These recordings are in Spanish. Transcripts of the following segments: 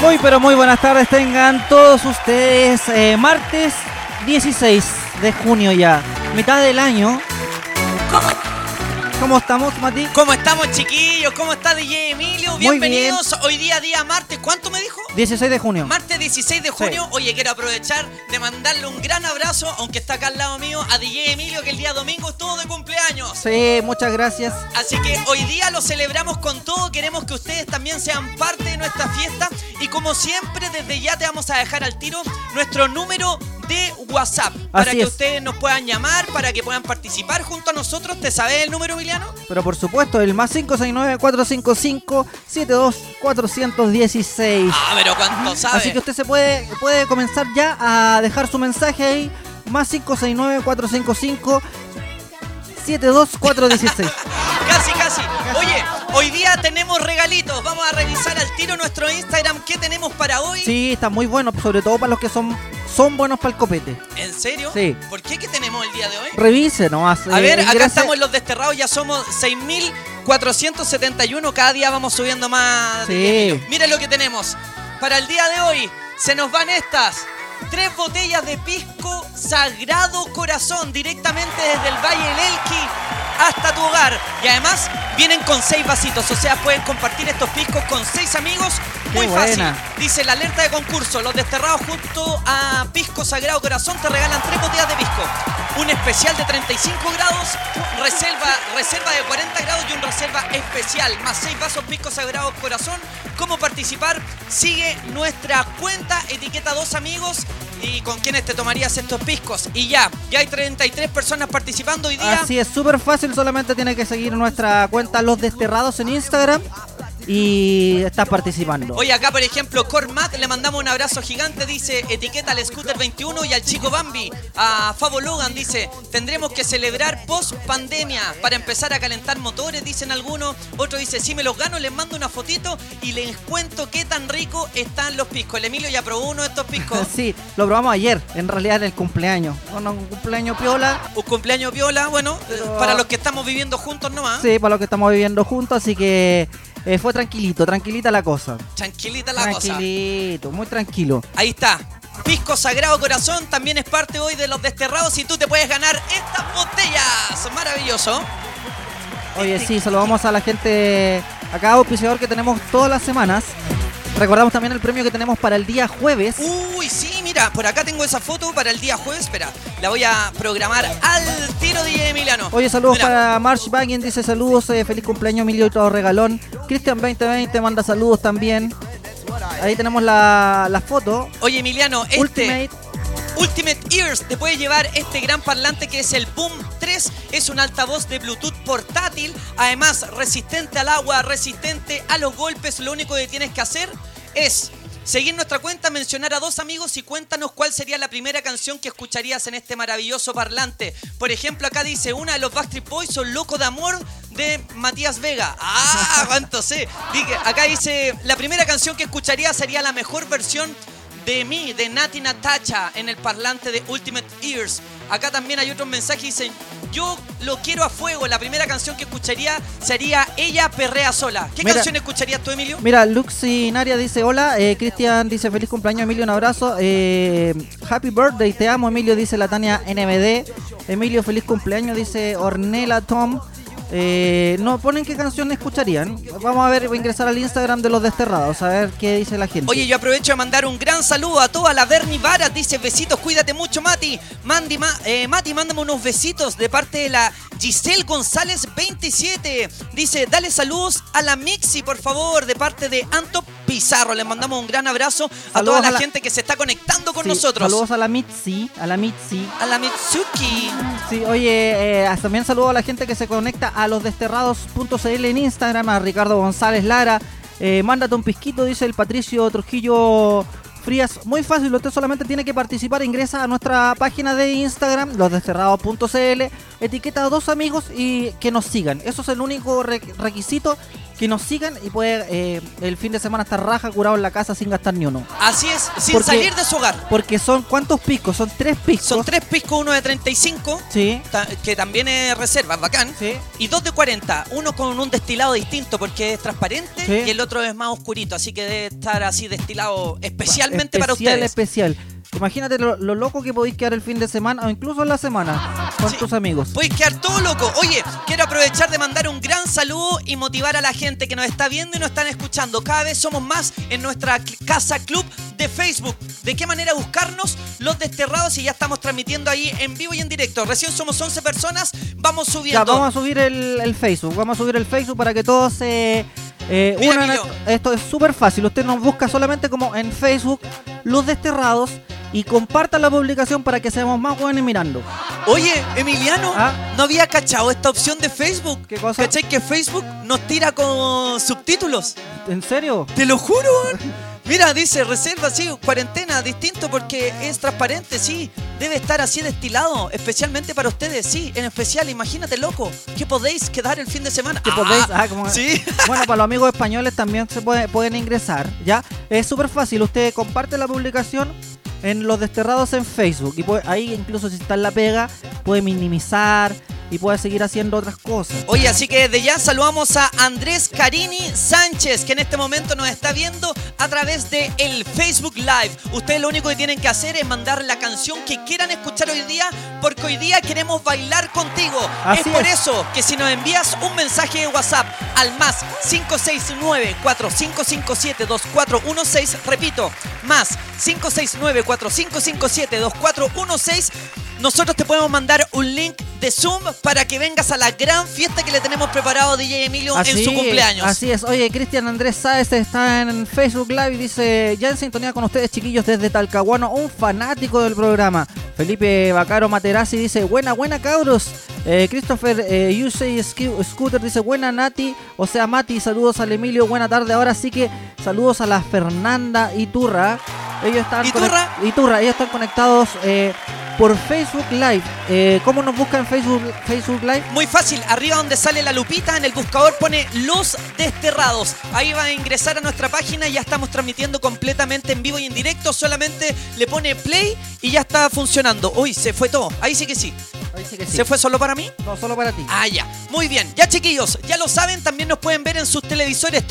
Muy pero muy buenas tardes tengan todos ustedes. Eh, martes 16 de junio ya, mitad del año. ¿Cómo estamos, Mati? ¿Cómo estamos, chiquillos? ¿Cómo está DJ Emilio? Muy bien. Bienvenidos hoy día, día martes. ¿Cuánto me dijo? 16 de junio. Martes 16 de junio. Oye, quiero aprovechar de mandarle un gran abrazo, aunque está acá al lado mío, a DJ Emilio, que el día domingo estuvo de cumpleaños. Sí, muchas gracias. Así que hoy día lo celebramos con todo. Queremos que ustedes también sean parte de nuestra fiesta. Y como siempre, desde ya te vamos a dejar al tiro nuestro número de WhatsApp. para Así que es. ustedes nos puedan llamar, para que puedan participar junto a nosotros. ¿Te sabes el número, Emiliano? Pero por supuesto, el más 569-455-72416. Ah, pero cuánto sabes. Así que usted se puede, puede comenzar ya a dejar su mensaje ahí. Más 569-455-72416. Casi, casi. Oye, hoy día tenemos regalitos. Vamos a revisar al tiro nuestro Instagram. ¿Qué tenemos para hoy? Sí, está muy bueno, sobre todo para los que son, son buenos para el copete. ¿En serio? Sí. ¿Por qué que tenemos el día de hoy? Revise nomás. A eh, ver, acá ingrese- estamos los desterrados, ya somos 6.471. Cada día vamos subiendo más. Sí. dinero. Mira lo que tenemos. Para el día de hoy se nos van estas. Tres botellas de pisco Sagrado Corazón directamente desde el Valle del Elqui hasta tu hogar. Y además vienen con seis vasitos, o sea, pueden compartir estos piscos con seis amigos. Qué Muy fácil. buena. Dice la alerta de concurso, los desterrados junto a Pisco Sagrado Corazón te regalan tres botellas de pisco, un especial de 35 grados, reserva, reserva de 40 grados y un reserva especial, más seis vasos Pisco Sagrado Corazón. ¿Cómo participar? Sigue nuestra cuenta, etiqueta dos amigos y con quienes te tomarías estos piscos. Y ya, ya hay 33 personas participando hoy día. Así es, súper fácil, solamente tiene que seguir nuestra cuenta Los Desterrados en Instagram y estás participando. Hoy acá, por ejemplo, Cormat, le mandamos un abrazo gigante, dice etiqueta al Scooter 21 y al chico Bambi. A Fabo Logan dice, tendremos que celebrar post pandemia para empezar a calentar motores, dicen algunos. Otro dice, si me los gano, les mando una fotito y les cuento qué tan rico están los piscos. El Emilio ya probó uno de estos piscos. Eh, Sí, lo probamos ayer, en realidad en el cumpleaños. Bueno, un cumpleaños piola, Un cumpleaños viola, bueno, eh, Pero- para los que estamos viviendo juntos nomás. sí, para lo que estamos viviendo juntos, así que eh, fue tranquilito, tranquilita la cosa. Tranquilita la cosa. Tranquilito, muy tranquilo. Ahí está. Pisco Sagrado Corazón también es parte hoy de los desterrados y tú te puedes ganar estas botellas. Maravilloso. Oye, sí, Este. saludamos a la gente, a cada auspiciador que tenemos todas las semanas. Recordamos también el premio que tenemos para el día jueves. Uy, sí, mira, por acá tengo esa foto para el día jueves. Espera, la voy a programar al tiro de Emiliano. Oye, saludos Mira, para March Baggins, dice saludos, eh, feliz cumpleaños Emilio y todo regalón. Cristian 2020 manda saludos también. Ahí tenemos la, la foto. Oye, Emiliano, este. Ultimate. Ultimate Ears te puede llevar este gran parlante que es el Boom 3. Es un altavoz de Bluetooth portátil, además resistente al agua, resistente a los golpes. Lo único que tienes que hacer es seguir nuestra cuenta, mencionar a dos amigos y cuéntanos cuál sería la primera canción que escucharías en este maravilloso parlante. Por ejemplo, acá dice una de los Backstreet Boys o Loco de Amor de Matías Vega. ¡Ah! ¿Cuánto sé? Dije, acá dice, la primera canción que escucharía sería la mejor versión de mí, de Nati Natacha, en el parlante de Ultimate Ears. Acá también hay otros mensajes que dicen, yo lo quiero a fuego. La primera canción que escucharía sería Ella Perrea Sola. ¿Qué Mira. canción escucharías tú, Emilio? Mira, Luxinaria dice hola. eh, Cristian dice feliz cumpleaños Emilio, un abrazo. eh, happy birthday, te amo Emilio, dice la Tania NMD. Emilio, feliz cumpleaños, dice Ornella Tom. Eh, no ponen qué canción escucharían. Vamos a ver, voy a ingresar al Instagram de los desterrados, a ver qué dice la gente. Oye, yo aprovecho de mandar un gran saludo a toda la Bernie Varas. Dice, besitos, cuídate mucho, Mati. Mandy, ma- eh, Mati, mándame unos besitos de parte de la Giselle González 27. Dice, dale saludos a la Mixi, por favor, de parte de Anto Pizarro. Les mandamos un gran abrazo a Saludos toda la, a la- gente que se está conectando con Sí, nosotros. Saludos a la Mitzi, a la Mitzi. A la Mitsuki. Sí, oye, eh, hasta también saludo a la gente que se conecta a losdesterrados.cl en Instagram, a Ricardo González Lara. Eh, mándate un pisquito, dice el Patricio Trujillo Frías. Muy fácil, usted solamente tiene que participar. Ingresa a nuestra página de Instagram, losdesterrados.cl, etiqueta a dos amigos y que nos sigan. Eso es el único re- requisito que nos sigan y puede eh, el fin de semana estar raja curado en la casa sin gastar ni uno. Así es, sin Porque- salir de su hogar. Porque son cuántos picos, son tres picos. Son tres piscos, uno de 35, Sí, ta- que también es reserva, bacán. sí. Y dos de 40, uno con un destilado distinto porque es transparente Sí. y el otro es más oscurito, así que debe estar así destilado especialmente para Especial, ustedes. Especial, Imagínate lo, lo loco que podéis quedar el fin de semana o incluso en la semana con Sí. tus amigos. Puedes quedar todo loco. Oye, quiero aprovechar de mandar un gran saludo y motivar a la gente que nos está viendo y nos están escuchando. Cada vez somos más en nuestra cl- casa club de Facebook. ¿De qué manera buscarnos los desterrados? Y ya estamos transmitiendo ahí en vivo y en directo. Recién somos 11 personas, vamos Ya, subiendo. vamos a subir el, el Facebook, vamos a subir el Facebook para que todos se eh, Mira, unan. a Emilio. esto. Esto es súper fácil, usted nos busca solamente como en Facebook, Los Desterrados, y comparta la publicación para que seamos más jóvenes mirando. Oye, Emiliano, Ah. no había cachado esta opción de Facebook. ¿Qué cosa? ¿Cachai que Facebook nos tira con subtítulos? ¿En serio? Te lo juro. weón. Mira, dice reserva, sí, cuarentena, distinto porque es transparente, sí. Debe estar así destilado, especialmente para ustedes, sí. En especial, imagínate, loco, que podéis quedar el fin de semana. Que podéis- ah, como- Sí. Bueno, para los amigos españoles también se puede- pueden ingresar, ¿ya? Es súper fácil, usted comparte la publicación en Los Desterrados en Facebook. Y puede- ahí incluso si está en la pega, puede minimizar y puede seguir haciendo otras cosas. Oye, así que desde ya saludamos a Andrés Carini Sánchez, que en este momento nos está viendo a través de el Facebook Live. Ustedes lo único que tienen que hacer es mandar la canción que quieran escuchar hoy día, porque hoy día queremos bailar contigo. Así es por es. eso que si nos envías un mensaje de WhatsApp al más 569-4557-2416, repito, más 569-4557-2416, nosotros te podemos mandar un link de Zoom para que vengas a la gran fiesta que le tenemos preparado a DJ Emilio en su cumpleaños. Así es. Oye, Cristian Andrés Sáez está en Facebook Live y dice, ya en sintonía con ustedes chiquillos desde Talcahuano, un fanático del programa. Felipe Bacaro Materazzi dice, buena, buena cabros. Eh, Christopher eh, Yusei Scu- Scooter dice, buena Nati, o sea Mati, saludos al Emilio, buena tarde. Ahora sí que saludos a la Fernanda Iturra. Ellos están Iturra. conec- Iturra, ellos están conectados eh, por Facebook Live. Eh, ¿Cómo nos buscan en Facebook, Facebook Live? Muy fácil, arriba donde sale la lupita, en el buscador pone Los Desterrados. Ahí va a ingresar a nuestra página, ya estamos transmitiendo completamente en vivo y en directo, solamente le pone play y ya está funcionando. Uy, se fue todo, ahí sí que sí. Ahí sí que sí. ¿Se fue solo para mí? No, solo para ti. Ah, ya. Muy bien. Ya, chiquillos, ya lo saben. También nos pueden ver en sus televisores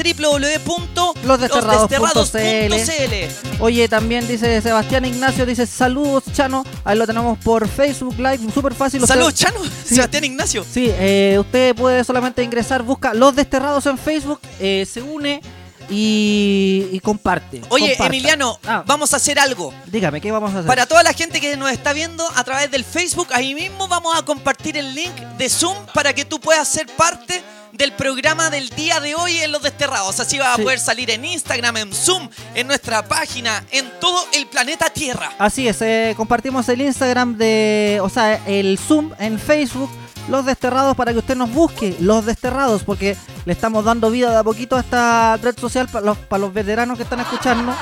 www.losdesterrados.cl. Oye, también dice Sebastián Ignacio, dice saludos Chano, ahí lo tenemos por Facebook Live, súper fácil. usted- Saludos, Chano. Sí. Sebastián Ignacio. Sí, eh, usted puede solamente ingresar, busca Los Desterrados en Facebook, eh, se une y, y comparte. Oye, comparta. Emiliano, Ah. vamos a hacer algo. Dígame, ¿qué vamos a hacer? Para toda la gente que nos está viendo a través del Facebook, ahí mismo vamos a compartir el link de Zoom para que tú puedas ser parte del programa del día de hoy en Los Desterrados. Así vas Sí. a poder salir en Instagram, en Zoom, en nuestra página, en todo el planeta Tierra. Así es, eh, compartimos el Instagram de, o sea, el Zoom en Facebook, Los Desterrados, para que usted nos busque, Los Desterrados, porque le estamos dando vida de a poquito a esta red social para los, para los veteranos que están escuchando.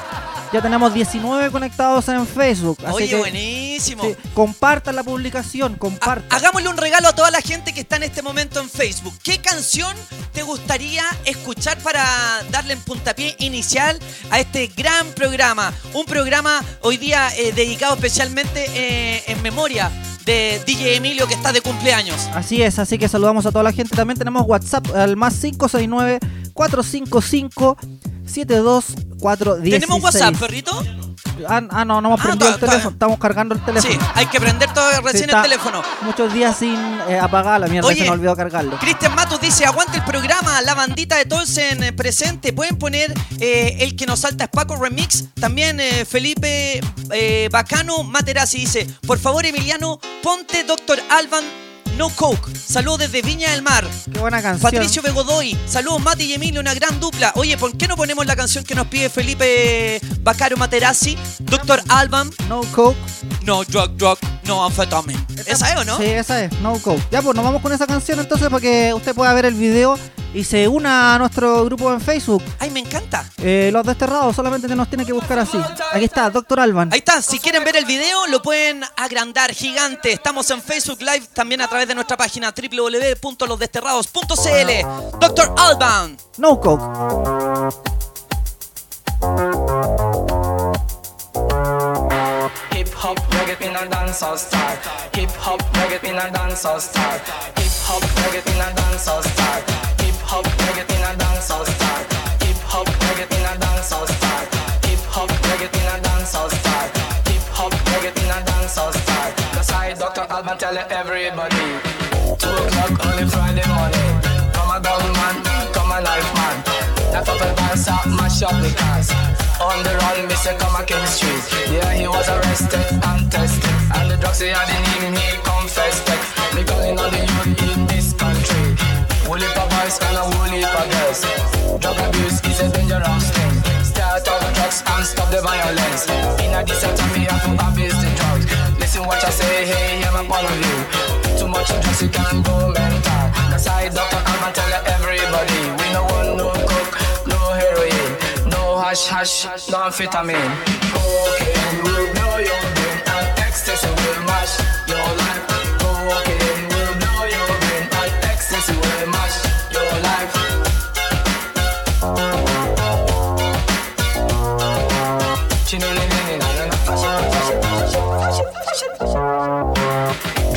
Ya tenemos 19 conectados en Facebook, así Oye, que buenísimo. sí, compartan la publicación, Ha- compartan. Hagámosle un regalo a toda la gente que está en este momento en Facebook. ¿Qué canción te gustaría escuchar para darle en puntapié inicial a este gran programa? Un programa hoy día eh, dedicado especialmente eh, en memoria de DJ Emilio que está de cumpleaños. Así es, así que saludamos a toda la gente. También tenemos WhatsApp al más 569-455-72416. ¿Tenemos WhatsApp, perrito? Ah, ah, no, no hemos Ah, prendido to- el teléfono. to- Estamos cargando el teléfono. Sí, hay que prender todo Sí, recién está el teléfono. Muchos días sin eh, apagar la mierda, Oye. se me olvidó cargarlo. Cristian Matos dice, aguanta el programa, la bandita de Tolsen eh, presente. Pueden poner eh, el que nos salta es Paco Remix. También eh, Felipe eh, Bacano Materazzi dice, por favor Emiliano, ponte Doctor Alban No Coke. Saludos desde Viña del Mar. Qué buena canción. Patricio Begodoy, saludos Mati y Emilio, una gran dupla. Oye, ¿por qué no ponemos la canción que nos pide Felipe Bacaro Materazzi? Doctor Alban, No Coke. no drug, drug, no amphetamine. ¿Esa es o no? Sí, esa es, No Coke. Ya, pues nos vamos con esa canción entonces para que usted pueda ver el video y y se una a nuestro grupo en Facebook. Ay, me encanta. Eh, los desterrados solamente nos tienen que buscar así. Aquí está, Doctor Alban. Ahí está, si quieren ver el video lo pueden agrandar gigante. Estamos en Facebook Live también a través de nuestra página Ah. www.losdesterrados.cl. Doctor Alban. No Coke. Hip hop reggae in a dancehall style. Hip hop reggae in a dancehall style. Hip hop reggae in a dancehall style. Hip hop reggae in a dancehall style. Hip hop reggae in a dancehall style. Hip hop reggae in a dancehall style. Hip hop reggae in a dancehall style. That's how Dr. Alban tell everybody. Two o'clock on a Friday morning. Come a gun man, come a knife man. That up and dance up, mash up the cars. On the run, Mr. Come a King Street. Yeah, he was arrested and tested. And the drugs he had in him, he confessed it. Me calling on the youth in this country. Woolly for boys and a woolly for girls. Drug abuse is a dangerous thing. Stay out of drugs and stop the violence. In a decent time, we have to abuse the drugs. Listen what I say, hey, I'm a part of you. Too much drugs, you can go mental. That's how Dr. Alban tell everybody. We no want no coke, no heroin, no hash hash, no amphetamine. Cocaine will blow your brain and ecstasy will mash your life. Cocaine will blow your brain and ecstasy will mash your life.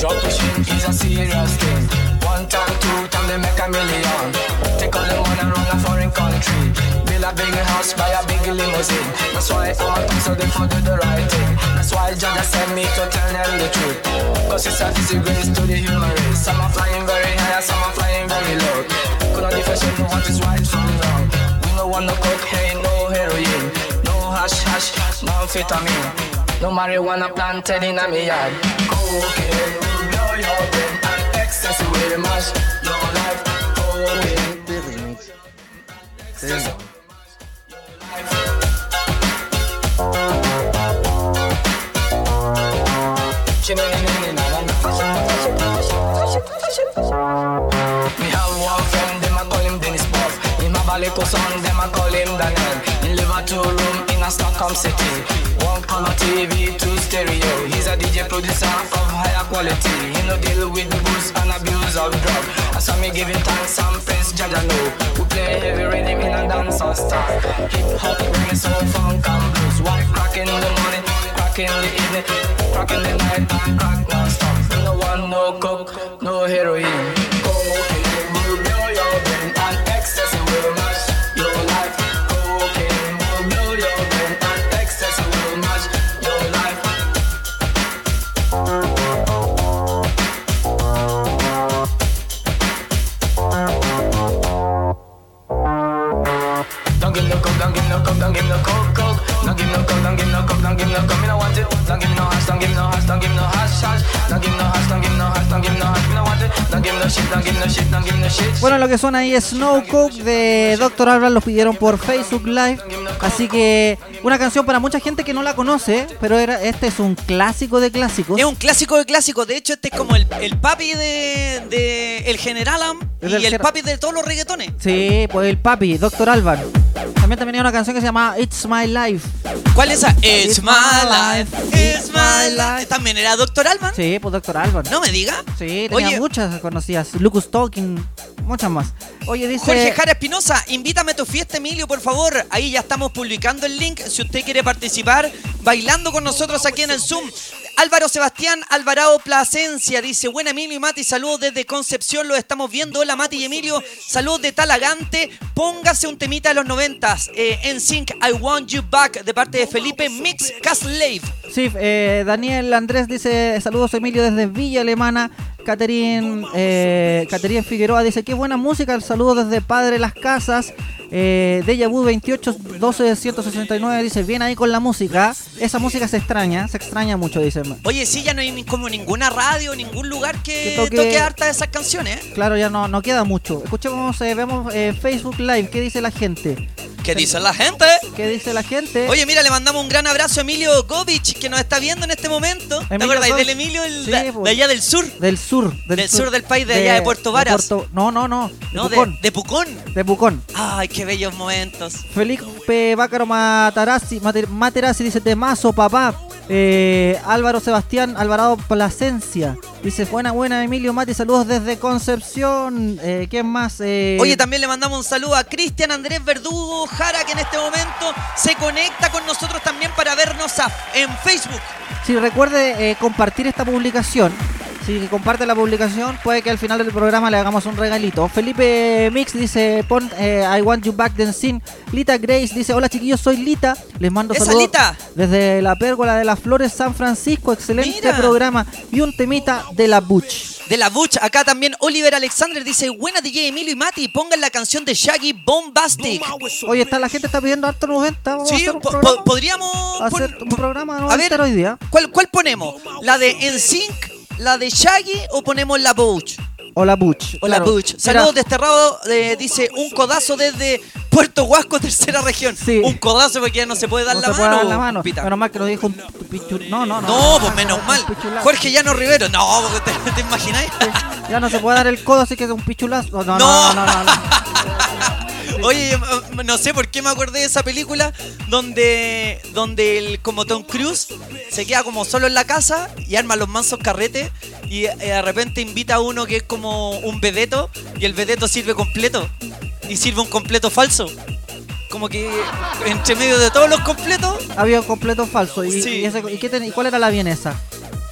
Drug pushing is a serious thing. One time, two time, they make a million. Take all the money and run a foreign country. Build a big house, buy a big limousine. That's why all my people so they for do the right thing. That's why Jaja sent me to tell them the truth. Cause it's a disgrace to the human race. Some are flying very high, and some are flying very low. Could not differentiate what is right from wrong. We no want no cocaine, no heroin, no hash hash, no amphetamine. No marijuana planted in a me yard. Cocaine will blow your brain and ecstasy will mash your life. Cocaine, ecstasy Me have one friend, them I call him Dennis Buff. Him have a little son, them I call him Daniel. He live a two room in a Stockholm city. One color TV, two stereo. He's a DJ producer of higher quality. He no deal with booze and abuse of drug. I saw me giving thanks and praise, Jaja know. We play heavy rhythm in a dancehall style. Hip hop, reggae, soul, funk and blues. White crack in the morning, crack in the evening, crack in the night and crack non-stop. We No one, no coke, no heroin. Cocaine will blow your brain and ecstasy will mash your life. Cocaine will blow your brain and ecstasy will mash your life. Don't give no coke, don't give no coke, don't give no coke, coke. Don't give no coke, don't give no coke, don't give no coke. Me no want it. Don't give no hash, don't give no hash, don't give no hash, hash. Don't give no hash, don't give no hash, don't give no hash. Me no want it. Don't give no shit, don't give no shit, don't give no shit. Bueno, lo que suena ahí es Snow Coke de Dr. Alban, los pidieron por Facebook Live. Así que una canción para mucha gente que no la conoce, pero era, este es un clásico de clásicos. Es un clásico de clásicos. De hecho, este es como el, el papi de, de el General Am Es y del el Ger- papi de todos los reggaetones. Sí, pues el papi, Doctor Alban. También también hay una canción que se llama It's My Life. ¿Cuál es esa? It's It's my life, it's my life. También era Doctor Alban. Sí, pues Doctor Alban. No me diga. Sí, tenía Oye, muchas conocidas. Lucas Talking, muchas más. Oye, dice. Jorge Jara Espinosa, invítame a tu fiesta, Emilio, por favor. Ahí ya estamos publicando el link. Si usted quiere participar bailando con nosotros aquí en el Zoom. Álvaro Sebastián Alvarado Plasencia dice: Buena Emilio y Mati, saludos desde Concepción, los estamos viendo. Hola Mati y Emilio, saludos de Talagante. Póngase un temita de los noventas. eh, En Sync, I Want You Back, de parte de Felipe Mix Caslave. Sí, eh, Daniel Andrés dice saludos Emilio desde Villa Alemana. Caterín, eh, Caterín Figueroa dice qué buena música, el saludo desde Padre Las Casas. Eh, Deja Vu 28 12 169 dice bien ahí con la música. Esa música se extraña, se extraña mucho, dice. Oye, sí, ya no hay ni- como ninguna radio, ningún lugar que, Que toque- toque... harta de esas canciones. ¿eh? Claro, ya no, no queda mucho. Escuchemos, eh, vemos eh, Facebook Live, ¿qué dice la gente? ¿Qué ¿Qué dice la gente? ¿Qué dice la gente? Oye, mira, le mandamos un gran abrazo a Emilio Govich, que nos está viendo en este momento. ¿Te Emilio acuerdas Gov- del Emilio el- Sí, de, pues. de allá del sur? Del sur. Del sur del país, de allá de Puerto Varas. no, no, no. De No, de, Pucón. de Pucón. de Pucón. Ay, qué bellos momentos. Felipe Bácaro Matarasi, Mater- Materazzi dice temazo, papá. Eh, Álvaro Sebastián Alvarado Plasencia dice buena, buena, Emilio Mati. Saludos desde Concepción. Eh, ¿Quién más? Eh, Oye, también le mandamos un saludo a Cristian Andrés Verdugo Jara, que en este momento se conecta con nosotros también para vernos a- en Facebook. Si recuerde eh, compartir esta publicación. Si comparte la publicación, puede que al final del programa le hagamos un regalito. Felipe Mix dice, pon eh, I want you back dancing. Lita Grace dice, hola chiquillos, soy Lita. Les mando ¡Esa saludos Lita! desde la pérgola de las flores San Francisco. Excelente Mira. programa. Y un temita de la Butch. De la Butch, acá también Oliver Alexander dice, buena DJ Emilio y Mati, pongan la canción de Shaggy Bombastic. Oye, está, la gente está pidiendo harto 90. Vamos a Sí, hacer un po- po- programa, podríamos... hacer pon- un programa a ver, 90 hoy día. ¿cuál, ¿cuál ponemos? ¿La de NSYNC, la de Shaggy o ponemos la Butch? O la Butch. Hola claro. Puch. Mira, Saludos desterrado, eh, dice un codazo desde Puerto Huasco, tercera región. Sí. Un codazo porque ya no se puede dar, no la, se mano, puede dar la mano. Pita. Menos mal que lo dijo un pichu- No, no, no. No, pues menos Un mal. pichulazo. Jorge Llano Rivero. No, porque ¿te, te imagináis? Ya no se puede dar el codo, así que es un pichulazo. No, No. no, no, no. no, no. Oye, eh, no sé por qué me acordé de esa película donde, donde el, como Tom Cruise se queda como solo en la casa y arma los mansos carretes y eh, de repente invita a uno que es como un vedeto y el vedeto sirve completo y sirve un completo falso. Como que entre medio de todos los completos, Había un completo falso. ¿Y, Sí. y ese- y qué ten- y cuál era la vienesa?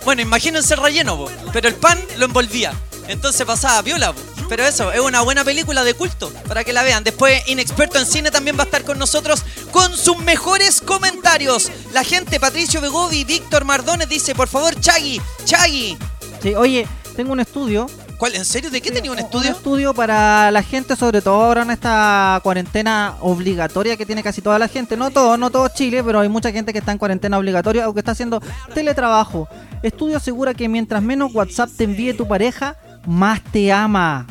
bueno, imagínense el relleno, po, pero el pan lo envolvía. Entonces pasaba viola, po. pero eso, es una buena película de culto, para que la vean. Después, Inexperto en Cine también va a estar con nosotros con sus mejores comentarios. La gente, Patricio Begovi, Víctor Mardones dice, por favor, Chagui, Chagui. Sí, oye, tengo un estudio. oh, ¿Cuál? ¿En serio? ¿De qué tenía un Un estudio? estudio para la gente, sobre todo ahora en esta cuarentena obligatoria que tiene casi toda la gente. No todo, no todo Chile, pero hay mucha gente que está en cuarentena obligatoria o que está haciendo teletrabajo. Estudio asegura que mientras menos WhatsApp te envíe tu pareja, más te ama.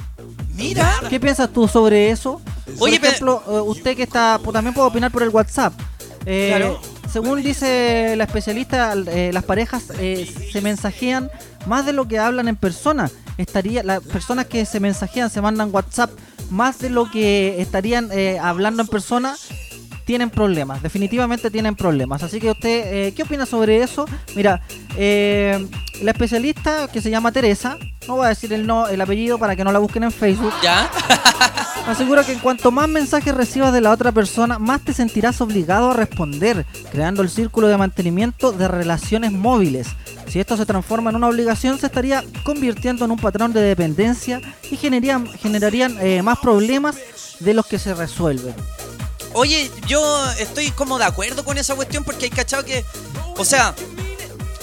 Mira. ¿Qué piensas tú sobre eso? Por Oye, pero- ejemplo, eh, usted que está, pues, también puede opinar por el WhatsApp. Eh, Claro. Según dice la especialista, eh, las parejas eh, se mensajean más de lo que hablan en persona. Estaría, las personas que se mensajean, se mandan WhatsApp más de lo que estarían eh, hablando en persona. Tienen problemas, definitivamente tienen problemas. Así que usted, eh, ¿qué opina sobre eso? Mira, eh, la especialista que se llama Teresa, no voy a decir el, no, el apellido para que no la busquen en Facebook, ¿Ya? Asegura que en cuanto más mensajes recibas de la otra persona, más te sentirás obligado a responder, creando el círculo de mantenimiento de relaciones móviles. Si esto se transforma en una obligación, se estaría convirtiendo en un patrón de dependencia y generarían, generarían eh, más problemas de los que se resuelven. Oye, yo estoy como de acuerdo con esa cuestión porque hay cachado que. O sea,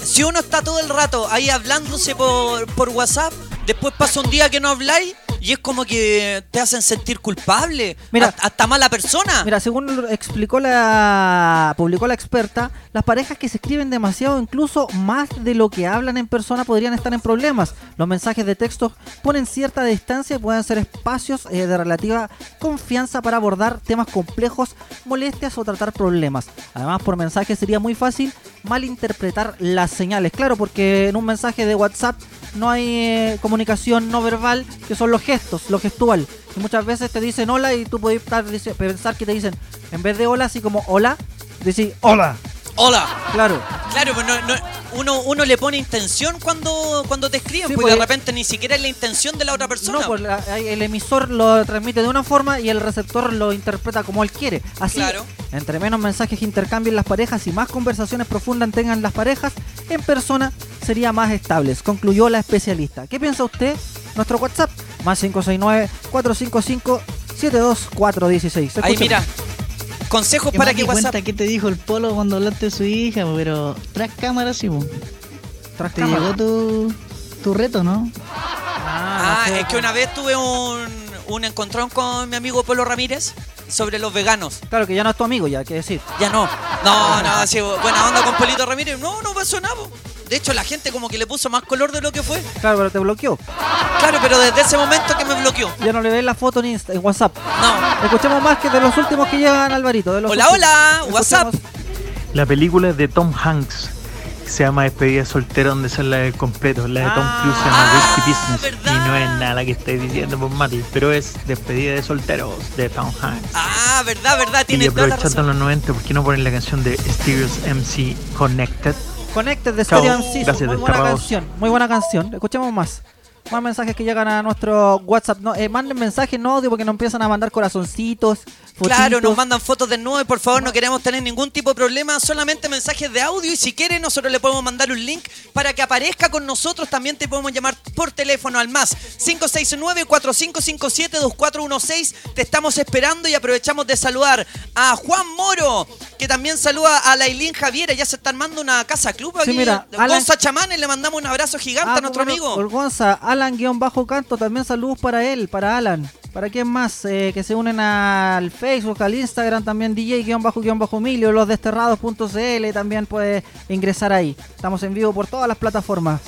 si uno está todo el rato ahí hablándose por, por WhatsApp, después pasa un día que no habláis y es como que te hacen sentir culpable. Mira. hasta, hasta mala persona. Mira, según lo explicó la publicó la experta, las parejas que se escriben demasiado, incluso más de lo que hablan en persona, podrían estar en problemas. Los mensajes de texto ponen cierta distancia y pueden ser espacios eh, de relativa confianza para abordar temas complejos, molestias o tratar problemas. Además, por mensaje sería muy fácil malinterpretar las señales. Claro, porque en un mensaje de WhatsApp no hay eh, comunicación no verbal, que son los gestos, lo gestual. Y muchas veces te dicen hola y tú puedes estar, dice- pensar que te dicen, en vez de hola, así como hola, decís hola. Hola. Claro. Claro, pero no- no- uno, uno le pone intención cuando, cuando te escriben, Sí, porque de pues, repente ni siquiera es la intención de la otra persona. No, pues la- ahí el emisor lo transmite de una forma y el receptor lo interpreta como él quiere. Así, Claro. entre menos mensajes que intercambien las parejas y más conversaciones profundas tengan las parejas, en persona sería más estables, concluyó la especialista. ¿Qué piensa usted? Nuestro WhatsApp, más 569-455-72416. ahí mira. Consejos Que para más que di WhatsApp. cuenta qué te dijo el polo cuando hablaste de su hija, pero tras cámara sí, po. Tras te cámara. llegó tu, tu reto, ¿no? Ah, Ah, no sé. es que una vez tuve un, un encontrón con mi amigo Polo Ramírez sobre los veganos. Claro que ya no es tu amigo, ya, que decir. Ya no. No, no, sí, buena onda con Polito Ramírez. No, no pasó nada. po. De hecho, la gente como que le puso más color de lo que fue. Claro, pero te bloqueó. Claro, pero desde ese momento que me bloqueó. Ya no le ves la foto en, Insta- en WhatsApp. No. Escuchemos más que de los últimos que llegan, Alvarito. De los Hola, últimos. hola, Escuchemos- WhatsApp. La película es de Tom Hanks. Se llama Despedida Soltera, donde sale la del completo. La de Tom Cruise se llama Ah, Risky Business. ¿verdad? Y no es nada que esté diciendo por Mati, pero es Despedida de Solteros de Tom Hanks. Ah, verdad, verdad, y tiene toda la aprovechando razón. los 90, ¿por qué no ponen la canción de Stereos MC Connected? Connected de Chao. Stereo Inciso. Gracias, Muy buena desterrados. canción, muy buena canción. Escuchemos más. Más mensajes que llegan a nuestro WhatsApp. No, eh, manden mensajes, no audio, porque nos empiezan a mandar corazoncitos. Fotitos. Claro, nos mandan fotos de nuevo y por favor no queremos tener ningún tipo de problema, solamente mensajes de audio y si quieren nosotros le podemos mandar un link para que aparezca con nosotros, también te podemos llamar por teléfono al más 569-4557-2416, te estamos esperando y aprovechamos de saludar a Juan Moro, que también saluda a Lailín Javiera, ya se está armando una casa club aquí, Sí, mira, Alan- Gonza Chamanes, le mandamos un abrazo gigante Ah, a nuestro bueno, amigo. Olgonza, Alan-Canto, también saludos para él, para Alan. ¿Para quién más? Eh, que se unen al Facebook, al Instagram, también DJ-Milio, losdesterrados.cl, también puede ingresar ahí. Estamos en vivo por todas las plataformas.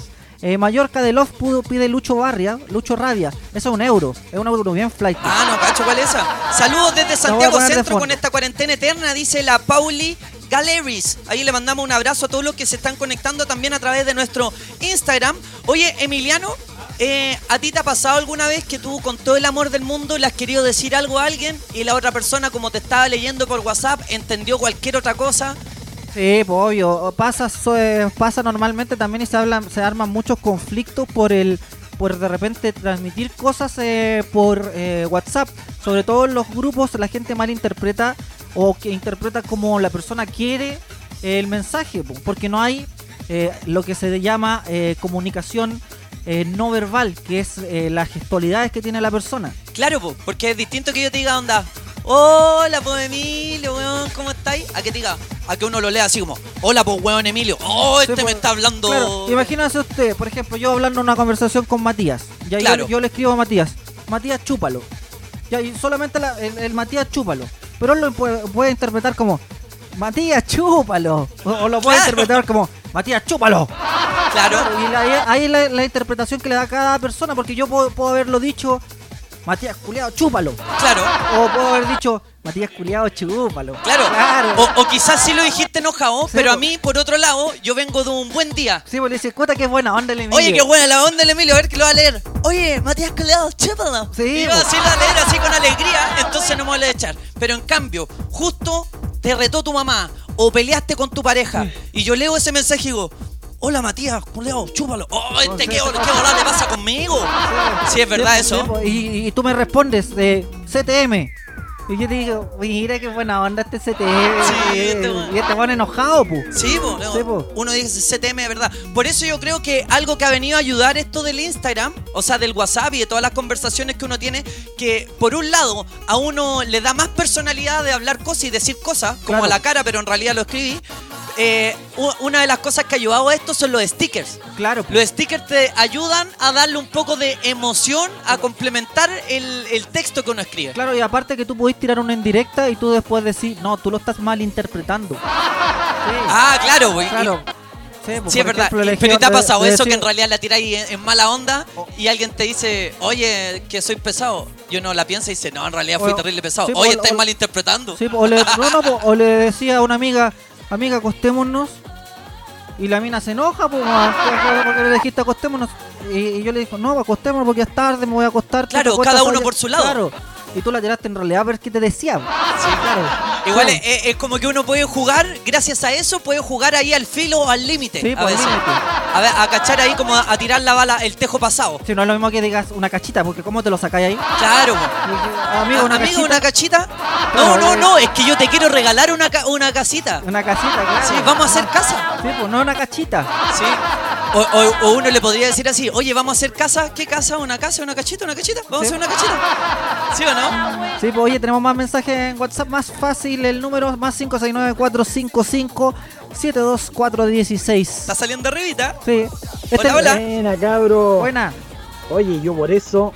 Eh, Mallorca de Love pudo- pide Lucho Barria, Lucho Rabia. Eso es un euro, es un euro bien flight. Ah, no, cacho, ¿cuál es esa? Saludos desde Santiago poner de Centro fondo. con esta cuarentena eterna, dice la Pauli Galeries. Ahí le mandamos un abrazo a todos los que se están conectando también a través de nuestro Instagram. Oye, Emiliano, eh, ¿a ti te ha pasado alguna vez que tú con todo el amor del mundo le has querido decir algo a alguien y la otra persona, como te estaba leyendo por WhatsApp, entendió cualquier otra cosa? Sí, pues, obvio. O Pasa, so- eh, pasa normalmente también y se, hablan, se arman muchos conflictos por el por de repente transmitir cosas eh, por eh, WhatsApp. Sobre todo en los grupos la gente malinterpreta o que interpreta como la persona quiere eh, el mensaje, po, porque no hay eh, lo que se llama eh, comunicación eh, no verbal, que es eh, las gestualidades que tiene la persona. Claro, po, porque es distinto que yo te diga, onda, hola, po, Emilio, weón, ¿cómo estáis? A que te diga, a que uno lo lea así como, hola, po, weón, Emilio, oh, Sí, este me pues, está hablando. Claro, imagínense usted, por ejemplo, yo hablando una conversación con Matías. Ya yo- Claro. yo, le escribo a Matías, Matías chúpalo. Ya, y solamente la- el, el Matías chúpalo. Pero él lo puede, puede interpretar como Matías chúpalo. O, o lo puede Claro. interpretar como Matías chúpalo. Claro, Y la- ahí ahí es la, la interpretación que le da cada persona, porque yo puedo, puedo haberlo dicho Matías culiado chúpalo. claro, O puedo haber dicho Matías culiado chúpalo. claro. O, o quizás sí lo dijiste enojado, Sí, pero a po. mí, por otro lado, yo vengo de un buen día. Sí, pues le dice, cuenta que es buena onda el Emilio". Oye, qué buena la onda del Emilio, a ver que lo va a leer. Oye, Matías Culeado, chépalo. Sí, y yo po. así lo va a leer, así con alegría, entonces no me voy a echar. Pero en cambio, justo te retó tu mamá o peleaste con tu pareja y yo leo ese mensaje y digo, hola Matías, Culeado, chúpalo. Oh, este, ¿qué, qué volada le pasa conmigo? Sí, es verdad Sí, eso. sí, po. pues, Y, y tú me respondes, eh, CTM. Y yo te digo, mira qué buena onda este CTM. Sí, eh, este weón. y este van enojado, pu. Sí, po, no, Sí, po. uno dice CTM de verdad. Por eso yo creo que algo que ha venido a ayudar esto del Instagram, o sea, del WhatsApp y de todas las conversaciones que uno tiene, que por un lado a uno le da más personalidad de hablar cosas y decir cosas, como Claro. a la cara, pero en realidad lo escribí. Eh, u- una de las cosas que ha ayudado a esto son los stickers. Claro, pu. Los stickers te ayudan a darle un poco de emoción, a complementar el, el texto que uno escribe. Claro, y aparte que tú podés tirar una en directa y tú después decís, no, tú lo estás malinterpretando. Sí, Ah, claro, güey. claro. Sí, po, Sí, es por verdad. ejemplo, Y- le Pero dijeron te ha de- pasado de eso que decir- en realidad la tiráis en, en mala onda y alguien te dice, oye, que soy pesado. Y uno la piensa y dice, no, en realidad fui O- terrible pesado. sí, pues, oye, o- estáis o- malinterpretando. Sí, po, o le, no, no, po, o le decía a una amiga, amiga, acostémonos. Y la mina se enoja, pues, porque le dijiste acostémonos. Y, y yo le digo, no, pues, acostémonos porque es tarde, me voy a acostar. tú te Claro, acuestas cada uno allá". por su lado. Claro. Y tú la tiraste en realidad, pero es que te decía. Sí, claro. Igual Claro. es, es como que uno puede jugar, gracias a eso, puede jugar ahí al filo o al límite. Sí, a pues, veces. límite. A, ver, a cachar ahí como a, a tirar la bala, el tejo pasado. Si no es lo mismo que digas una cachita, porque ¿cómo te lo sacáis ahí? Claro. po. Ah, Amigo, una Amigo, cachita. una cachita. No, Claro, no, eh. no, es que yo te quiero regalar una, ca- una casita. Una casita, claro. Sí, vamos a hacer casa. Sí, pues, no una cachita. Sí. O, o- o uno le podría decir así, oye, vamos a hacer casa, ¿qué casa? ¿Una casa? ¿Una cachita? ¿Una cachita? Vamos Sí. a hacer una cachita. ¿Sí o no? Sí, pues oye, tenemos más mensajes en WhatsApp, más fácil el número, más 569-455-72416. Está saliendo arribita. Sí. Hola, hola. Buena, cabro. Buena. Oye, yo por eso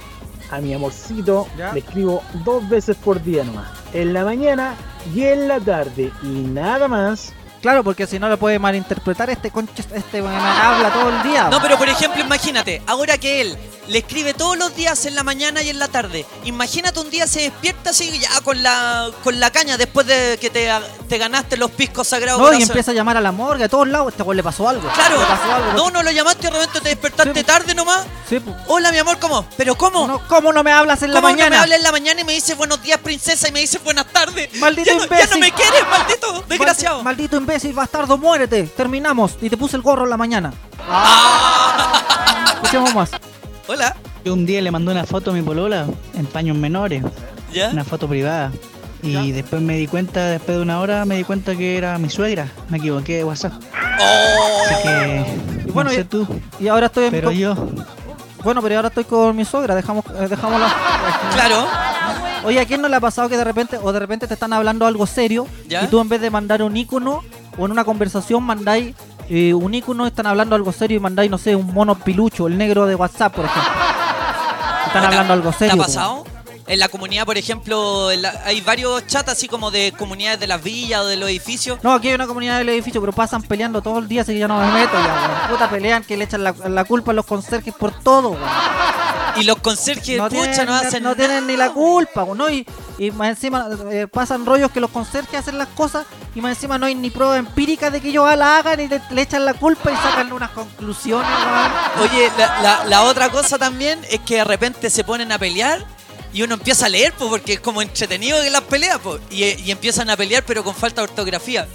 a mi amorcito Ya. le escribo dos veces por día nomás. En la mañana y en la tarde. Y nada más. Claro, porque si no lo puede malinterpretar este conche, este weón habla todo el día. No, pero por ejemplo, imagínate, ahora que él le escribe todos los días en la mañana y en la tarde, imagínate un día se despierta así ya con la, con la caña después de que te, te ganaste los piscos sagrados. No, y corazón. empieza a llamar a la morgue, a todos lados. Este weón le pasó algo. Claro, le pasó algo. no, no lo llamaste y de repente te despertaste Sí. tarde nomás. Sí, pues. Hola, mi amor, ¿cómo? ¿Pero cómo? No, ¿Cómo no me hablas en la ¿Cómo uno mañana? me habla en la mañana y me dice buenos días, princesa, y me dice buenas tardes? Maldito ya no, ya no imbécil. me quieres, maldito, desgraciado. Maldi- Maldito imbécil, bastardo, muérete. Terminamos. Y te puse el gorro en la mañana. Escuchemos más. Ah. Hola, Yo un día le mandé una foto a mi polola en paños menores, ¿ya? una foto privada. Y después me di cuenta, después de una hora, me di cuenta que era mi suegra. Me equivoqué de WhatsApp. Oh. Así que. Y bueno, no sé y- tú, Y ahora estoy en- pero con- yo. Bueno, pero ahora estoy con mi sogra. Dejamos, eh, dejámosla. Claro, Oye, ¿a quién no le ha pasado que de repente o de repente te están hablando algo serio ¿Ya? y tú en vez de mandar un icono o en una conversación mandáis eh, un icono, están hablando algo serio y mandáis, no sé, un mono pilucho, el negro de WhatsApp, por ejemplo. Están ¿Te- hablando algo serio. ¿Te ha po. pasado? En la comunidad, por ejemplo, en la- hay varios chats así como de comunidades de las villas o de los edificios. No, aquí hay una comunidad del edificio, pero pasan peleando todo el día, así que ya no me meto. Ya, weón. Puta, pelean que le echan la, la culpa a los conserjes por todo, weón. Y los conserjes, no, pucha, tienen, no hacen no tienen ni la nada. culpa, weón, ¿no? Y, y más encima eh, pasan rollos que los conserjes hacen las cosas y más encima no hay ni prueba empírica de que ellos la hagan y le, le echan la culpa y sacan unas conclusiones, weón. Oye, la, la- la otra cosa también es que de repente se ponen a pelear y uno empieza a leer, pues, porque es como entretenido que las peleas, pues, y, y empiezan a pelear pero con falta de ortografía.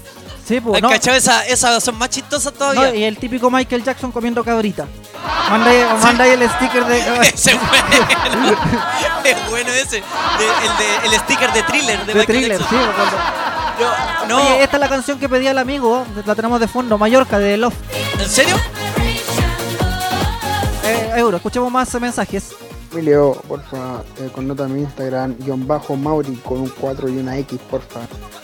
Sí, pues, ¿Has no. cachado? Esa- Esas son más chistosas todavía. No, y el típico Michael Jackson comiendo cabrita. Mandáis mandáis el sticker de. Ese es bueno. es bueno ese. De- el, de- el sticker de thriller de, de Michael thriller, sí, Jackson. pues, No, cuando- no, Oye, esta es la canción que pedía el amigo, ¿eh? la tenemos de fondo, Mallorca, de Love ¿en serio? Eh, Euro. Escuchemos más eh, mensajes. Emilio, porfa, eh, connota mi Instagram, guión bajo Mauri con un 4 y una X, porfa.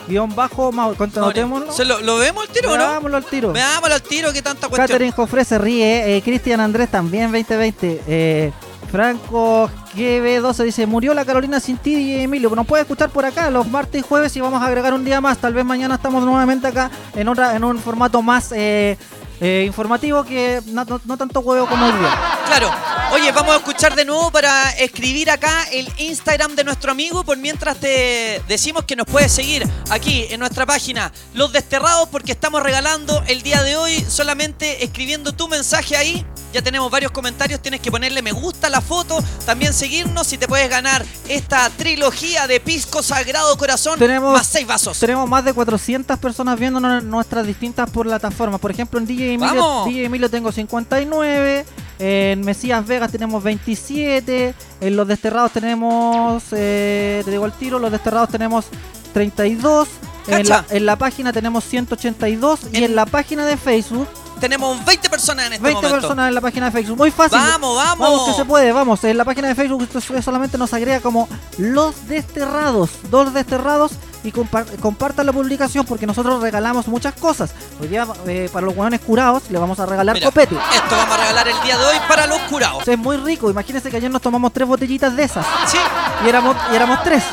Guión bajo, Mau, No, contémoslo. ¿se lo, lo vemos al tiro o no? Veámoslo al tiro. Veámoslo al tiro, que tanta cuestión. Catherine Jofre se ríe. eh, Cristian Andrés también, 2020. Eh, Franco GB12 dice: Murió la Carolina sin ti, DJ Emilio. Nos puede escuchar por acá los martes y jueves y vamos a agregar un día más. Tal vez mañana estamos nuevamente acá en, otra, en un formato más eh, eh, informativo que no, no- no tanto huevo como el día. Claro. Oye, vamos a escuchar de nuevo para escribir acá el Instagram de nuestro amigo. Por mientras te decimos que nos puedes seguir aquí en nuestra página Los Desterrados, porque estamos regalando el día de hoy solamente escribiendo tu mensaje ahí. Ya tenemos varios comentarios, tienes que ponerle me gusta a la foto, también seguirnos y te puedes ganar esta trilogía de Pisco Sagrado Corazón Tenemos- más seis vasos. Tenemos más de 400 personas viéndonos en nuestras distintas plataformas. Por ejemplo, en DJ Emilio, ¡Vamos! DJ Emilio tengo 59. En Mesías Vegas tenemos 27. En Los Desterrados tenemos. eh, te digo al tiro, Los Desterrados tenemos 32. En la, Cacha. en la página tenemos 182. Y En- en la página de Facebook, Tenemos 20 personas en este 20 momento. personas en la página de Facebook. Muy fácil. Vamos, vamos. Vamos que se puede, vamos. En la página de Facebook esto es- solamente nos agrega como los desterrados, dos desterrados y compar- compartan la publicación porque nosotros regalamos muchas cosas. Hoy día eh, para los hueones curados le vamos a regalar Mira, copete. Esto vamos a regalar el día de hoy para los curados. Eso es muy rico. Imagínense que ayer nos tomamos tres botellitas de esas Sí. y éramos y éramos tres.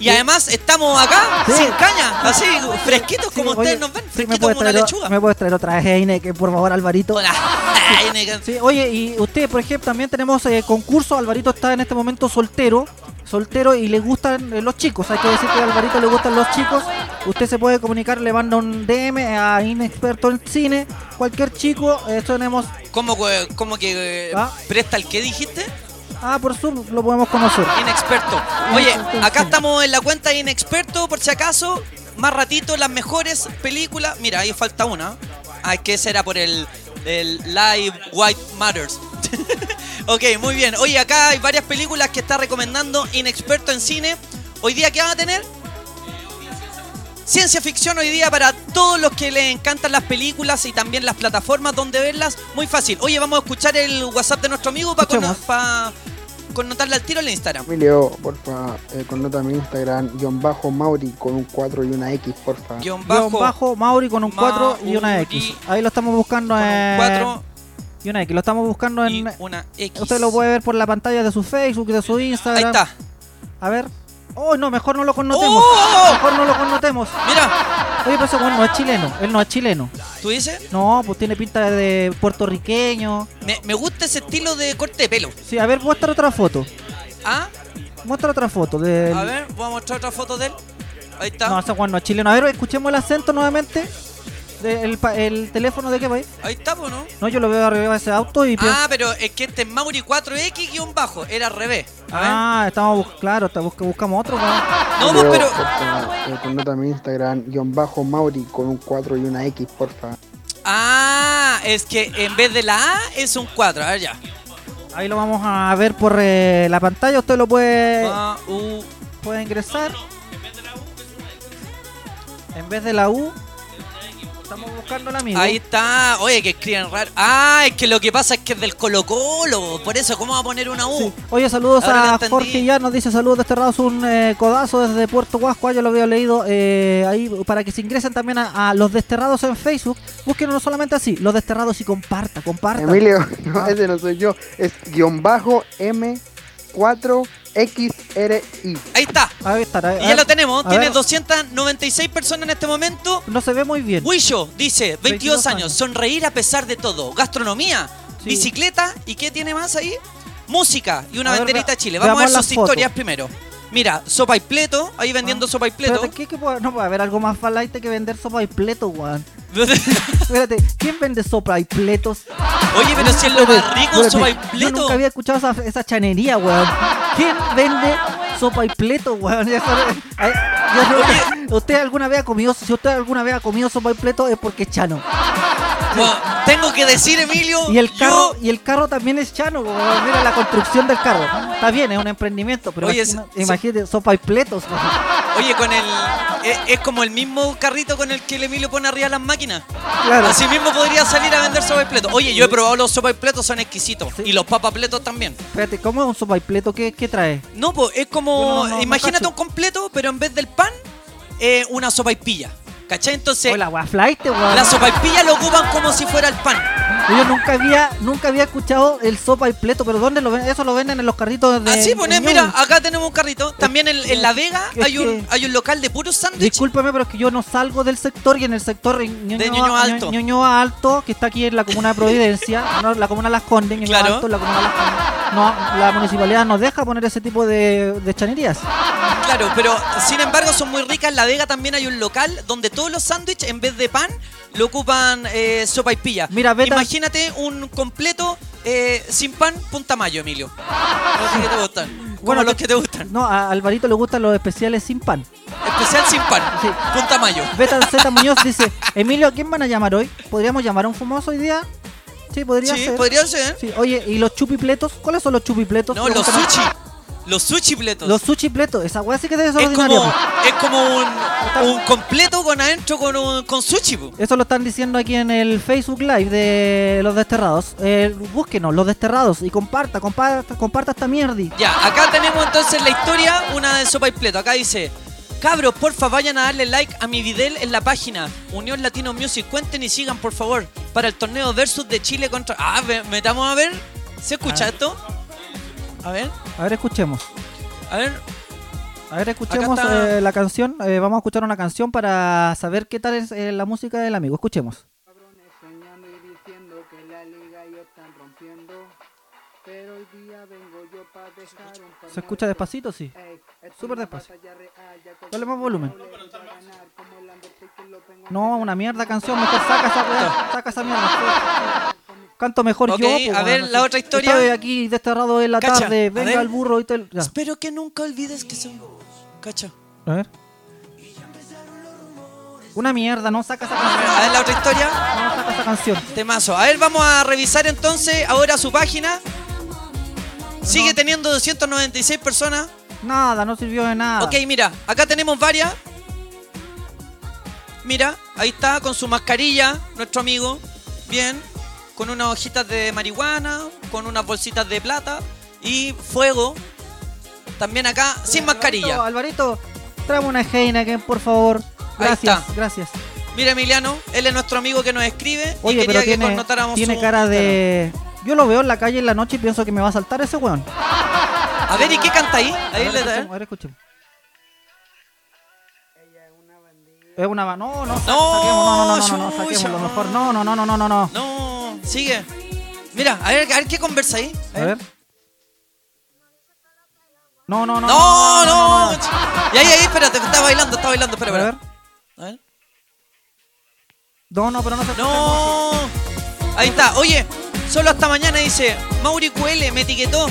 Y además estamos acá Sí. sin caña, así fresquitos como Sí, ustedes oye, nos ven, sí, me fresquitos puedes como una traer o- lechuga. me puedes traer otra que por favor, Alvarito. Hola. Ay, nega. Sí, oye, y usted, por ejemplo, también tenemos eh, concurso. Alvarito está en este momento soltero, soltero y le gustan eh, los chicos. Hay que decir que a Alvarito le gustan los chicos. Usted se puede comunicar, le manda un DM a Inexperto en Cine. Cualquier chico, eh, tenemos. ¿Cómo, que- cómo que eh, Ah. presta el que dijiste? Ah, por Zoom lo podemos conocer. Inexperto. Oye, Inexperto, acá sí. estamos en la cuenta de Inexperto, por si acaso. Más ratito, las mejores películas. Mira, ahí falta una. Ah, es que ese era por el, el Live White Matters. ok, muy bien. Oye, acá hay varias películas que está recomendando Inexperto en cine. Hoy día, ¿qué van a tener? Ciencia ficción hoy día para todos los que les encantan las películas y también las plataformas donde verlas. Muy fácil. Oye, vamos a escuchar el WhatsApp de nuestro amigo para Escuchemos. connotarle al tiro en Instagram. Emilio, porfa, eh, connota mi Instagram, guión bajo Mauri con un 4 y una X, porfa. Guión bajo. Bajo, bajo Mauri con un 4 y una X. Mauri Ahí lo estamos buscando con en. un 4 y una X. Lo estamos buscando y en. una X. Usted lo puede ver por la pantalla de su Facebook, de su Instagram. Ahí está. A ver. Oh, no, mejor no lo connotemos. ¡Oh! Mejor no lo connotemos. Mira, Oye, pero ese weón no es chileno. Él no es chileno. ¿Tú dices? No, pues tiene pinta de puertorriqueño. Me, me gusta ese estilo de corte de pelo. Sí, a ver, muestra otra foto. ¿Ah? Muestra otra foto del. A ver, voy a mostrar otra foto de él. Ahí está. No, ese weón no es chileno. A ver, escuchemos el acento nuevamente. De- el, pa- el teléfono de qué país? Ahí está, po, ¿no? No, yo lo veo arriba de ese auto y pienso. Ah, pero es que este es Mauri 4X guión bajo. Era al revés. A ver. Ah, estamos bus- claro, está- busca- buscamos otro, weón. no, pues, pero. porfa, eh, connota mi Instagram, guión bajo Mauri con un 4 y una X, porfa. Ah, es que en vez de la A es un 4. A ver ya. Ahí lo vamos a ver por eh, la pantalla. Usted lo puede, Ma- u- Eh, puede ingresar. En vez de la U, estamos buscando la misma. Ahí está. Oye, que escriben raro. Ah, es que lo que pasa es que es del Colo Colo. Por eso, ¿cómo va a poner una U? Oye, saludos Ahora lo a entendí. Jorge Ya, nos dice saludos desterrados, un eh, codazo desde Puerto Huasco, ah, yo lo había leído eh, ahí para que se ingresen también a, a los desterrados en Facebook. Búsquenos no solamente así, los desterrados y comparta, comparta. Emilio, no, ese no soy yo, es guión bajo M4XRI. Ahí está. Ahí está, ahí- Y ya ahí- lo tenemos. a Tiene ver. 296 personas en este momento. No se ve muy bien. Wisho dice, 22, 22 años, años. sonreír a pesar de todo, gastronomía, Sí. bicicleta y ¿qué tiene más ahí? Música y una A ver, banderita vea- a Chile. Vamos a ver veamos sus las fotos. historias primero. Mira, sopa y pleto, ahí vendiendo Ah, sopa y pleto. Espérate, ¿qué- qué puede- no puede haber algo más falaite que vender sopa y pleto, weón. Espérate, ¿quién vende sopa y pletos? Oye, pero si es lo más Espérate, rico, espérate, sopa y Yo pleto. nunca había escuchado esa, esa chanería, weón. ¿Quién vende sopa y pleto, weón? Ya sabe- ay, ya sabe- usted alguna vez ha comido, si usted alguna vez ha comido sopa y pleto es porque es chano. Bueno, tengo que decir, Emilio, Y el carro, yo- y el carro también es chano, weón. Mira la construcción del carro. Está bien, es un emprendimiento, pero Oye, imagina- se- imagínate, sopa y pletos, weón. oye, con el... Es, es como el mismo carrito con el que el Emilio pone arriba las máquinas. Claro. Así mismo podría salir a vender sopa y pleto. Oye, yo he probado los sopa y pletos, son exquisitos. Sí. Y los papapletos también. Espérate, ¿cómo es un sopa y pleto? ¿Qué, qué trae? No, pues es Yo como. no- no- no imagínate cacho. un completo, pero en vez del pan, eh, una sopa y pilla. ¿Cachai? Entonces, Hola, weón, flaite, weón. la sopa y pilla lo ocupan como si fuera el pan. Yo nunca había, nunca había escuchado el sopa y pleto, pero ¿dónde lo venden? Eso lo venden en los carritos de. Así de pones, Ñuble. mira, acá tenemos un carrito. También en, en La Vega Eh, es hay un, que- hay un local de puros sándwiches. Discúlpame, pero es que yo no salgo del sector y en el sector en Ñuñoa, De Ñuñoa Alto. Ñu- Ñuñoa Alto, que está aquí en la comuna de Providencia, no, la comuna Las Condes, Ñuñoa Claro. Alto, la comuna Las Condes. No, la municipalidad nos deja poner ese tipo de, de chanerías. Claro, pero sin embargo son muy ricas. En La Vega también hay un local donde todos los sándwiches, en vez de pan, lo ocupan eh, sopa y pilla. Mira, Beta- Imagínate un completo eh, sin pan, punta mayo, Emilio. Los que te gustan. Como los que te gustan. No, a Alvarito le gustan los especiales sin pan. Especial sin pan, Sí. punta mayo. Betan Z Muñoz dice, Emilio, ¿a quién van a llamar hoy? ¿Podríamos llamar a un famoso hoy día? Sí, podría sí, ser. podría ser. Sí, oye, ¿y los chupipletos? ¿Cuáles son los chupipletos? No, los Pregúntame. sushi. Los sushi pletos. Los sushi pletos, esa weá sí que debe ser es ordinaria. como, po. es como un, un completo con adentro con, un- con sushi. po. Eso lo están diciendo aquí en el Facebook Live de Los Desterrados. Eh, búsquenos, Los Desterrados, y comparta, comparta, comparta esta mierda. Ya, acá tenemos entonces la historia, una de sopa y pleto. Acá dice, cabros, porfa, vayan a darle like a mi video en la página Unión Latino Music. Cuenten y sigan, por favor, para el torneo versus de Chile contra... Ah, ve- metamos a ver. ¿Se escucha esto? A ver, A ver, escuchemos. a ver. A ver, escuchemos Acá está. eh, la canción. Eh, vamos a escuchar una canción para saber qué tal es eh, la música del amigo. Escuchemos. soñando y diciendo que la liga ellos están rompiendo. Pero hoy día vengo yo para dejar un pañuelo. ¿Se escucha despacito? Sí. Ey, esto Súper es una despacio. batalla real, ya Dale más volumen. cualquier doble va a ganar, como el Undertaker lo tengo No, una mierda canción. Mejor saca esa weá. Saca esa mierda. Canto mejor Ok, yo. po, a ver, weón. la otra historia. Estoy aquí desterrado en la Cacha, a tarde. ver. Venga el burro y te... ya. Espero que nunca olvides que soy... Cacha. A ver. Una mierda, no saca esa canción. A ver la otra historia. No saca esa canción. Temazo. A ver, vamos a revisar entonces ahora su página. Sigue teniendo 296 personas. Nada, no sirvió de nada. Ok, mira, acá tenemos varias. Mira, ahí está con su mascarilla, nuestro amigo. Bien, con unas hojitas de marihuana, con unas bolsitas de plata y fuego. También acá, sin mascarilla. Alvarito, Alvarito, tráeme una Heineken, por favor. Gracias, está. gracias. Mira, Emiliano, él es nuestro amigo que nos escribe. y Oye, quería pero que tiene, connotáramos tiene su- cara de. Yo lo veo en la calle en la noche y pienso que me va a saltar ese weón. A ver, ¿y qué canta ahí? eh. A Ahí ver, le escuchemos, a ver, escuchemos. Es una va- No, no, sa- No, saquemos, no, no, no, no, no, no, chucha. saquemos lo mejor. No, no, no, no, no, no, no. No, sigue. Mira, a ver, a ver qué conversa ahí. A ver. No, no, no. No, no. Y ahí, ahí, espérate, está bailando, está bailando, espera, A ver. espera. A ver. No, no, pero no se No. Ahí está. Oye, solo hasta mañana dice Mauri QL me etiquetó.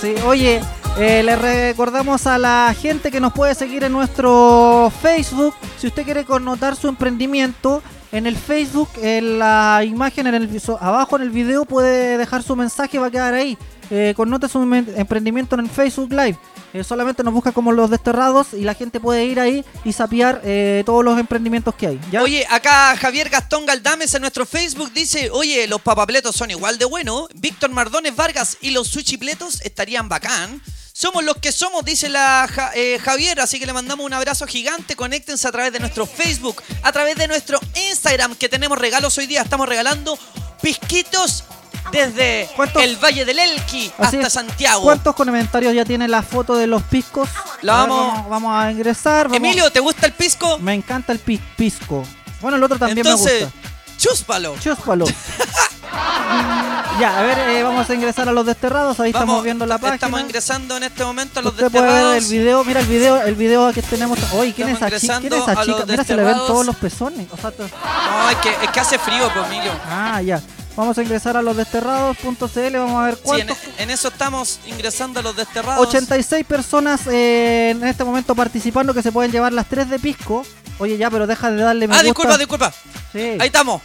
Sí, oye, eh, le recordamos a la gente que nos puede seguir en nuestro Facebook. Si usted quiere connotar su emprendimiento, en el Facebook, en la imagen, en el viso- abajo en el video, puede dejar su mensaje, va a quedar ahí. Eh, connota su men- emprendimiento en el Facebook Live. Eh, solamente nos busca como los desterrados y la gente puede ir ahí y sapear eh, todos los emprendimientos que hay. ¿ya? Oye, acá Javier Gastón Galdames en nuestro Facebook dice, oye, los papapletos son igual de buenos. Víctor Mardones Vargas y los suchipletos estarían bacán. Somos los que somos, dice la Ja- eh, Javier, así que le mandamos un abrazo gigante. Conéctense a través de nuestro Facebook, a través de nuestro Instagram, que tenemos regalos hoy día. Estamos regalando pisquitos desde ¿Cuántos? el Valle del Elqui Así hasta es. Santiago. ¿Cuántos comentarios ya tiene la foto de los piscos? La A ver, vamos- vamos, vamos a ingresar. vamos- Emilio, ¿te gusta el pisco? Me encanta el pis- pisco. Bueno, el otro también Entonces, me gusta. chúspalo. Chúspalo. ya, a ver, eh, vamos a ingresar a los desterrados. Ahí Vamos, estamos viendo la página. Estamos ingresando en este momento a los Usted puede ver el desterrados. video, mira el video, el video que tenemos. Oye, ¿quién Estamos es esa chica? ¿Quién ingresando es esa a los chica? Mira, se le ven desterrados. todos los pezones. O sea, to- No, es que, es que hace frío, pues, Emilio. ah, ya. Vamos a ingresar a los desterrados.cl, vamos a ver Sí, en, este cuántos. en eso estamos ingresando a los desterrados. 86 personas eh, en este momento participando que se pueden llevar las 3 de pisco. Oye, ya, pero deja de darle me ah, gusta. disculpa, disculpa. Sí. Ahí estamos.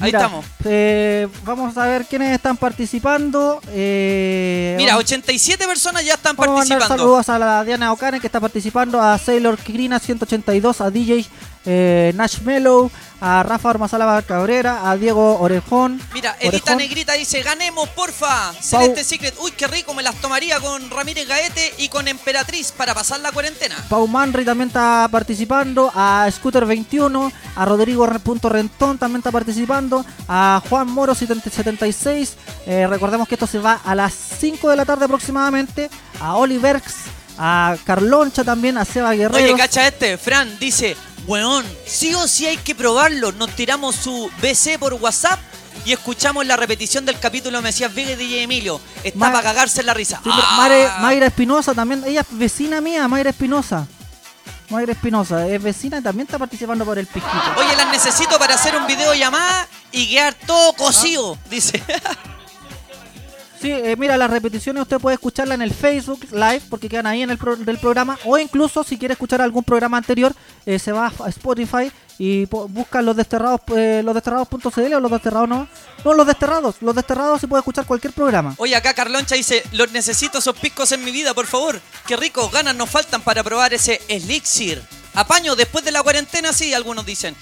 Ahí Mira, estamos. eh, vamos a ver quiénes están participando. eh, Mira, vamos- 87 personas ya están vamos a mandar participando. saludos a la Diana Ocane que está participando, a Sailor Kirina 182, a DJ eh, Nash Mellow, a Rafa Armazalaba Cabrera, a Diego Orejón. Mira, Edita Orejón. Negrita dice, ganemos, porfa. Celeste Secret. Uy, qué rico, me las tomaría con Ramírez Gaete y con Emperatriz para pasar la cuarentena. Pau Manri también está participando, a Scooter21, a Rodrigo R- punto Rentón también está participando, a Juan Moro 70 76, eh, recordemos que esto se va a las 5 de la tarde aproximadamente, a Oliverx, a Carloncha también, a Seba Guerrero. Oye, cacha este, Fran dice, weón, sí o sí hay que probarlo. Nos tiramos su BC por WhatsApp y escuchamos la repetición del capítulo Mesías Vega y DJ Emilio. Está Ma- para cagarse en la risa. Sí, pero Ah. Mare- Mayra Espinosa también, ella es vecina mía, Mayra Espinosa. Mayra Espinosa, es vecina y también está participando por el pisquito. Oye, las necesito para hacer un video llamada y quedar todo cocido, Ah. dice. Sí, eh, mira, las repeticiones usted puede escucharla en el Facebook Live porque quedan ahí en el pro- del programa o incluso si quiere escuchar algún programa anterior eh, se va a Spotify y po- busca los desterrados eh, los desterrados.cl o los desterrados no, no los desterrados, los desterrados se puede escuchar cualquier programa. Oye, acá Carloncha dice, los necesito esos piscos en mi vida, por favor. Qué rico, ganas nos faltan para probar ese elixir. Apaño, después de la cuarentena, sí, algunos dicen.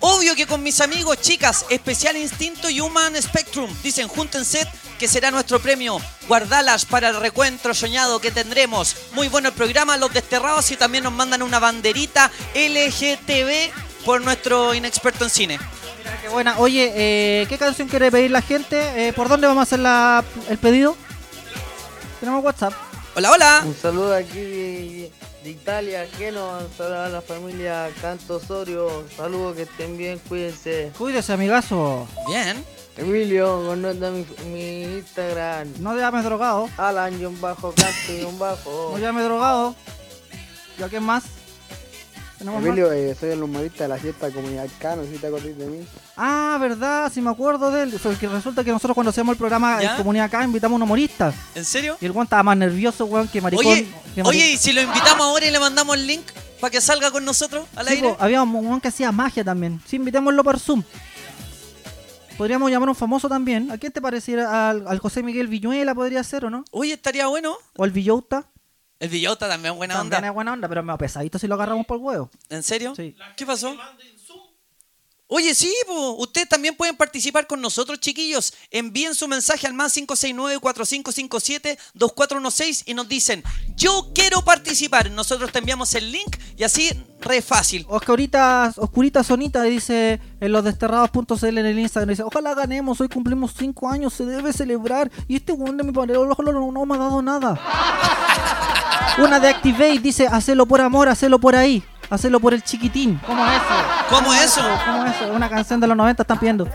Obvio que con mis amigos, chicas, Especial Instinto y Human Spectrum, dicen, júntense, que será nuestro premio. Guardalas para el recuentro soñado que tendremos. Muy bueno el programa, Los Desterrados, y también nos mandan una banderita LGTB por nuestro inexperto en cine. Mira, qué buena. Oye, eh, ¿qué canción quiere pedir la gente? Eh, ¿Por dónde vamos a hacer la- el pedido? Tenemos WhatsApp. Hola, hola. Un saludo aquí de, de Italia, Geno, un saludo a la familia Canto Osorio, un saludo que estén bien, cuídense. Cuídese, amigazo. Bien. Emilio, conecta mi, mi Instagram, No te llames drogado. Alan, y un bajo, canto, y un bajo. No llames drogado. ¿Ya quién más? ¿Tenemos más? Emilio, eh, soy el humorista de la fiesta comunidad Cano, si te acordás de mí. Ah, verdad, si me acuerdo de él. Porque resulta que nosotros cuando hacíamos el programa ¿Ya? en Comunidad acá invitamos a un humorista. ¿En serio? Y el guan estaba más nervioso, weón, que maricón. Oye, que maricón. oye, y si lo invitamos ahora y le mandamos el link para que salga con nosotros al Sí, aire. po, había un weón que hacía magia también. Sí, invitémoslo por Zoom. Podríamos llamar a un famoso también. ¿A quién te pareciera? ¿Al, al José Miguel Viñuela podría ser o no? Oye, estaría bueno. ¿O al Villota? El Villota también, buena También onda. es buena onda, pero me pesadito si lo agarramos por el huevo. ¿En serio? Sí. ¿Qué pasó? Oye, sí, po. ustedes también pueden participar con nosotros, chiquillos. Envíen su mensaje al más 569-4557-2416 y nos dicen, yo quiero participar. Nosotros te enviamos el link y así, re fácil. Oscurita, Oscurita Sonita dice en los desterrados.cl en el Instagram dice, ojalá ganemos, hoy cumplimos 5 años, se debe celebrar. Y este weón de mi panel no, no me ha dado nada. Una de Activate dice, hacelo por amor, hacelo por ahí. Hacerlo por el chiquitín. ¿Cómo es eso? ¿Cómo es eso? ¿Cómo es eso? Una canción de los 90 están pidiendo.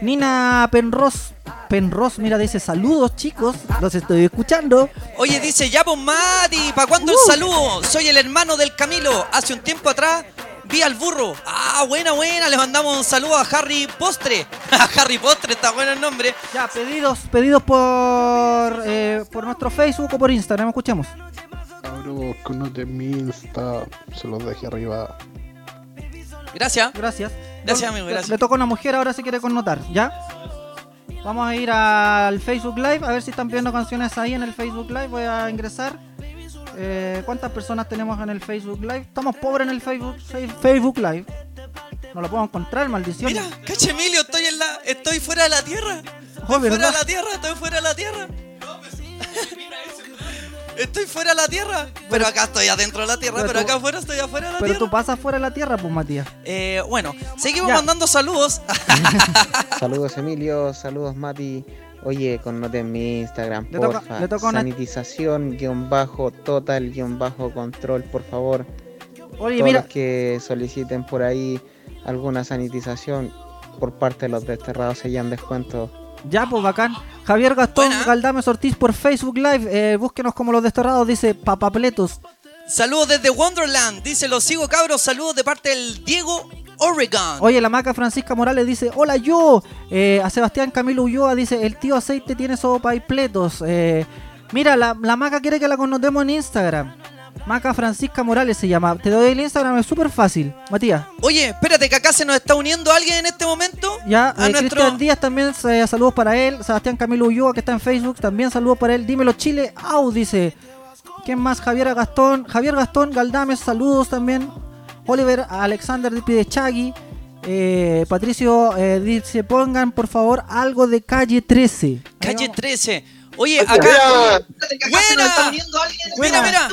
Nina Penrose. Penrose, mira, dice saludos chicos, los estoy escuchando. Oye, dice, ya pues Mati, ¿para cuándo Uh. el saludo? Soy el hermano del Camilo. Hace un tiempo atrás vi al burro. Ah, buena, buena. Le mandamos un saludo a Harry Postre. A Harry Postre, está bueno el nombre. Ya, pedidos, pedidos por, eh, por nuestro Facebook o por Instagram, escuchemos. Cabros, que uno de mi Insta se los dejé arriba. Gracias. Gracias. Gracias, Vol- amigo, le- gracias. Le toca a una mujer, ahora se quiere connotar, ¿ya? Vamos a ir al Facebook Live, a ver si están pidiendo canciones ahí en el Facebook Live. Voy a ingresar. Eh, ¿Cuántas personas tenemos en el Facebook Live? Estamos pobres en el Facebook, Facebook Live. No lo puedo encontrar, maldición. Mira, cacha Emilio, estoy, en la, estoy fuera de la tierra. Oh, Fuera ¿verdad? de la tierra, estoy fuera de la tierra. Estoy fuera de la tierra. Pero acá estoy adentro de la tierra, Pero pero tú- acá afuera estoy afuera de la Pero tierra. tú pasas fuera de la tierra, pues Matías. Eh, bueno, seguimos Ya. mandando saludos. Saludos Emilio, saludos Mati. Oye, connoten mi Instagram, Le toca- porfa. le toca una- Sanitización, guión bajo, total, guión bajo, control, por favor. Oye, Todos mira, los que soliciten por ahí alguna sanitización por parte de los desterrados se llevan descuento. Ya, pues bacán. Javier Gastón Buena. Galdames Ortiz por Facebook Live. Eh, búsquenos como los desterrados, dice Papapletos. Saludos desde Wonderland. Dice, los sigo cabros. Saludos de parte del Diego Oregon. Oye, la maca Francisca Morales dice: Hola, yo. Eh, a Sebastián Camilo Ulloa dice: El tío aceite tiene sopa y pletos. Eh, mira, la, la maca quiere que la connotemos en Instagram. Maca Francisca Morales se llama. Te doy el Instagram, es súper fácil. Matías, Oye, espérate que acá se nos está uniendo alguien en este momento. ya. A eh, nuestro- Cristian Díaz también, eh, saludos para él. Sebastián Camilo Ulloa, que está en Facebook, también saludos para él. Dímelo, Chile. Au, dice. ¿Quién más? Javier Gastón. Javier Gastón Galdames, saludos también. Oliver Alexander pide Chagui. Eh, Patricio eh, dice, pongan por favor algo de calle 13. Calle 13. Oye, acá. ¡Buena! este Mira, mira.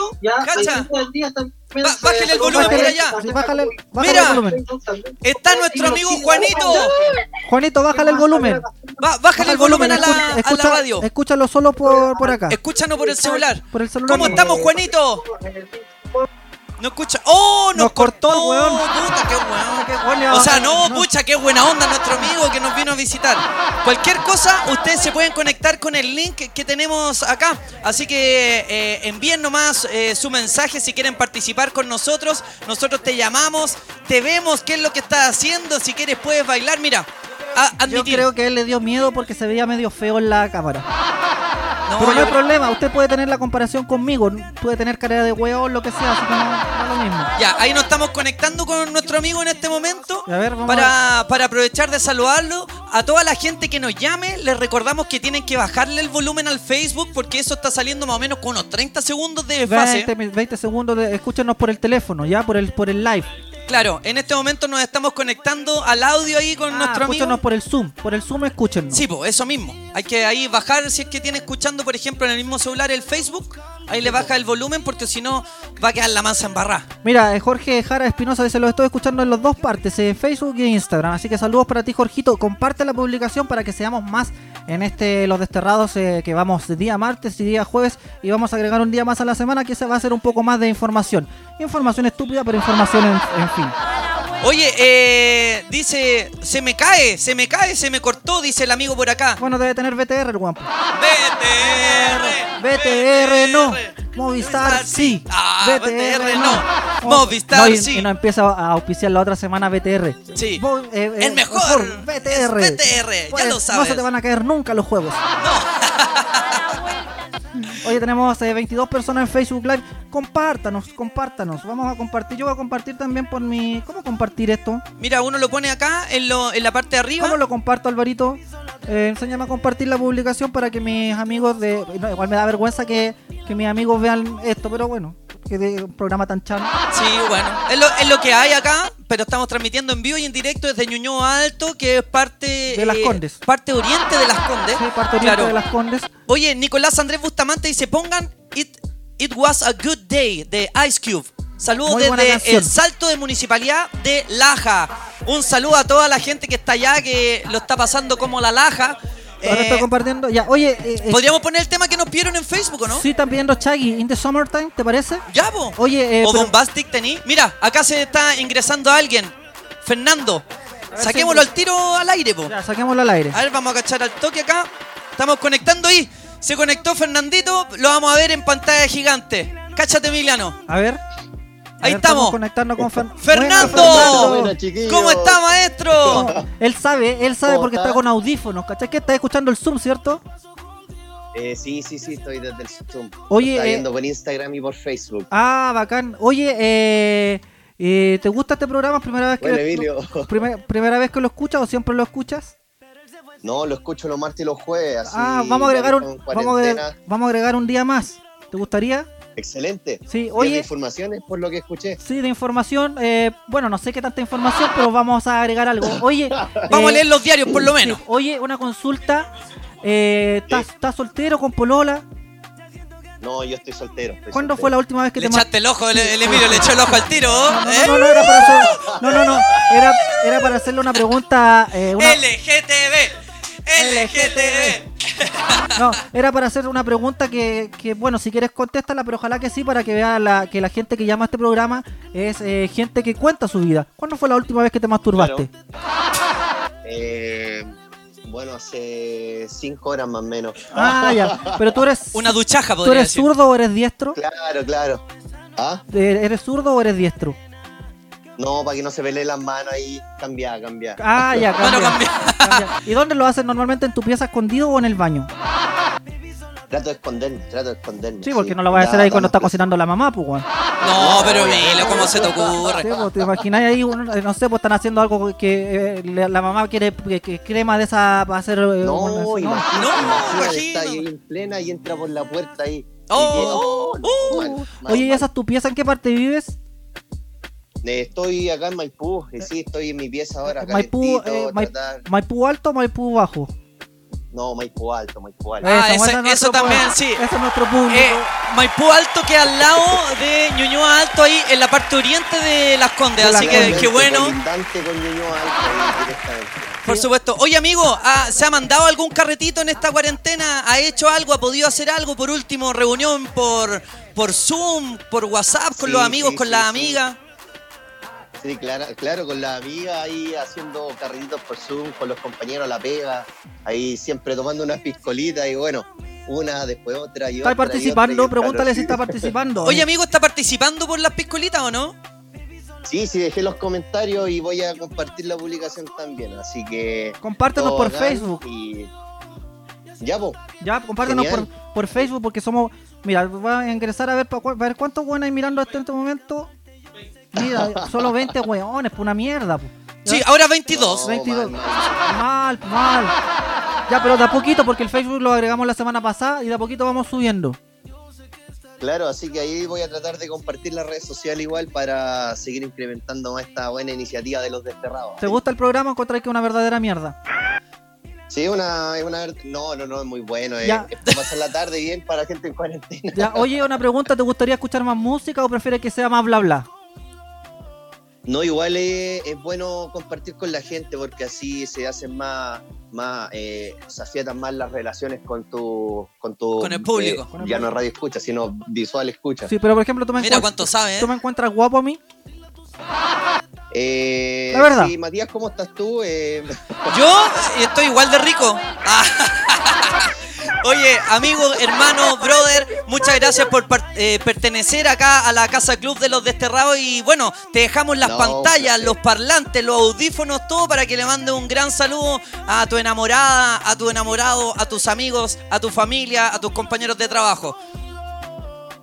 Cacha. Ba- bájale el volumen por Bájale, allá. bájale, bájale Mira. el volumen. Está nuestro amigo Juanito. Juanito, bájale el volumen. Ba- bájale el volumen a la, a la escucha- radio. Escúchalo solo por, por acá. Escúchanos por el celular. Por el celular. ¿Cómo estamos, Juanito? No escucha. ¡Oh! Nos, Nos cortó el weón. Puta, qué weón. Qué buena- O sea, no, no. pucha, qué buena onda nuestro amigo que nos vino a visitar. Cualquier cosa, ustedes se pueden conectar con el link que tenemos acá. Así que eh, envíen nomás eh, su mensaje si quieren participar con nosotros. Nosotros te llamamos, te vemos qué es lo que estás haciendo. Si quieres, puedes bailar. Mira, a- Yo admitir. creo que él le dio miedo porque se veía medio feo en la cámara. No, Pero no yo- hay problema, usted puede tener la comparación conmigo, puede tener cara de huevo o lo que sea, así que no, no es lo mismo. Ya, ahí nos estamos conectando con nuestro amigo en este momento. A ver, vamos para, para aprovechar de saludarlo. A toda la gente que nos llame, les recordamos que tienen que bajarle el volumen al Facebook porque eso está saliendo más o menos con unos 30 segundos de fase. 20, mi- 20 segundos, de, escúchenos por el teléfono, ya, por el por el live. Claro, en este momento nos estamos conectando al audio ahí con Ah, nuestro amigo. escúchenos por el Zoom, por el Zoom escúchenos. Sí, pues eso mismo. Hay que ahí bajar, si es que tiene escuchando, por ejemplo, en el mismo celular el Facebook, ahí le baja el volumen porque si no va a quedar la mansa embarrada. Mira, eh, Jorge Jara Espinosa dice, los estoy escuchando en las dos partes, en Facebook y en Instagram. Así que saludos para ti, Jorgito. Comparte la publicación para que seamos más en este Los Desterrados, eh, que vamos día martes y día jueves. Y vamos a agregar un día más a la semana, que se va a hacer un poco más de información. Información estúpida, pero información en, en fin. Oye, eh, dice, se me cae, se me cae, se me cortó, dice el amigo por acá. Bueno, debe tener BTR el guampo. BTR. BTR no. Movistar sí. Ah, BTR no. Mo- Movistar Oh, No, y- sí. Y nos empieza a auspiciar la otra semana BTR. Sí. Mo- eh, eh, El mejor. BTR. Es BTR, Eh, ya lo Pues, No sabes. se te van a caer nunca los juegos. Oye, tenemos eh, 22 personas en Facebook Live. Compártanos, compártanos. Vamos a compartir. Yo voy a compartir también por mi. ¿Cómo compartir esto? Mira, uno lo pone acá en, lo, en la parte de arriba. ¿Cómo lo comparto, Alvarito? Eh, enséñame a compartir la publicación para que mis amigos de. no, igual me da vergüenza que, que mis amigos vean esto, pero bueno, que de un programa tan chano. Sí, bueno. Es lo, es lo que hay acá, pero estamos transmitiendo en vivo y en directo desde Ñuñoa Alto, que es parte... eh, De Las Condes. Parte oriente de Las Condes. Sí, parte oriente Claro. de las Condes. Oye, Nicolás Andrés Bustamante dice, pongan It, It Was a Good Day de Ice Cube. Saludos Muy buena desde canción. el Salto de Municipalidad de Laja. Un saludo a toda la gente que está allá, que lo está pasando como la Laja. Ahora está compartiendo. Ya, oye. eh, eh, Podríamos poner el tema que nos pidieron en Facebook, ¿o ¿no? Sí, están pidiendo Chaggy in the summertime, ¿te parece? Ya, po. Oye, eh, o pero- Bombastic Tení. Mira, acá se está ingresando alguien. Fernando. ver Saquémoslo si- al tiro al aire, po. ya, saquémoslo al aire. A ver, vamos a cachar al toque acá. Estamos conectando ahí. Se conectó Fernandito. Lo vamos a ver en pantalla gigante. Cáchate, Emiliano. A ver. Ahí A ver, estamos. conectando con Fer- ¡Fernando! Ah, Buena, ¿Cómo está, maestro? ¿Eh? Fernando. Él sabe, él sabe ¿Cómo porque está está? con audífonos, ¿cachai? Que está escuchando el Zoom, ¿cierto? Eh, sí, sí, sí, estoy desde el Zoom. Lo Oye, está eh, viendo por Instagram y por Facebook. Ah, bacán. Oye, eh, eh, ¿te gusta este programa? ¿Primera vez que Bueno, lo- Emilio. primer- ¿Primera vez que lo escuchas o siempre lo escuchas? No, lo escucho los martes y los jueves. Así ah, vamos a agregar ya un que estamos en vamos a agregar, cuarentena. vamos a agregar un día más. ¿Te gustaría? Excelente. Sí, Días de oye, informaciones por lo que escuché. sí, de información, eh, bueno, no sé qué tanta información, pero vamos a agregar algo. Oye, Vamos a eh, leer los diarios, por lo menos. sí, oye, una consulta. eh, ¿Estás estás soltero con Polola? No, yo estoy soltero. estoy ¿Cuándo soltero. fue la última vez que Le te ma- echaste el ojo, el, el Emilio le echó el ojo al tiro. No, ¿eh? no, no, era para hacer- no, no, no, era, era para hacerle una pregunta. eh, una- LGTB. LGTB. no, era para hacer una pregunta que, que, bueno, si quieres contéstala, pero ojalá que sí, para que vea la, que la gente que llama a este programa es eh, gente que cuenta su vida. ¿Cuándo fue la última vez que te masturbaste? Eh, bueno, hace cinco horas más o menos. Ah, ya. Pero tú eres. Una duchaja, ¿Tú podría eres decir. zurdo o eres diestro? Claro, claro. ¿Ah? Eh, ¿Eres zurdo o eres diestro? No, para que no se peleen las manos ahí. Cambia, cambia. Ah, ya, cambia, cambia. ¿Y dónde lo haces normalmente? ¿En tu pieza escondido o en el baño? Trato de esconderme, trato de esconderme. Sí, porque no lo vas a hacer Ya, ahí cuando vamos. está cocinando la mamá, pues, weón. No, pero Emilio, ¿cómo se te ocurre? Sí, pues, ¿Te imaginas ahí? un- eh, no sé, pues están haciendo algo que eh, la la mamá quiere que, que crema de esa para hacer. eh, No, una- imagínate, No, imagínate, imagino. está ahí en plena y entra por la puerta ahí. Oh, Y que- oh, mal, mal, Oye, ¿y mal. esa es tu pieza? ¿En qué parte vives? Eh, Estoy acá en Maipú, y sí, estoy en mi pieza ahora. Maipú, calentito, eh, Mai- tratar- Maipú alto o Maipú bajo? No, Maipú alto, Maipú alto. Ah, Eso, ese- bueno, eso nuestro también, pueblo. sí. Ese es nuestro público. Eh, Maipú Alto que al lado de Ñuñoa Alto, ahí en la parte oriente de Las Condes. Yo la Así que, conozco, qué bueno. colindante con Ñuñoa Alto, ahí directamente. Por supuesto. Oye, amigo, ah, ¿se ha mandado algún carretito en esta cuarentena? ¿Ha hecho algo? ¿Ha podido hacer algo? Por último, reunión por, por Zoom, por WhatsApp, con Sí, los amigos, sí, con sí, las sí. amigas. Sí, claro, claro, con la amiga ahí haciendo carreritos por Zoom, con los compañeros a la pega, ahí siempre tomando unas piscolitas y bueno, una después otra y otra. y otra ¿Está y participando? otra, Pregúntale sí. si está participando. Oye, amigo, ¿está participando por las piscolitas o no? Sí, sí, dejé los comentarios y voy a compartir la publicación también, así que... Compártenos todo por bacán Facebook. Y... Ya, pues, po. Ya, compártenos por, Genial. por Facebook porque somos. Mira, voy a ingresar a ver, pa- para ver cuántos weones hay mirando esto en este momento. Mira, solo 20 weones, pues una mierda. pues. Ya, Sí, ahora 22. No, 22. mal, mal. Mal, pues, mal. Ya, pero de a poquito porque el Facebook lo agregamos la semana pasada y de a poquito vamos subiendo. Claro, así que ahí voy a tratar de compartir las redes sociales igual para seguir incrementando más esta buena iniciativa de los desterrados. ¿Te gusta el programa? Encontráis que es una verdadera mierda. Sí, una, es una. No, no, no, es muy bueno. Es, Ya. es para pasar la tarde bien para gente en cuarentena. Ya, oye, una pregunta: ¿te gustaría escuchar más música o prefieres que sea más bla bla? No, igual es, es bueno compartir con la gente porque así se hacen más. más eh, se afiatan más las relaciones con tu. con, tu, Con el público. eh, ya no es radio escucha, sino visual escucha. Sí, pero por ejemplo, tú me, Mira encuent- cuánto sabe, tú ¿eh? me encuentras guapo a mí. Eh, La verdad. Sí, Matías, ¿cómo estás tú? Eh, Yo estoy igual de rico. Ah, Oye, amigo, hermano, brother, muchas gracias por par- eh, pertenecer acá a la Casa Club de los Desterrados y bueno, te dejamos las No, pantallas, placer. los parlantes, los audífonos, todo para que le mande un gran saludo a tu enamorada, a tu enamorado, a tus amigos, a tu familia, a tus compañeros de trabajo.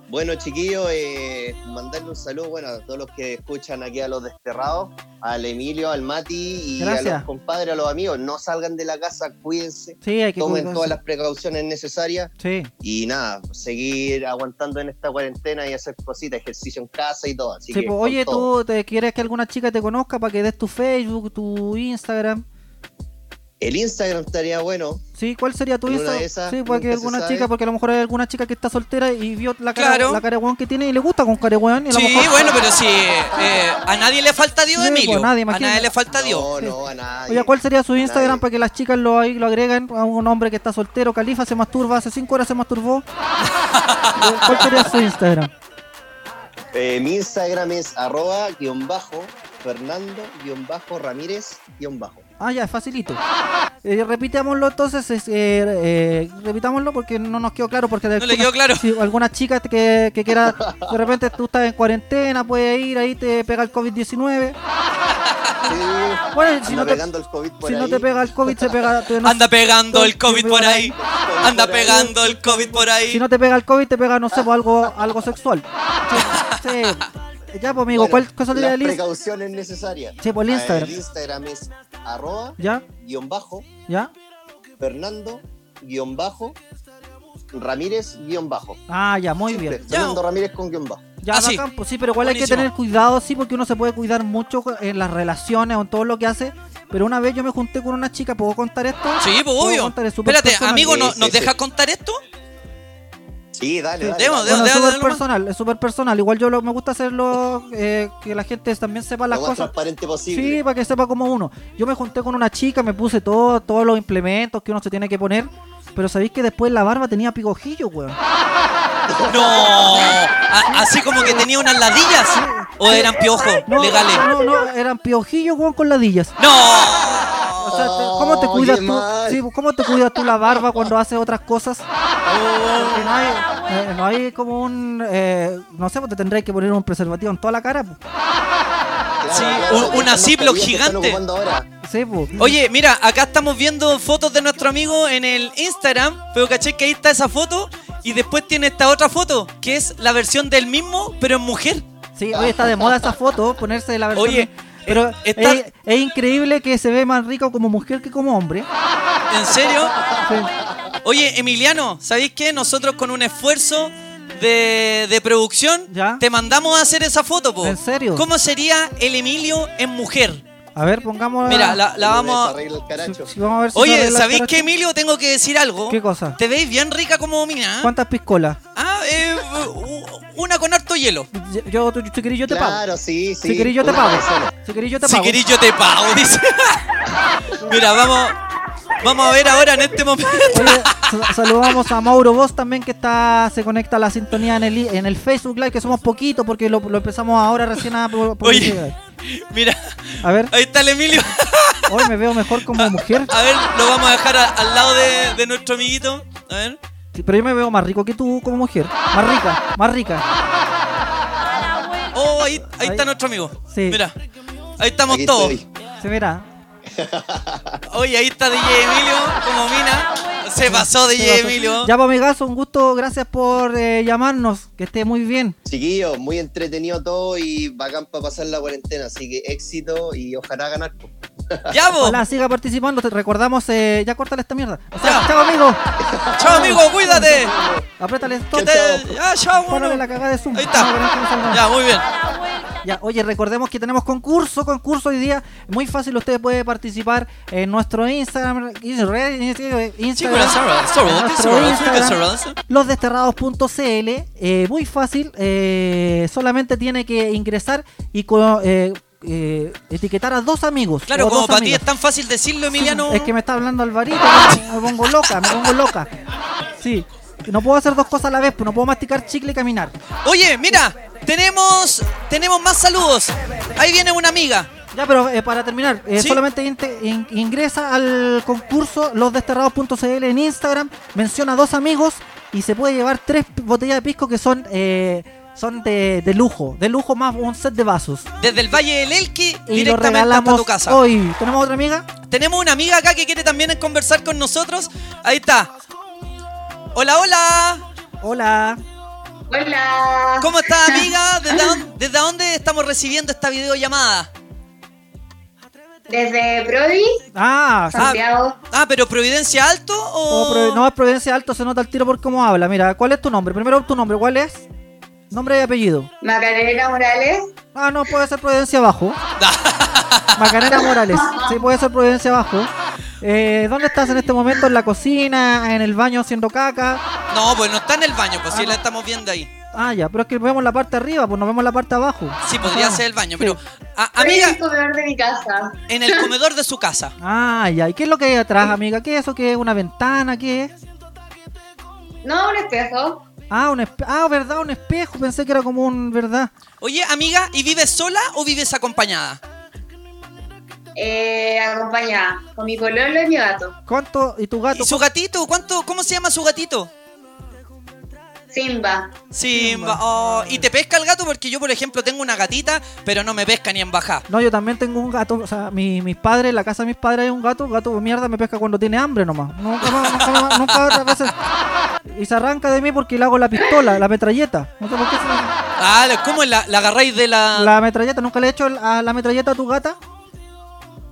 Bueno, chiquillos, eh, mandarle un saludo bueno, a todos los que escuchan aquí a los desterrados, al Emilio, al Mati y a Gracias. los compadres, a los amigos. No salgan de la casa, cuídense, Sí, hay que tomen cuidarse. todas las precauciones necesarias Sí. y nada, seguir aguantando en esta cuarentena y hacer cositas, ejercicio en casa y todo. Así Sí, que, pues, con oye, todo. tú te quieres que alguna chica te conozca para que des tu Facebook, tu Instagram. El Instagram estaría bueno. Sí, ¿cuál sería tu En una Insta? de esas, Sí, pues, nunca porque hay se alguna sabe. chica, porque a lo mejor hay alguna chica que está soltera y vio la cara, Claro. la cara de weón que tiene y le gusta con cara de weón. y a lo Sí, mejor- bueno, pero sí. eh, a nadie le falta Dios, Sí, pues, Emilio. nadie, a imagínate. nadie le falta Dios. no, a nadie. Oye, ¿cuál sería su Instagram para que las chicas lo, ahí, lo agreguen? A un hombre que está soltero, Califa, se masturba, hace 5 horas se masturbó. ¿Cuál sería su Instagram? Eh, mi Instagram es arroba guión bajo Fernando guión bajo Ramírez guión bajo. Ah, ya, facilito. Eh, repitámoslo entonces, es, eh, eh, repitámoslo porque no nos quedó claro. Porque no le quedó claro. alguna chica que, que quiera, de repente tú estás en cuarentena, puedes ir ahí, te pega el COVID-19. Bueno, si Anda no, te, pegando el COVID por si no ahí. te pega el COVID, se pega. te- no- Anda pegando el COVID por ahí. Anda pegando el COVID por si ahí. no te pega el COVID, te pega, no sé, pues, algo, algo sexual. Sí, sí. Ya, pues, amigo, ¿cuál, cuál sería Las el Insta- precauciones necesarias. Sí, por el Ah, Instagram. El Instagram es arroba ¿Ya? guión bajo ¿Ya? Fernando guión bajo Ramírez guión bajo. Ah, ya, muy bien. Fernando Ramírez con guión bajo. Ya, bacán, pues sí, pero igual hay que Buenísimo. tener cuidado, sí, porque uno se puede cuidar mucho en las relaciones o en todo lo que hace. Pero una vez yo me junté con una chica, ¿puedo contar esto? Sí, pues ¿Puedo obvio. contar? Es súper Espérate, personal. amigo, ¿no- ¿nos dejas contar esto? Sí, dale, Sí. dale. Demo, dale. Bueno, es súper dale nomás. personal, es súper personal. Igual yo lo- me gusta hacerlo, eh, que la gente también sepa las lo más cosas. transparente posible. Sí, para que sepa como uno. Yo me junté con una chica, me puse todo, todos los implementos que uno se tiene que poner. Pero sabéis que después la barba tenía picojillo, weón. No. A- así como que tenía unas ladillas. O eran piojos No, legales. No, no, eran piojillos, weón, con ladillas. No. O sea, te- ¿cómo te cuidas tú? Sí, ¿cómo te cuidas tú la barba cuando haces otras cosas? Oh. Porque no hay, eh, no hay como un... eh, no sé, pues te tendréis que poner un preservativo en toda la cara. pues. Sí, Claro, un- son una las Ziploc mascarillas que están gigante. ocupando ahora. Sí, pues. Oye, mira, acá estamos viendo fotos de nuestro amigo en el Instagram, pero caché que ahí está esa foto y después tiene esta otra foto, que es la versión del mismo, pero en mujer. Sí, hoy está de moda esa foto, ponerse la versión... Oye, eh, de- pero eh, está- es, es increíble que se ve más rico como mujer que como hombre. ¿En serio? Sí. Oye, Emiliano, ¿sabéis qué? Nosotros con un esfuerzo de, de producción te mandamos a hacer esa foto, po. ¿En serio? ¿Cómo sería el Emilio en mujer? A ver, pongamos... Mira, la, la vamos a... sí, vamos a ver si se Oye, arregla el ¿sabéis caracho. qué, Emilio? Tengo que decir algo. ¿Qué cosa? Te veis bien rica como mina. ¿eh? ¿Cuántas piscolas? Ah, eh, u- una con harto hielo. Yo, yo, tú- si querés yo te pago. Claro, sí, sí. si querés yo te una pago. persona. Si querés yo te Si pago. querís yo te pago, dice. Mira, vamos, vamos a ver ahora en este momento. Sa- Saludamos a Mauro Vos también que está se conecta a la sintonía en el, i- en el Facebook Live, que somos poquitos porque lo, lo empezamos ahora recién a pu- publicidad. Mira, A ver, ahí está el Emilio. hoy me veo mejor como mujer, A ver, lo vamos a dejar a- al lado de, de nuestro amiguito. A ver. Sí, pero yo me veo más rico que tú como mujer. Más rica, más rica. Oh, ahí, ahí está nuestro amigo. Sí. Mira, ahí estamos Aquí todos. estoy. Se verá. Oye, ahí está DJ Emilio como mina. Se pasó DJ Emilio. Ya, pues, amigazo, un gusto. Gracias por eh, llamarnos. Que esté muy bien. Chiquillos, muy entretenido todo y bacán para pasar la cuarentena, así que éxito y ojalá ganar. po. Ya, vos. Hola, siga participando. Te recordamos. eh, ya córtale esta mierda. O sea, chao, amigo. Chao, amigo, cuídate. Apriétale Que esto. te- Ya, chao, bueno. Párale la cagada de Zoom. Ahí está. No, pero no estamos hablando. Ya, muy bien. Ya, oye, recordemos que tenemos concurso, concurso hoy día. Muy fácil, usted puede participar en nuestro Instagram. Instagram, Chicos, sorry, sorry, en sorry, nuestro sorry, Instagram sorry. losdesterrados.cl. eh, muy fácil, eh, solamente tiene que ingresar y co- eh, eh, etiquetar a dos amigos. Claro, o como dos para ti amigas. es tan fácil decirlo, Emiliano. Es que me está hablando Alvarito, me, me pongo loca, me pongo loca. Sí, no puedo hacer dos cosas a la vez, pues no puedo masticar chicle y caminar. Oye, mira, tenemos tenemos más saludos. Ahí viene una amiga. Ya, pero eh, para terminar, eh, Sí. solamente inte- in- ingresa al concurso losdesterrados.cl en Instagram, menciona a dos amigos y se puede llevar tres p- botellas de pisco que son eh, son de, de lujo, de lujo más un set de vasos. Desde el Valle del Elqui Y lo directamente hasta tu regalamos casa. hoy. ¿Tenemos otra amiga? Tenemos una amiga acá que quiere también conversar con nosotros. Ahí está. Hola, hola. Hola. Hola. ¿Cómo estás, amiga? ¿Desde dónde, desde dónde estamos recibiendo esta videollamada? Desde Brody, Ah, sí. Santiago, Ah, pero Providencia Alto Oh, o. Provi- no, Providencia Alto se nota el tiro por cómo habla. Mira, ¿cuál es tu nombre? Primero tu nombre, ¿cuál es? Nombre y apellido. Macarena Morales. Ah, no, puede ser Providencia Abajo. Macarena Morales. Sí, puede ser Providencia Abajo. Eh, ¿Dónde estás en este momento? ¿En la cocina? ¿En el baño haciendo caca? No, pues no está en el baño, pues sí la estamos viendo ahí. Ah, ya, pero es que vemos la parte arriba, pues no vemos la parte abajo. Sí, podría Ah, ser el baño, pero. a- Estoy en el amiga, comedor de mi casa. en el comedor de su casa. Ah, ya. ¿Y qué es lo que hay atrás, amiga? ¿Qué es eso? ¿Qué es una ventana? ¿Qué es? No, un espejo. Ah, un espe- ah, verdad, un espejo. Pensé que era como un, verdad. Oye, amiga, ¿y vives sola o vives acompañada? Eh, acompañada con mi pololo y mi gato. ¿Cuánto? ¿Y tu gato? ¿Y su gatito? ¿Cuánto? ¿Cómo se llama su gatito? Simba. Simba. Oh, ¿Y te pesca el gato? Porque yo, por ejemplo, tengo una gatita, pero no me pesca ni en baja. No, yo también tengo un gato. O sea, mi- mis padres, en la casa de mis padres hay un gato. Gato de mierda me pesca cuando tiene hambre nomás. Nunca más, nunca más, nunca otras veces. Y se arranca de mí porque le hago la pistola, la metralleta. No sé por qué se- Ah, ¿cómo es? ¿La, la agarráis de la...? La metralleta, ¿nunca le he hecho a la metralleta a tu gata?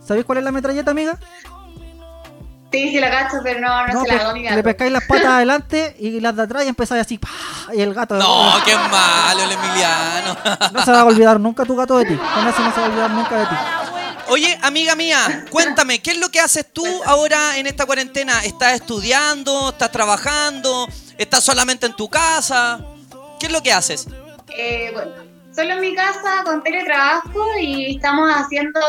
¿Sabéis cuál es la metralleta, amiga? Sí, sí la cacho, pero no, no, No, se la pe- hago a mi gato. le pescáis las patas adelante y las de atrás y empezáis así. ¡pah! Y el gato. No, Oh, qué malo el Emiliano. No se va a olvidar nunca tu gato de ti. Con eso no se va a olvidar nunca de ti. Oye, amiga mía, cuéntame, ¿qué es lo que haces tú ahora en esta cuarentena? ¿Estás estudiando? ¿Estás trabajando? ¿Estás solamente en tu casa? ¿Qué es lo que haces? Eh, bueno, solo en mi casa con teletrabajo y estamos haciendo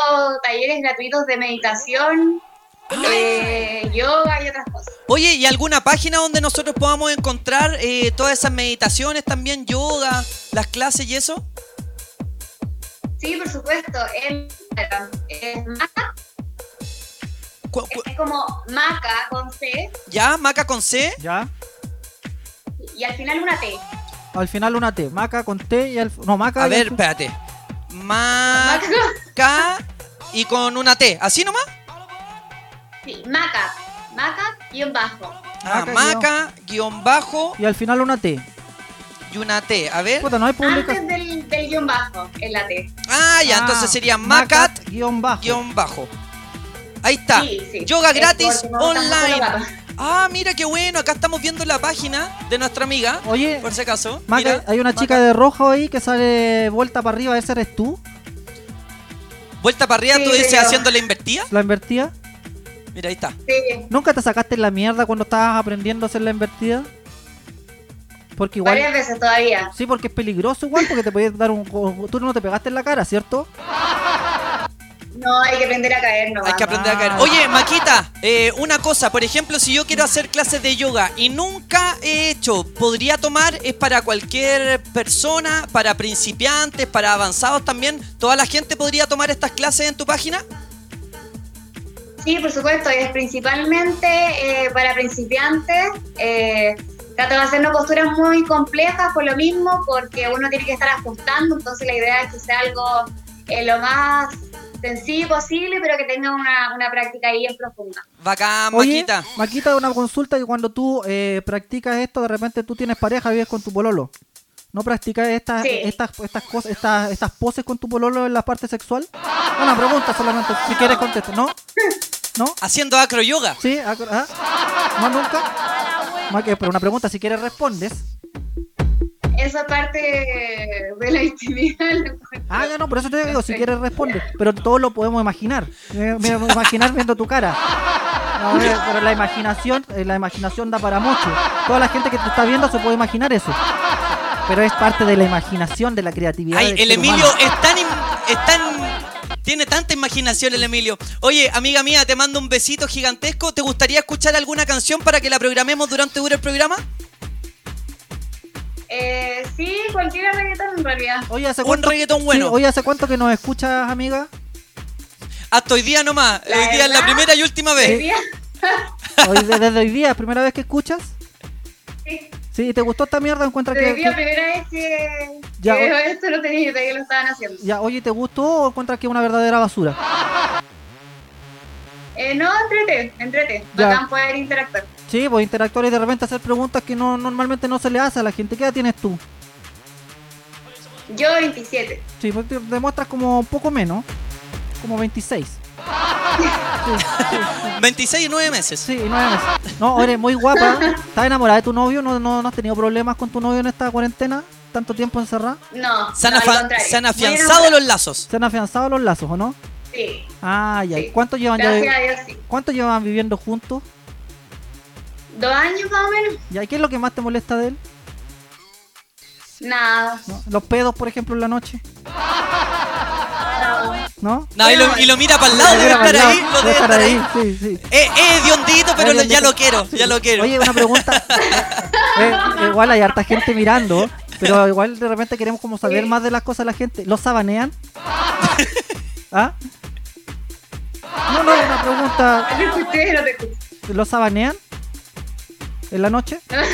talleres gratuitos de meditación, ¡Ah! eh, yoga y otras cosas. Oye, ¿y alguna página donde nosotros podamos encontrar eh, todas esas meditaciones, también yoga, las clases y eso? Sí, por supuesto, en Instagram es Maca. Es como Maca con C ¿Ya? ¿Maca con C? ¿Ya? y al final una T. Al final una T. Maca con T y al. No, maca. A y ver, al- espérate. Maca y con una T. ¿Así nomás? Sí, Maca. Maca y un bajo. Ah, Maca, guión bajo Y al final una T. y una T. A ver. Puta, no hay publicación. Antes del, del guión bajo, es la T. Ah, ya, Ah, entonces sería macat guión bajo. Ahí está. Yoga Es gratis porque no estamos online. colocados. Ah, mira qué bueno. Acá estamos viendo la página de nuestra amiga. Oye. Por si acaso. Maca, Mira, hay una chica de rojo ahí que sale vuelta para arriba. ¿Ese eres tú? Vuelta para arriba, Sí, tú dices señor. haciendo la invertida. ¿La invertida? Mira, ahí está. ¿Nunca te sacaste la mierda cuando estabas aprendiendo a hacer la invertida? Porque igual. Varias veces todavía. Sí, porque es peligroso igual, porque te podías dar un. go- Tú no te pegaste en la cara, ¿cierto? No, hay que aprender a caer, no. Hay que aprender a caer. Oye, Maquita, eh, una cosa. Por ejemplo, si yo quiero hacer clases de yoga y nunca he hecho, ¿podría tomar? ¿Es para cualquier persona? ¿Para principiantes? ¿Para avanzados también? ¿Toda la gente podría tomar estas clases en tu página? Sí, por supuesto, es principalmente eh, para principiantes. Eh, trato de hacernos posturas muy complejas por lo mismo, porque uno tiene que estar ajustando, entonces la idea es que sea algo eh, lo más sencillo posible, pero que tenga una, una práctica ahí en profunda. Bacán, Oye, Maquita. Maquita, una consulta que cuando tú eh, practicas esto, de repente tú tienes pareja, vives con tu pololo. ¿No practicas estas, Sí. estas, estas cosas, estas, estas poses con tu pololo en la parte sexual? Una pregunta solamente, si quieres contestar, ¿no? ¿No? Haciendo acroyoga. Sí, ah, ah, no nunca. Maque, pero una pregunta, si quieres respondes. Esa parte de la intimidad. la encuentro. Ah, ya no, por eso te digo, si quieres respondes. Pero todo lo podemos imaginar. Eh, Mira, imaginar viendo tu cara. No, eh, pero la imaginación, eh, la imaginación da para mucho. Toda la gente que te está viendo se puede imaginar eso. Pero es parte de la imaginación, de la creatividad. Ay, del el ser Emilio humano. es tan, im- es tan- Tiene tanta imaginación el Emilio. Oye, amiga mía, te mando un besito gigantesco. ¿Te gustaría escuchar alguna canción para que la programemos durante dure el programa? Eh, sí, cualquier reggaetón en realidad. Oye, ¿hace un reggaetón bueno. Sí, oye, ¿hace cuánto que nos escuchas, amiga? Hasta hoy día nomás. La hoy día es la verdad, primera y última hoy vez. día- Hoy, de- desde hoy día, primera vez que escuchas. Sí. Sí, ¿te gustó esta mierda? Encuentra Pero que, hoy día que- primera vez que, Ya, que oye. veo esto no tenía idea que lo estaban haciendo. ya, oye, ¿te gustó o encuentras que es una verdadera basura? Eh, no, entrete, entrete. Ya. Bacán poder interactuar. Sí, pues interactuar y de repente hacer preguntas que no normalmente no se le hace a la gente. ¿Qué edad tienes tú? Yo 27. Sí, pues te demuestras como un poco menos, como 26. 26 y 9 meses. Sí, y nueve meses. No, eres muy guapa. ¿Estás enamorada de tu novio? ¿No, no, no has tenido problemas con tu novio en esta cuarentena? ¿Tanto tiempo encerrada? No, Se han, no, al afa- contrario. se han Muy afianzado enamorada. los lazos. ¿Se han afianzado los lazos o no? Sí. Ah, ya. ¿Y ¿Cuánto llevan, ya Gracias a vi- Dios, sí. ¿Cuánto llevan viviendo juntos? Dos años más o menos. ¿Ya qué es lo que más te molesta de él? Nada. ¿Los pedos, por ejemplo, en la noche? ¿No? No, y, lo, y lo mira para el lado, Lo debe mira estar pa'l ahí. lado, Lo debe debe estar estar ahí, ahí. Sí, sí. Eh, eh, diondito, pero Es lo- ya hediondito. lo quiero, ya lo quiero. Oye, una pregunta. Eh, igual hay harta gente mirando, pero igual de repente queremos como saber más de las cosas de la gente. ¿Los sabanean? ¿Ah? No, no, una pregunta. No te escuché, no te escuché. ¿Los sabanean? ¿En la noche? Acá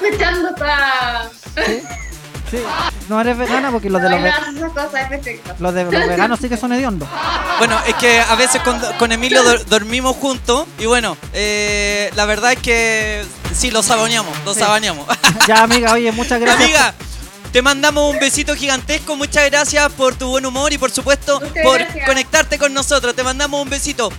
escuchando está. Sí. No eres vegana porque los de los, No, ve- no, esas cosas, es perfecto. los, de los veganos sí que son hediondos. Bueno, es que a veces con, con Emilio dor- dormimos juntos y bueno, eh, la verdad es que sí, lo saboneamos, lo saboneamos. Ya, amiga, oye, muchas gracias. Amiga, te mandamos un besito gigantesco, muchas gracias por tu buen humor y por supuesto Muchas por gracias. conectarte con nosotros. Te mandamos un besito.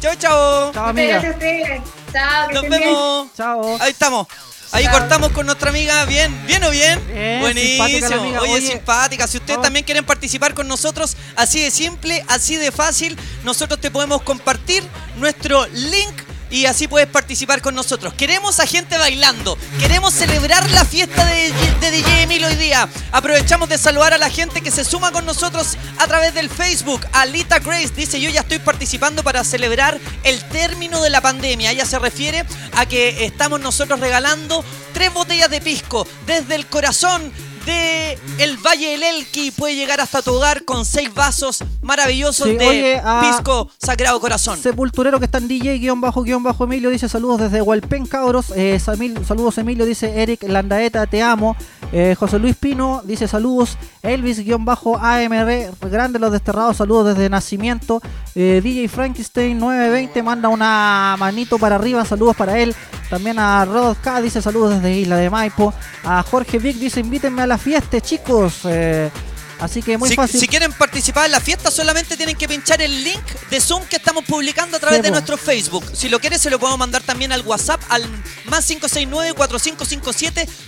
Chao, chao. Chao, Muchas gracias a ustedes. Chao, que Nos estén bien. vemos. Chao. Ahí estamos. Ahí Chao. cortamos con nuestra amiga. Bien, bien o bien. Bien, simpática la Buenísimo. amiga. Oye, Oye, simpática. Si ustedes también quieren participar con nosotros, así de simple, así de fácil, nosotros te podemos compartir nuestro link. Y así puedes participar con nosotros. Queremos a gente bailando. Queremos celebrar la fiesta de, de DJ Emil hoy día. Aprovechamos de saludar a la gente que se suma con nosotros a través del Facebook. Alita Grace dice, yo ya estoy participando para celebrar el término de la pandemia. Ella se refiere a que estamos nosotros regalando tres botellas de pisco desde el corazón de el Valle del Elqui. Puede llegar hasta tu hogar con seis vasos maravillosos Sí, de oye, ah, a- pisco Sagrado Corazón. Sepulturero que está en DJ, guión bajo, guión bajo Emilio, dice saludos desde Hualpén, cabros. Eh, Samil- saludos Emilio, dice Eric Landaeta, te amo. Eh, José Luis Pino dice saludos. Elvis, guión bajo AMR, grande los desterrados, saludos desde nacimiento. Eh, DJ Frankenstein 920 manda una manito para arriba, saludos para él. También a Rod K dice saludos desde Isla de Maipo. A Jorge Vic dice invítenme a la fiesta, chicos. Eh, así que muy si, fácil. si quieren participar en la fiesta, solamente tienen que pinchar el link de Zoom que estamos publicando a través Sí, de po. nuestro Facebook. Si lo quieres, se lo podemos mandar también al WhatsApp al más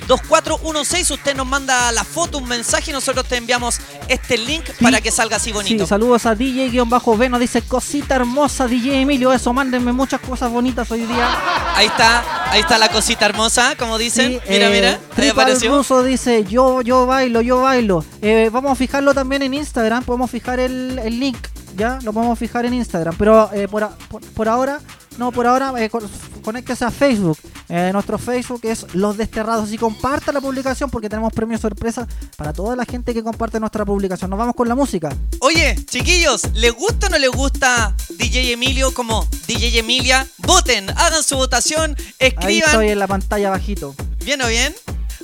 569-4557-2416. Usted nos manda la foto, un mensaje y nosotros te enviamos este link para que salga así bonito. Sí, saludos a DJ-Veno, dice cosita hermosa DJ Emilio, eso, mándenme muchas cosas bonitas hoy día. Ahí está, ahí está la cosita hermosa, como dicen. mira, Eh, mira, ahí Tripal apareció. Ruso dice yo, yo bailo, yo bailo. Eh, vamos a fijarlo también en Instagram, podemos fijar el, el link, ¿ya? Lo podemos fijar en Instagram, pero eh, por, a- por- por ahora, no, por ahora, eh, con- conéctese a Facebook. Eh, nuestro Facebook es Los Desterrados y comparta la publicación porque tenemos premios sorpresa para toda la gente que comparte nuestra publicación. Nos vamos con la música. Oye, chiquillos, ¿les gusta o no les gusta DJ Emilio como DJ Emilia? Voten, hagan su votación, Ahí escriban. estoy en la pantalla bajito. Bien o bien.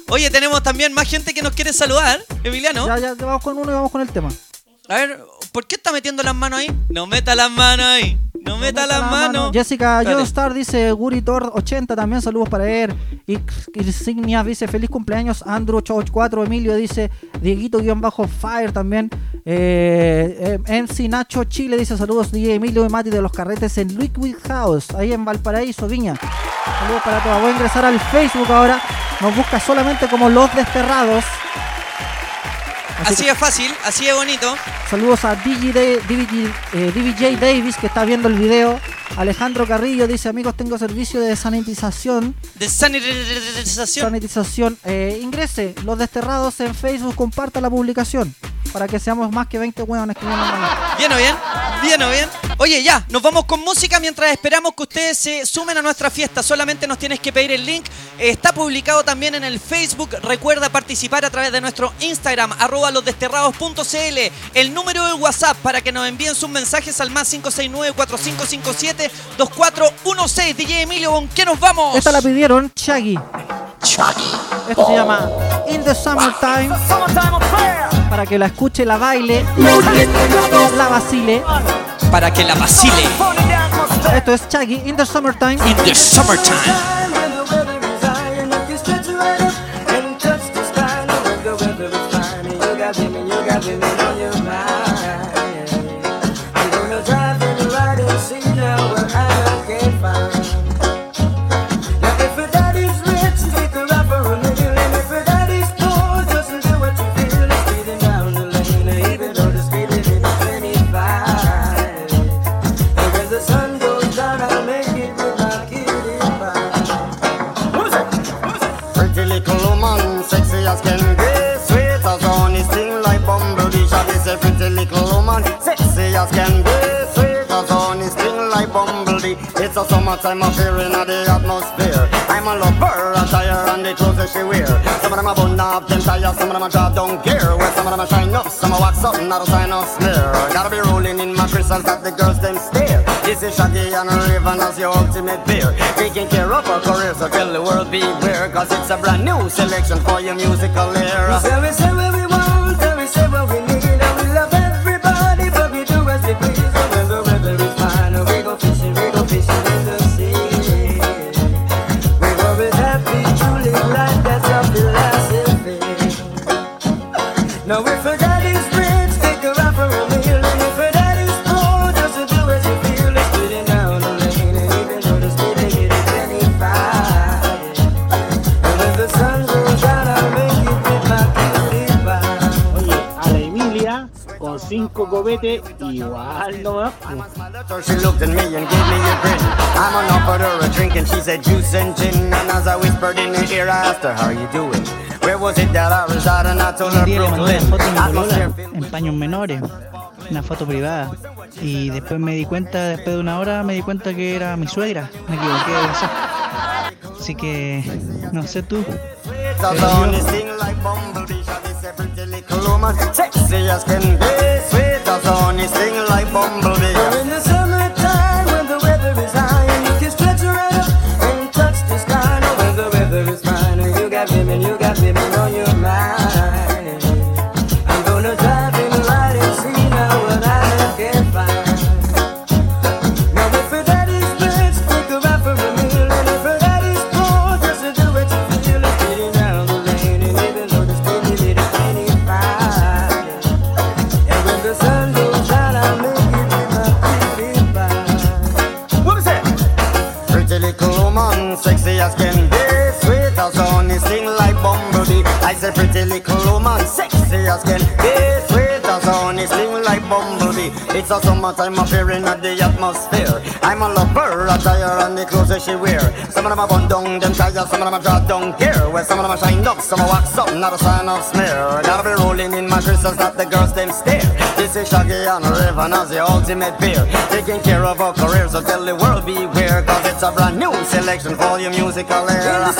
Oye, tenemos también más gente que nos quiere saludar. Emiliano. Ya, ya, vamos con uno y vamos con el tema. A ver, ¿por qué está metiendo las manos ahí? No meta las manos ahí. No meta, las manos. Jessica Dale. Joestar dice Guritor 80 también, saludos para él. Y Insignia dice feliz cumpleaños. Andrew 884, Emilio dice Dieguito-Fire también. Eh, eh, MC Nacho Chile dice saludos DJ Emilio y Mati de los carretes en Liquid House, ahí en Valparaíso, Viña. Saludos para todos. Voy a ingresar al Facebook ahora. Nos busca solamente como Los Desterrados. Así es fácil, así es bonito. Saludos a DJ, de- DVJ, eh, DVJ Davis que está viendo el video. Alejandro Carrillo dice, amigos, tengo servicio de sanitización. De sanitización. Sanitización. Eh, ingrese, los desterrados en Facebook, comparta la publicación. Para que seamos más que 20 hueones que vienen acá. Bien o bien, bien o bien. Oye, ya, nos vamos con música mientras esperamos que ustedes se sumen a nuestra fiesta. Solamente nos tienes que pedir el link. Eh, Está publicado también en el Facebook. Recuerda participar a través de nuestro Instagram, arroba losdesterrados.cl. El número de WhatsApp para que nos envíen sus mensajes al más 569-4557-2416. DJ Emilio, ¿con qué nos vamos? Oh, Esta la pidieron Chaggy. Esto se llama In the Summertime. Para que la escuche, la baile, la vacile. Para que la vacile. Esto es Chaggy In the Summertime. In the Summertime. oh, Even though the speed just can be sweet as honey, sting like bumblebee. She is a pretty little woman, sexy as can be sweet as honey, sting like bumblebee. It's a summertime affair in the atmosphere. I'm a lover, a tire, and the clothes that she wear. Some of them are bun up, them tire, some of them are drop down gear. Well, some of them are shine up, some are wax up, not a sign of smear. Gotta be rolling in my crystals that the girls them stare. This is Shaggy and Raven as your ultimate beer. Taking care of our career, so tell the world beware, cause it's a brand new selection for your musical era. Say we say what we want, and we say what we need, and we love everybody, but we do as we please. And when the weather is fine, and we go fishing, we go fishing in the sea. We're always happy, truly like that's our philosophy. Now if a daddy's rich, stick around for a meal, and if a daddy's poor, just to do as you feel. It's getting down the lane, and even though the speed they get is 25. And when the sun goes down, I'll make you be my cutie pie. A la Emilia, con cinco copetes, igual nomás. So she looked at me and gave me a grin. I'm on offered her a drink and she said juice and gin. And as I whispered in her ear, I asked her, how you doing? Where was it that I resided? And I told her Un día le mandé una foto a mi Brooklyn. polola en paños menores, una foto privada. Y después me di cuenta, después de una hora, me di cuenta que era mi suegra. Me equivoqué de WhatsApp. Así que, no sé tú. That's pero only yo- sing like bumblebee. Shot is a pretty little woman. Sexy as can be. Sweet as honey. Sing like bumblebee. We're in the summertime when the weather is high and you can stretch her right up and touch the sky. Now when the weather is fine and you got women, you got women on your mind. I'm gonna drive in the light and see now what I can find. Now if a daddy's rich, stick around for a meal, and if a daddy's poor, just to do what you feel. It's getting down the lane and even though the speed limit is 25. And when the sun goes down, I'll make What is it? Pretty little woman, sexy as can be, sweet as honey, sing like bumblebee. I say pretty little woman, sexy as can be, sweet as honey, sing like bumblebee. It's a summertime affair in the atmosphere. I'm a lover, a tire and the clothes that she wear. Some of them are bun down, them tire, some of them are draw down here. Well, some of them are shine up, some are wax up, not a sign of smear. Gotta be rolling in my crystals that the girls them stare. This is Shaggy and Raven as the ultimate beer. Taking care of our careers, so tell the world beware, cause it's a brand new selection for your musical era.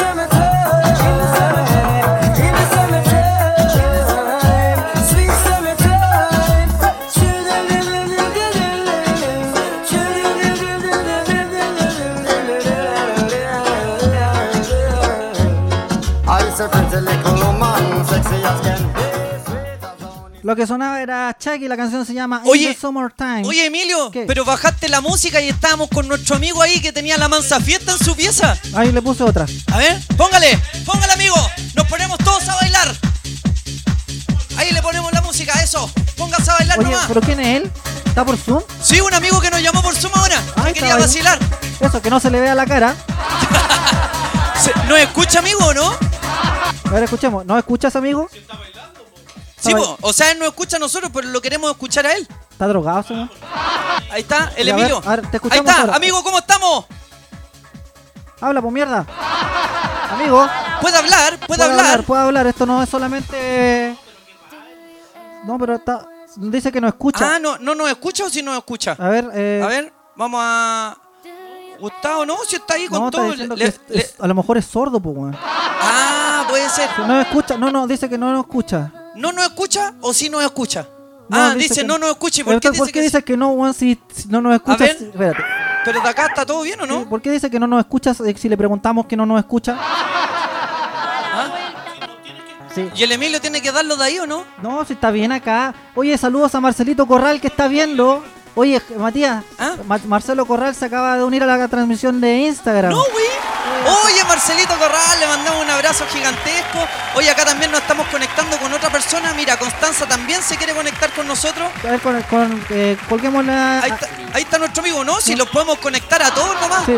I say pretty little woman, sexy as can Lo que sonaba era Chucky, la canción se llama In Oye, the Summertime. Oye, Emilio, pero bajaste la música y estábamos con nuestro amigo ahí que tenía la mansa fiesta en su pieza. Ahí le puse otra. A ver, póngale, póngale, amigo. Nos ponemos todos a bailar. Ahí le ponemos la música, eso. Póngase a bailar Oye, nomás. ¿pero quién es él? ¿Está por Zoom? Sí, un amigo que nos llamó por Zoom ahora. que quería Ah, ahí. vacilar. Eso, que no se le vea la cara. Se- ¿Nos escucha, amigo, o no? A ver, escuchemos. ¿No escuchas, amigo? Sí, po. o sea, él no escucha a nosotros, pero lo queremos escuchar a él. ¿Está drogado, señor? Ahí está, el Ya, a ver, Emilio. a ver, te Ahí escuchamos está, ahora. amigo, ¿cómo estamos? Habla, por mierda. Amigo. ¿Puede hablar? ¿Puede hablar? Puede hablar. Esto no es solamente... No, pero está... Dice que no escucha. Ah, no, no nos escucha o si nos escucha. A ver, eh, A ver, vamos a. Gustavo, no, si está ahí con no, está todo. diciendo le- que es- le- es- a lo mejor es sordo, pues, weón. Ah, puede ser. No escucha, no, no, dice que no nos escucha. ¿No nos escucha o si nos escucha? No, ah, dice, que no nos escucha. ¿Y por qué Entonces, dice que sí? dice que no, weón, si, si no nos escuchas? ver. Espérate. ¿Ah, Pero de acá está todo bien o no? ¿Por qué dice que no nos escuchas eh, si le preguntamos que no nos escucha? Sí. ¿Y el Emilio tiene que darlo de ahí o no? No, si está bien acá. Oye, saludos a Marcelito Corral que está viendo. Oye, Matías, Ah. Ma- Marcelo Corral se acaba de unir a la transmisión de Instagram. No, güey. Oye, Marcelito Corral, le mandamos un abrazo gigantesco. Oye, acá también nos estamos conectando con otra persona. Mira, Constanza también se quiere conectar con nosotros. A ver, con, con, eh, colguemos la... Ahí está, ahí está nuestro amigo, ¿no? Si los podemos conectar a todos nomás. Sí.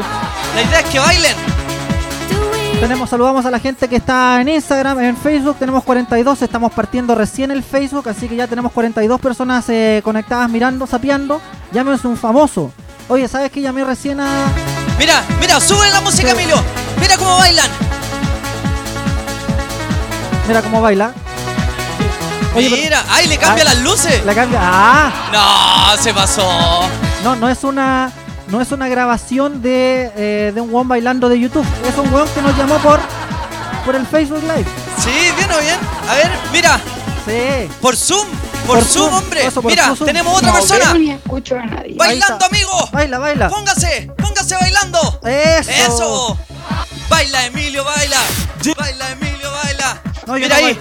La idea es que bailen. Tenemos, saludamos a la gente que está en Instagram, en Facebook, tenemos 42, estamos partiendo recién el Facebook, así que ya tenemos 42 personas eh, conectadas mirando, sapeando. Llámenos un famoso. Oye, ¿sabes qué? Llamé recién a... Mira, mira, sube la música, Emilio. Mira cómo bailan. Mira cómo baila. Oye, pero- Mira, ay, le cambia Ah, las luces. La cambia. ¡Ah! No, se pasó. No, no es una no es una grabación de, eh, de un weón bailando de YouTube. Es un weón que nos llamó por, por el Facebook Live. Sí, bien o bien. A ver, mira. Sí. Por Zoom, por, Zoom, hombre. eso, por mira, Eh. Zoom. tenemos otra No persona. veo ni escucho a nadie. Bailando, amigo. Baila, baila. Póngase, póngase bailando. Eso. Eso. Baila, Emilio, baila. Baila, Emilio, baila. No, yo mira no ahí.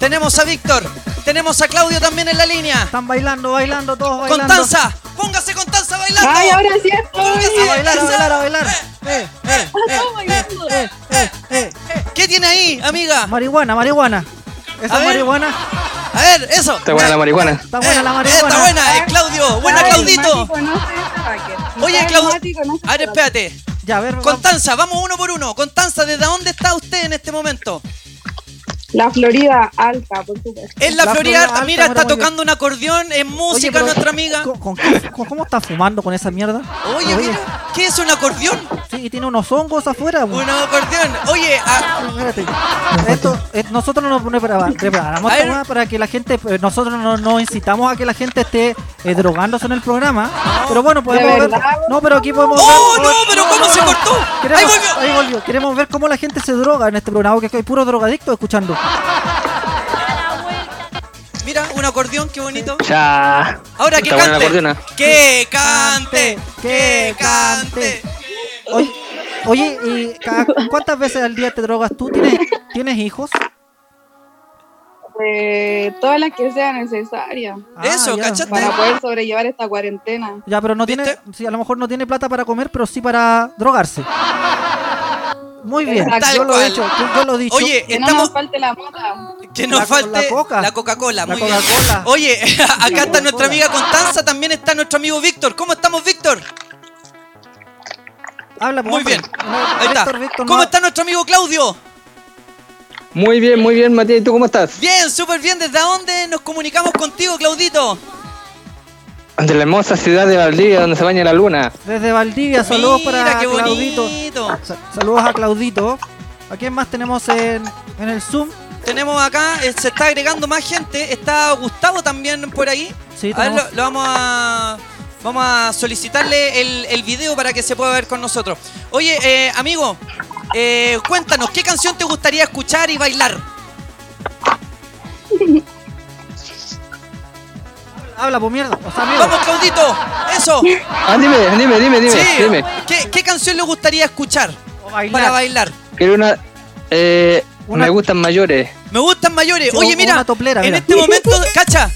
Tenemos a Víctor. Tenemos a Claudio también en la línea. Están bailando, bailando, todos bailando. Constanza, póngase Constanza bailando. Ay, ahora sí estoy. A bailar, a bailar, a bailar. Eh, eh, eh, eh, eh, eh, eh. ¿Qué tiene ahí, amiga? Marihuana, marihuana. ¿Esa A es ver. marihuana? A ver, eso. Está buena la marihuana. Está buena la Eh, marihuana. Está buena, eh, Claudio. Buena, Ay, Claudito. Mati Oye, Claudio. A ver, espérate. Ya, a ver. Constanza, vamos uno por uno. Constanza, ¿desde dónde está usted en este momento? La Florida alta, por supuesto. En la, Florida, Alta, mira, está Maravilloso. tocando un acordeón, es música pero- nuestra amiga. ¿Con, con qué- con- cómo está fumando con esa mierda? Oye, mira, ¿qué es un acordeón? Sí, y tiene unos hongos afuera. weón. Un acordeón. Oye, ah, a- Esto, eh, nosotros no nos prepara- preparamos A esta ver. weá para que la gente, eh, nosotros no, no incitamos a que la gente esté eh, drogándose en el programa. Pero bueno, podemos ¿De ver. verdad? No, pero aquí podemos ver. ¡Oh, no! ¿Pero cómo se cortó? Queremos, ahí, volvió. Queremos ver cómo la gente se droga en este programa, porque hay puro drogadicto escuchando. mira, un acordeón, qué bonito. Ya. Ahora que Está buena la cante. acordeona. Que cante, que cante. Oye, oye, ¿y cada- cuántas veces al día te drogas tú? ¿Tienes, tienes hijos? Eh, todas las que sea necesaria. Eso, Ah, ya. ¿cachaste? Para poder sobrellevar esta cuarentena. Ya, pero no tiene, sí, a lo mejor no tiene plata para comer, pero sí para drogarse. Muy bien, Exacto. yo lo, he Tal dicho, cual. yo- yo lo he dicho. Oye, Que no nos falte la mota. Que nos La- falte la Coca. la Coca-Cola. La muy bien. Coca-Cola. Oye, acá está nuestra amiga Constanza, también está nuestro amigo Víctor. ¿Cómo estamos, Víctor? Habla, pues, Muy bien. Ahí está. Víctor, Víctor, ¿Cómo no- está nuestro amigo Claudio? Muy bien, muy bien, Matías. ¿Y tú cómo estás? Bien, súper bien. ¿Desde dónde nos comunicamos contigo, Claudito? De la hermosa ciudad de Valdivia, donde se baña la luna. Desde Valdivia, saludos Mira, para qué Claudito. bonito. Sa- saludos a Claudito. ¿A quién más tenemos en, en el Zoom? Tenemos acá, eh, se está agregando más gente. Está Gustavo también por ahí. Sí, a ver, tenemos- lo, lo vamos a. Vamos a solicitarle el, el video para que se pueda ver con nosotros. Oye, eh, amigo, eh, cuéntanos, ¿qué canción te gustaría escuchar y bailar? Habla, por mierda. O sea, amigo. ¡Vamos, Claudito! ¡Eso! Ah, dime, dime, dime, dime. Sí. dime. ¿Qué, qué canción le gustaría escuchar para bailar? Quiero una. eh, Una- Me gustan mayores. Me gustan mayores. Sí, o- Oye, o mira, una toplera, en mira. este momento, cacha,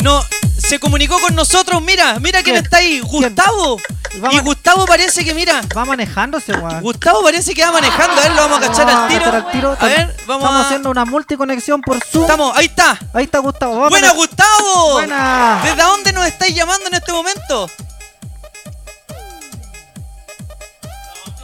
no, se comunicó con nosotros. Mira, mira quién, está ahí, Gustavo. Y Gustavo parece que, mira, va manejándose, weón. Gustavo parece que va manejando. A ver, lo vamos a cachar al tiro. A ver, vamos Estamos a. haciendo una multiconexión por Zoom. Estamos, ahí está. Ahí está Gustavo. Vamos a ¡Buena, poner- Gustavo! Buena. ¿Desde dónde nos estáis llamando en este momento?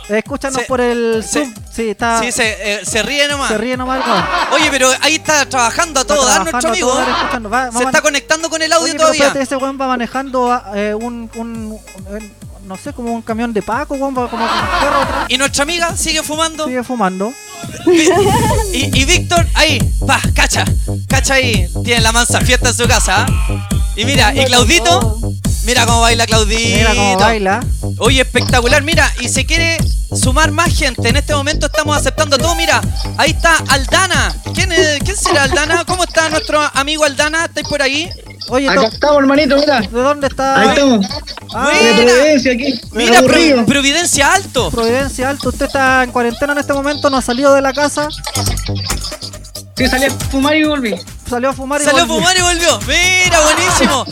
Escúchanos por el se- Zoom. Sí, está. Sí, se, eh, se ríe nomás. Ah. Se ríe nomás, weón. Oye, pero ahí está trabajando a Está todo dar nuestro trabajando a amigo. ¿eh? ¿ah? todo dar, escuchando. Va- se vamos está a- conectando con el audio Oye, pero todavía. espérate, ese weón va manejando eh, un, un- un- No sé, como un camión de Paco, weón. Va como un perro atrás. Y nuestra amiga sigue fumando. Sigue fumando. Y, y Víctor, ahí, pa, cacha, cacha ahí, tiene la mansa fiesta en su casa. ¿ah? Y mira, y Claudito, mira cómo baila Claudito. Mira cómo baila. Oye, espectacular, mira, y se quiere sumar más gente. En este momento estamos aceptando todo, mira, ahí está Aldana. ¿Quién, es- ¿quién será Aldana? ¿Cómo está nuestro amigo Aldana? ¿Estáis por ahí? Oye, Acá estamos, hermanito, mira. ¿De dónde está? Ah, Ahí estamos. Buena. De Providencia, aquí. Mira, Pro- Providencia Alto. Providencia Alto, usted está en cuarentena en este momento, no ha salido de la casa. Sí, salí a fumar y volví. Salió a fumar y Salió a volvió. fumar y volvió. Mira, buenísimo.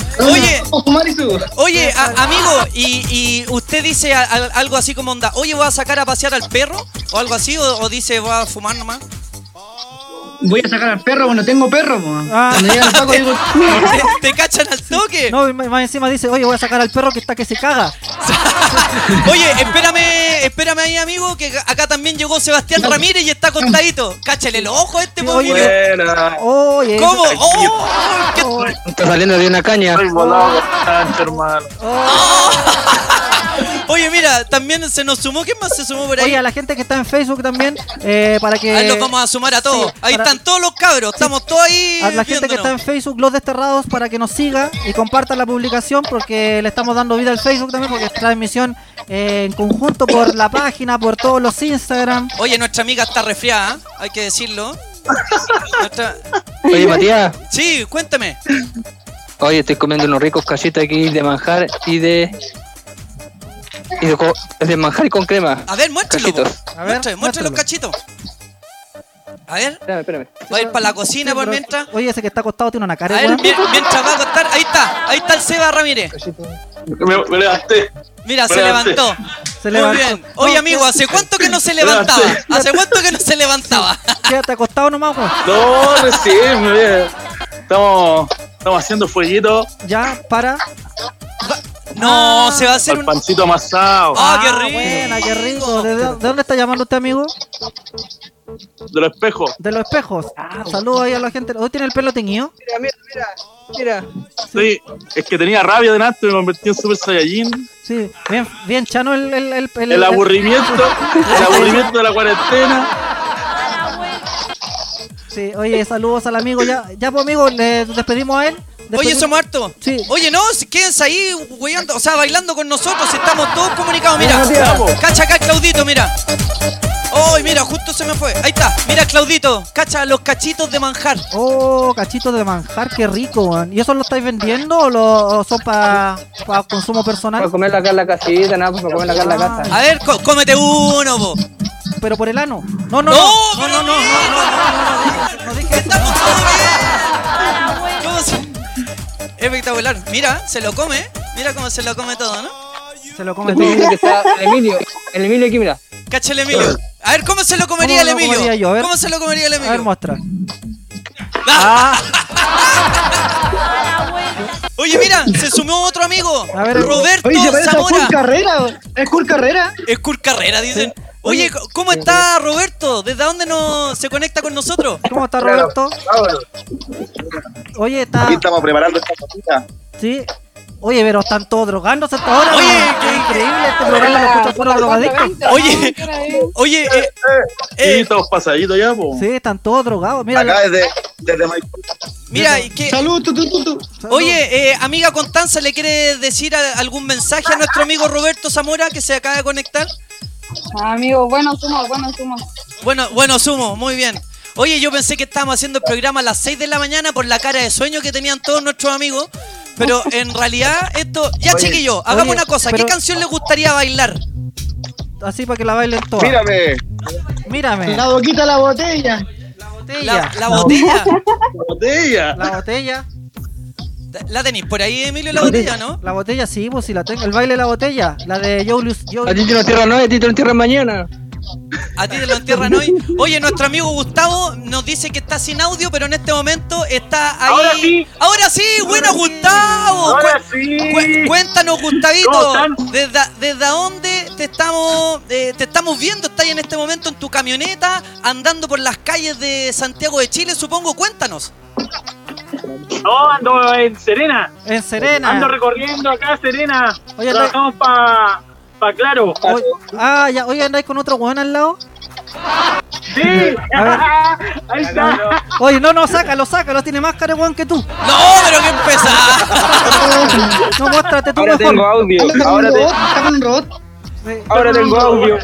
Oye, oye, a- amigo, y, y usted dice a- a- algo así como onda, oye, voy a sacar a pasear al perro o algo así, o, o dice voy a fumar nomás. Voy a sacar al perro, bueno, tengo perro, mo. Ah. Cuando llega el Paco, digo, te, te cachan al toque. No, y más más encima dice, oye, voy a sacar al perro que está que se caga. Oye, espérame, espérame ahí, amigo, que acá también llegó Sebastián Ramírez y está acostadito. Cáchale los ojos a este po, amigo. Buena. Oye, ¿Cómo? ¡Oh! qué- Está saliendo de una caña. Estoy volado, Constanza, hermano. Oye, mira, Mira, también se nos sumó. ¿Quién más se sumó por ahí? Oye, a la gente Este que está en Facebook también, eh, para que... Ahí los vamos a sumar a todos. Sí, ahí para- están todos los cabros. Estamos todos ahí. A la gente que está en Facebook, Los Desterrados, para que nos siga y comparta la publicación, porque le estamos dando vida al Facebook también, porque es transmisión eh, en conjunto por la página, por todos los Instagram. Oye, nuestra amiga está resfriada, ¿eh? hay que decirlo. Nuestra- Oye, Matías. Sí, cuéntame. Oye, estoy comiendo unos ricos cachitos aquí de manjar y de. Y de, co- de manjar y con crema. A ver, muéstralo. po. Cachitos. Muéstralo, muéstralo, los cachitos. A ver. Espérame, espérame. Va a ir para la cocina por mientras. Oye, ese que está acostado tiene una A cara de ver, weón. mien- mientras va a acostar. Ahí está, ahí está el Seba Ramírez. Me, me levanté. Mira, Me se levanté. levantó. Se Muy levantó. bien. Oye, No, amigo, que- ¿hace cuánto que no se Me levantaba? levanté. ¿Hace cuánto que no se levantaba? Quédate acostado nomás, pues. weón. No, recién, me voy a- Estamos, estamos haciendo fueguito. Ya, para. No, se va a hacer un. pancito amasado. Ah, qué rico. Buena, qué rico. ¿De, de- de dónde está llamando usted, amigo? De los espejos. De los espejos. Saludos ahí a la gente. ¿Hoy tiene el pelo teñido? Mira, mira, mira, mira. Sí, es que tenía rabia delante, me convertí en Super Saiyajin. Sí, bien, bien chano el... El, el, el- El aburrimiento, el aburrimiento de la cuarentena. Sí, oye, saludos al amigo. Ya, ya pues, amigo, le despedimos a él. Oye, Despedimos- somos hartos. Oye, no, si- quédense ahí, weyando, o sea, bailando con nosotros, si estamos todos comunicados. Mira, Buenos días. cacha acá el Claudito, mira. Ay, mira, justo se me fue. Ahí está, mira Claudito, cacha los cachitos de manjar. Oh, cachitos de manjar, qué rico, weón. ¿Y eso lo estáis vendiendo o, lo, o son para consumo personal? Ah, Para comerlo acá en la casita, nada, pues, para comerlo acá en la casa. A ver, co- cómete uno, po. Pero por el ano. No, no, no. No, no, no, no, no, no, no, no, Estamos todos bien. ¿Cómo se- Espectacular. Mira, se lo come. ¿eh? Mira cómo se lo come todo, ¿no? Se lo Estoy viendo que está el Emilio. El Emilio aquí, mira. Cacha el Emilio. A ver, ¿cómo se lo comería ¿Cómo el lo Emilio? comería yo? A ver. ¿Cómo se lo comería el A ver, Emilio? Ah. muestra. Ah. Oye, mira, se sumó otro amigo. A ver, Roberto Oye, se parece a Zamora. Cool Carrera. ¿Es Cool Carrera? Es Cool Carrera, dicen. Oye, ¿cómo está Roberto? ¿Desde dónde no se conecta con nosotros? ¿Cómo está Roberto? Oye, está. Aquí estamos preparando esta cosita. Sí. Oye, pero están todos drogándose hasta ahora. Oye, qué increíble este programa, lo escucho puro drogadicto. Oye, oye, eh, Y estamos pasaditos ya, po. Sí, están todos drogados. Mira, desde, desde Maipú. mira, y que. Salud, tú, tú, tú, tú. Oye, eh, amiga Constanza, ¿le quiere decir a- algún mensaje a nuestro amigo Roberto Zamora que se acaba de conectar? Ah, Amigo, bueno, sumo, bueno, sumo. Bueno, bueno, sumo, muy bien. Oye, yo pensé que estábamos haciendo el programa a las 6 de la mañana por la cara de sueño que tenían todos nuestros amigos. Pero en realidad esto... Ya Oye, chiquillo, hagamos oye, una cosa. pero- ¿Qué canción les gustaría bailar? así para que la bailen todos. Mírame. Mírame. La boquita, la botella. La, la botella. Botella. La botella. ¿La tenéis por ahí, Emilio, la botella, no? La botella, sí, pues si la tengo. El baile de la botella. La de Julius. A ti te lo entierran hoy, a ti te lo entierran mañana. A ti te lo entierran hoy. Oye, nuestro amigo Gustavo nos dice que está sin audio, pero en este momento está ahí. Ahora sí. Ahora sí, bueno, Gustavo. Ahora Cuen- sí. cuen- cuéntanos, ¿Cómo Gustavito. están? ¿Desde, desde dónde te estamos, eh, te estamos viendo? ¿Estás en este momento en tu camioneta, andando por las calles de Santiago de Chile, supongo? Cuéntanos. No, ando en Serena. En Serena. Ando recorriendo acá Serena. Oye, Trabajamos para pa Claro. Oye, ah, ya, oye, andáis con otro weón al lado. Sí. A ver. Ahí está. Oye, no, no, sácalo, sácalo, tiene más cara de weón que tú. No, pero que empezar. No, muéstrate tú Ahora mejor. tengo audio. Está con Ahora, un te- robot, está con un robot. Sí, ahora tengo audio.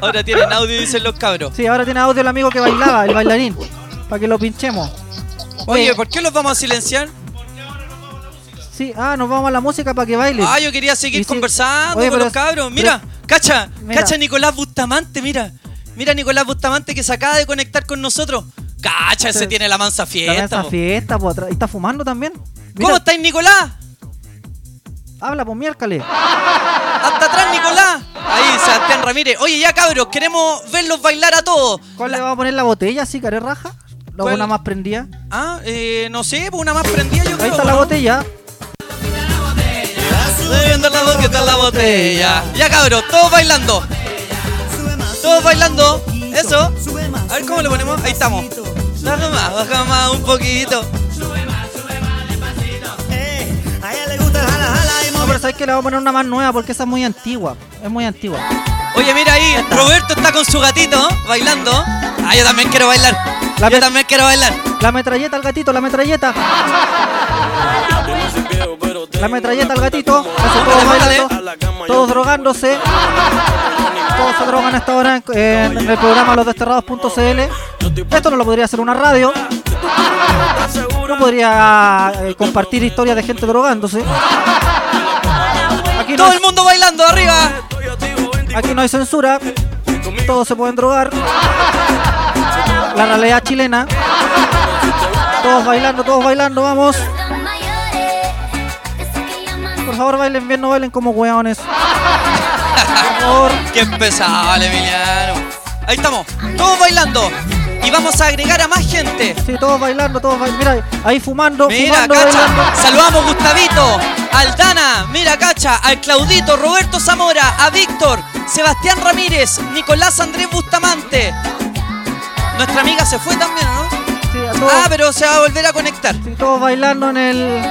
Ahora tienen audio, dicen los cabros. sí, ahora tiene audio el amigo que bailaba, el bailarín. Para que lo pinchemos. Oye, ¿por qué los vamos a silenciar? Sí, ah, nos vamos a la música para que baile. Ah, yo quería seguir Y sí. conversando Oye, con pero- los cabros. Mira, cacha, Mira. cacha Nicolás Bustamante, mira. Mira Nicolás Bustamante que se acaba de conectar con nosotros. Cacha, ese Sí. tiene la mansa Está en esa fiesta. po. fiesta, po, atrás. Y está fumando también. ¿Cómo Mira, estáis, Nicolás? Habla, pues miércoles. Hasta atrás, Nicolás. Ahí, Sebastián Ramírez. Oye, ya cabros, queremos verlos bailar a todos. ¿Cuál le vamos a poner la botella así, care raja? La ¿Cuál? una más prendida. Ah, eh, no sé, pues una más prendida yo creo. Ahí está la ¿no? botella. Bebiendo la boquita la botella. Ya cabros, todos bailando. Todos bailando. Eso. A ver cómo le ponemos. Ahí estamos. Baja más, baja más un poquito. A ella le gusta el jala, jala y pero sabes que le voy a poner una más nueva porque esa es muy antigua. Es muy antigua. Oye, mira ahí, Roberto está con su gatito bailando. Ah, yo también quiero bailar. yo también quiero bailar. La metralleta al gatito, la metralleta. La metralleta al gatito. Ah, Eso, todos bailando, todos drogándose. Todos se drogan hasta ahora en, en el programa losdesterrados.cl. Esto no lo podría hacer una radio. No podría eh, compartir historias de gente drogándose. Aquí no Todo hay- el mundo bailando arriba. Aquí no hay censura. Todos se pueden drogar. La realidad chilena. Todos bailando, todos bailando, vamos. Por favor, bailen bien, no bailen como weones. Qué pesado, el Emiliano. Ahí estamos, todos bailando. Y vamos a agregar a más gente. Sí, todos bailando, todos bailando. Mira, ahí fumando, Mira, fumando, cacha. bailando. Saludamos Gustavito, Aldana, mira, cacha, al Claudito, Roberto Zamora, a Víctor, Sebastián Ramírez, Nicolás Andrés Bustamante. Nuestra amiga se fue también, ¿no? Ah, pero se va a volver a conectar. Todos bailando en el.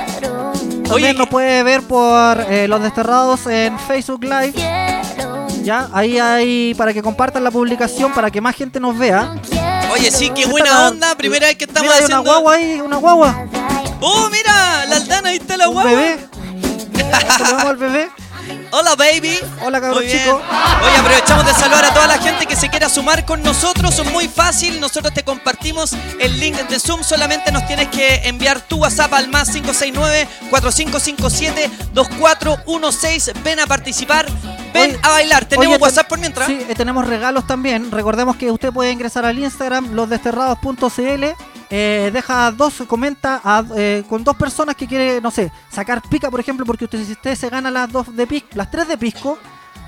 También nos puede ver por eh, Los Desterrados en Facebook Live. Ya, ahí hay para que compartan la publicación, para que más gente nos vea. Oye, sí, qué Esta- buena onda. Primera vez que estamos Mira, hay haciendo. una guagua ahí, una guagua. ¡Oh, mira! La Aldana, ahí está la guagua. bebé. Saludamos al bebé. Hola, baby. Hola, cabrón Muy bien. chico. Hoy aprovechamos de saludar a toda la gente que se quiera sumar con nosotros. Es muy fácil. Nosotros te compartimos el link de Zoom. Solamente nos tienes que enviar tu WhatsApp al más 569-4557-2416. Ven a participar. Ven a bailar. Tenemos Oye, ten- WhatsApp por mientras. Sí, eh, tenemos regalos también. Recordemos que usted puede ingresar al Instagram losdesterrados.cl. eh, deja dos, comenta a- eh, con dos personas que quiere, no sé, sacar pica, por ejemplo, porque usted, si usted se gana las dos de pisco, las tres de pisco,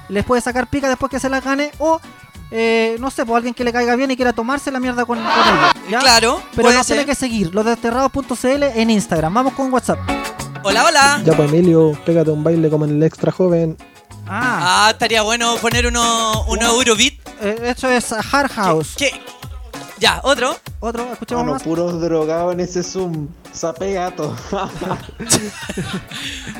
les puede sacar pica después que se las gane, o eh, no sé, por alguien que le caiga bien y quiera tomarse la mierda con, con ellos, ¿ya? Claro, Pero puede no ser. tiene que seguir, losdesterrados.cl en Instagram. Vamos con WhatsApp. Hola, hola. Ya pues Emilio, pégate un baile como en el extra joven. Ah, estaría bueno poner uno, uno Eurobeat. esto Eh, es Hard House. ¿Qué? Ya, otro. Otro, escuchamos Bueno, más. puros drogados en ese Zoom. Sape gato.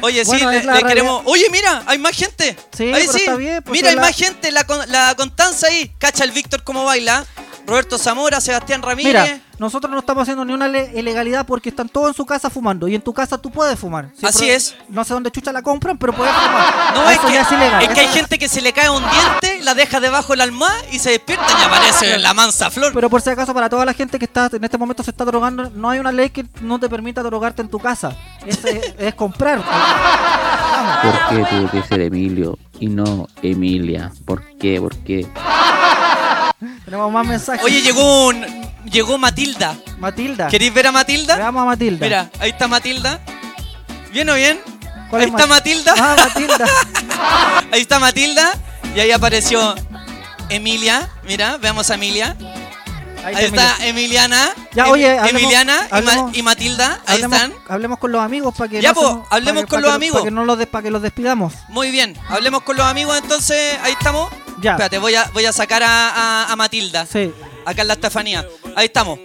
Oye, sí, Bueno, le, es la le realidad. queremos. Oye, mira, hay más gente. Sí, Ahí pero está bien, pues, mira, hay la- más gente. La, con- la Constanza ahí. Cacha el Víctor cómo baila. Roberto Zamora, Sebastián Ramírez. Mira, nosotros no estamos haciendo ni una le- ilegalidad porque están todos en su casa fumando y en tu casa tú puedes fumar. Sí, Así pero es. No sé dónde chucha la compran, pero puedes fumar. no, es Eso que, ya es ilegal. es que hay Eso- gente que se le cae un diente, la deja debajo de la almohada y se despierta y aparece la mansa flor. Pero por si acaso, para toda la gente que está en este momento se está drogando, no hay una ley que no te permita drogarte en tu casa. Es, es- es comprar. ¿Por qué tuvo que ser Emilio y no Emilia? ¿Por qué? ¿Por qué? Tenemos más mensajes. Oye, llegó un. Llegó Matilda. Matilda. ¿Queréis ver a Matilda? Veamos a Matilda. Mira, ahí está Matilda. ¿Bien o bien? ¿Cuál ahí es está Mat- Matilda. Ah, Matilda. ahí está Matilda. Y ahí apareció Emilia. Mira, veamos a Emilia. Ahí, está Emiliana. Ya, Em- oye, hablemos- Emiliana y Ma- hablemos- y Matilda. Ahí hablemos, están. Hablemos con los amigos para que. Ya, po, hacemos- hablemos pa' que- con pa' los que- amigos. pa' que no los, des- pa' que los despidamos. Muy bien, hablemos con los amigos entonces. Ahí estamos. Ya. Espérate, voy a, voy a sacar a, a- a Matilda. Sí. Acá en la estafanía. Ahí estamos.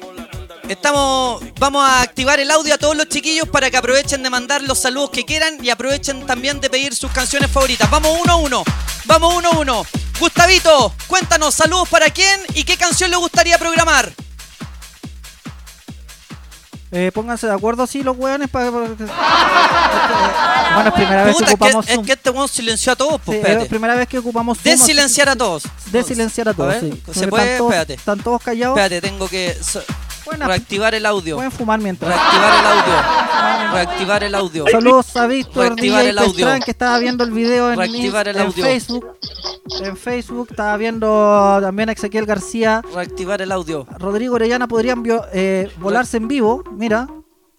Estamos, vamos a activar el audio a todos los chiquillos para que aprovechen de mandar los saludos que quieran y aprovechen también de pedir sus canciones favoritas. Vamos uno a uno, vamos uno a uno. Gustavito, cuéntanos saludos para quién y qué canción le gustaría programar. Eh, pónganse de acuerdo, sí, los hueones. Para, bueno, es primera vez que Puta, es ocupamos que, es Zoom. que este weón silenció a todos, pues Sí, es la espérate. primera vez que ocupamos Zoom. así Desilenciar a todos. De silenciar a todos. ver, sí. se puede, Porque están todos, espérate. Están todos callados. Espérate, tengo que so- Buena. reactivar el audio. Pueden fumar mientras. Reactivar el audio. Reactivar el audio. Saludos a Víctor Reactivar DJ el audio. Pastrán, que estaba viendo el video en, Reactivar el en audio. Facebook. En Facebook estaba viendo también a Ezequiel García. Reactivar el audio. Rodrigo Orellana podrían vio- eh, volarse en vivo. Mira,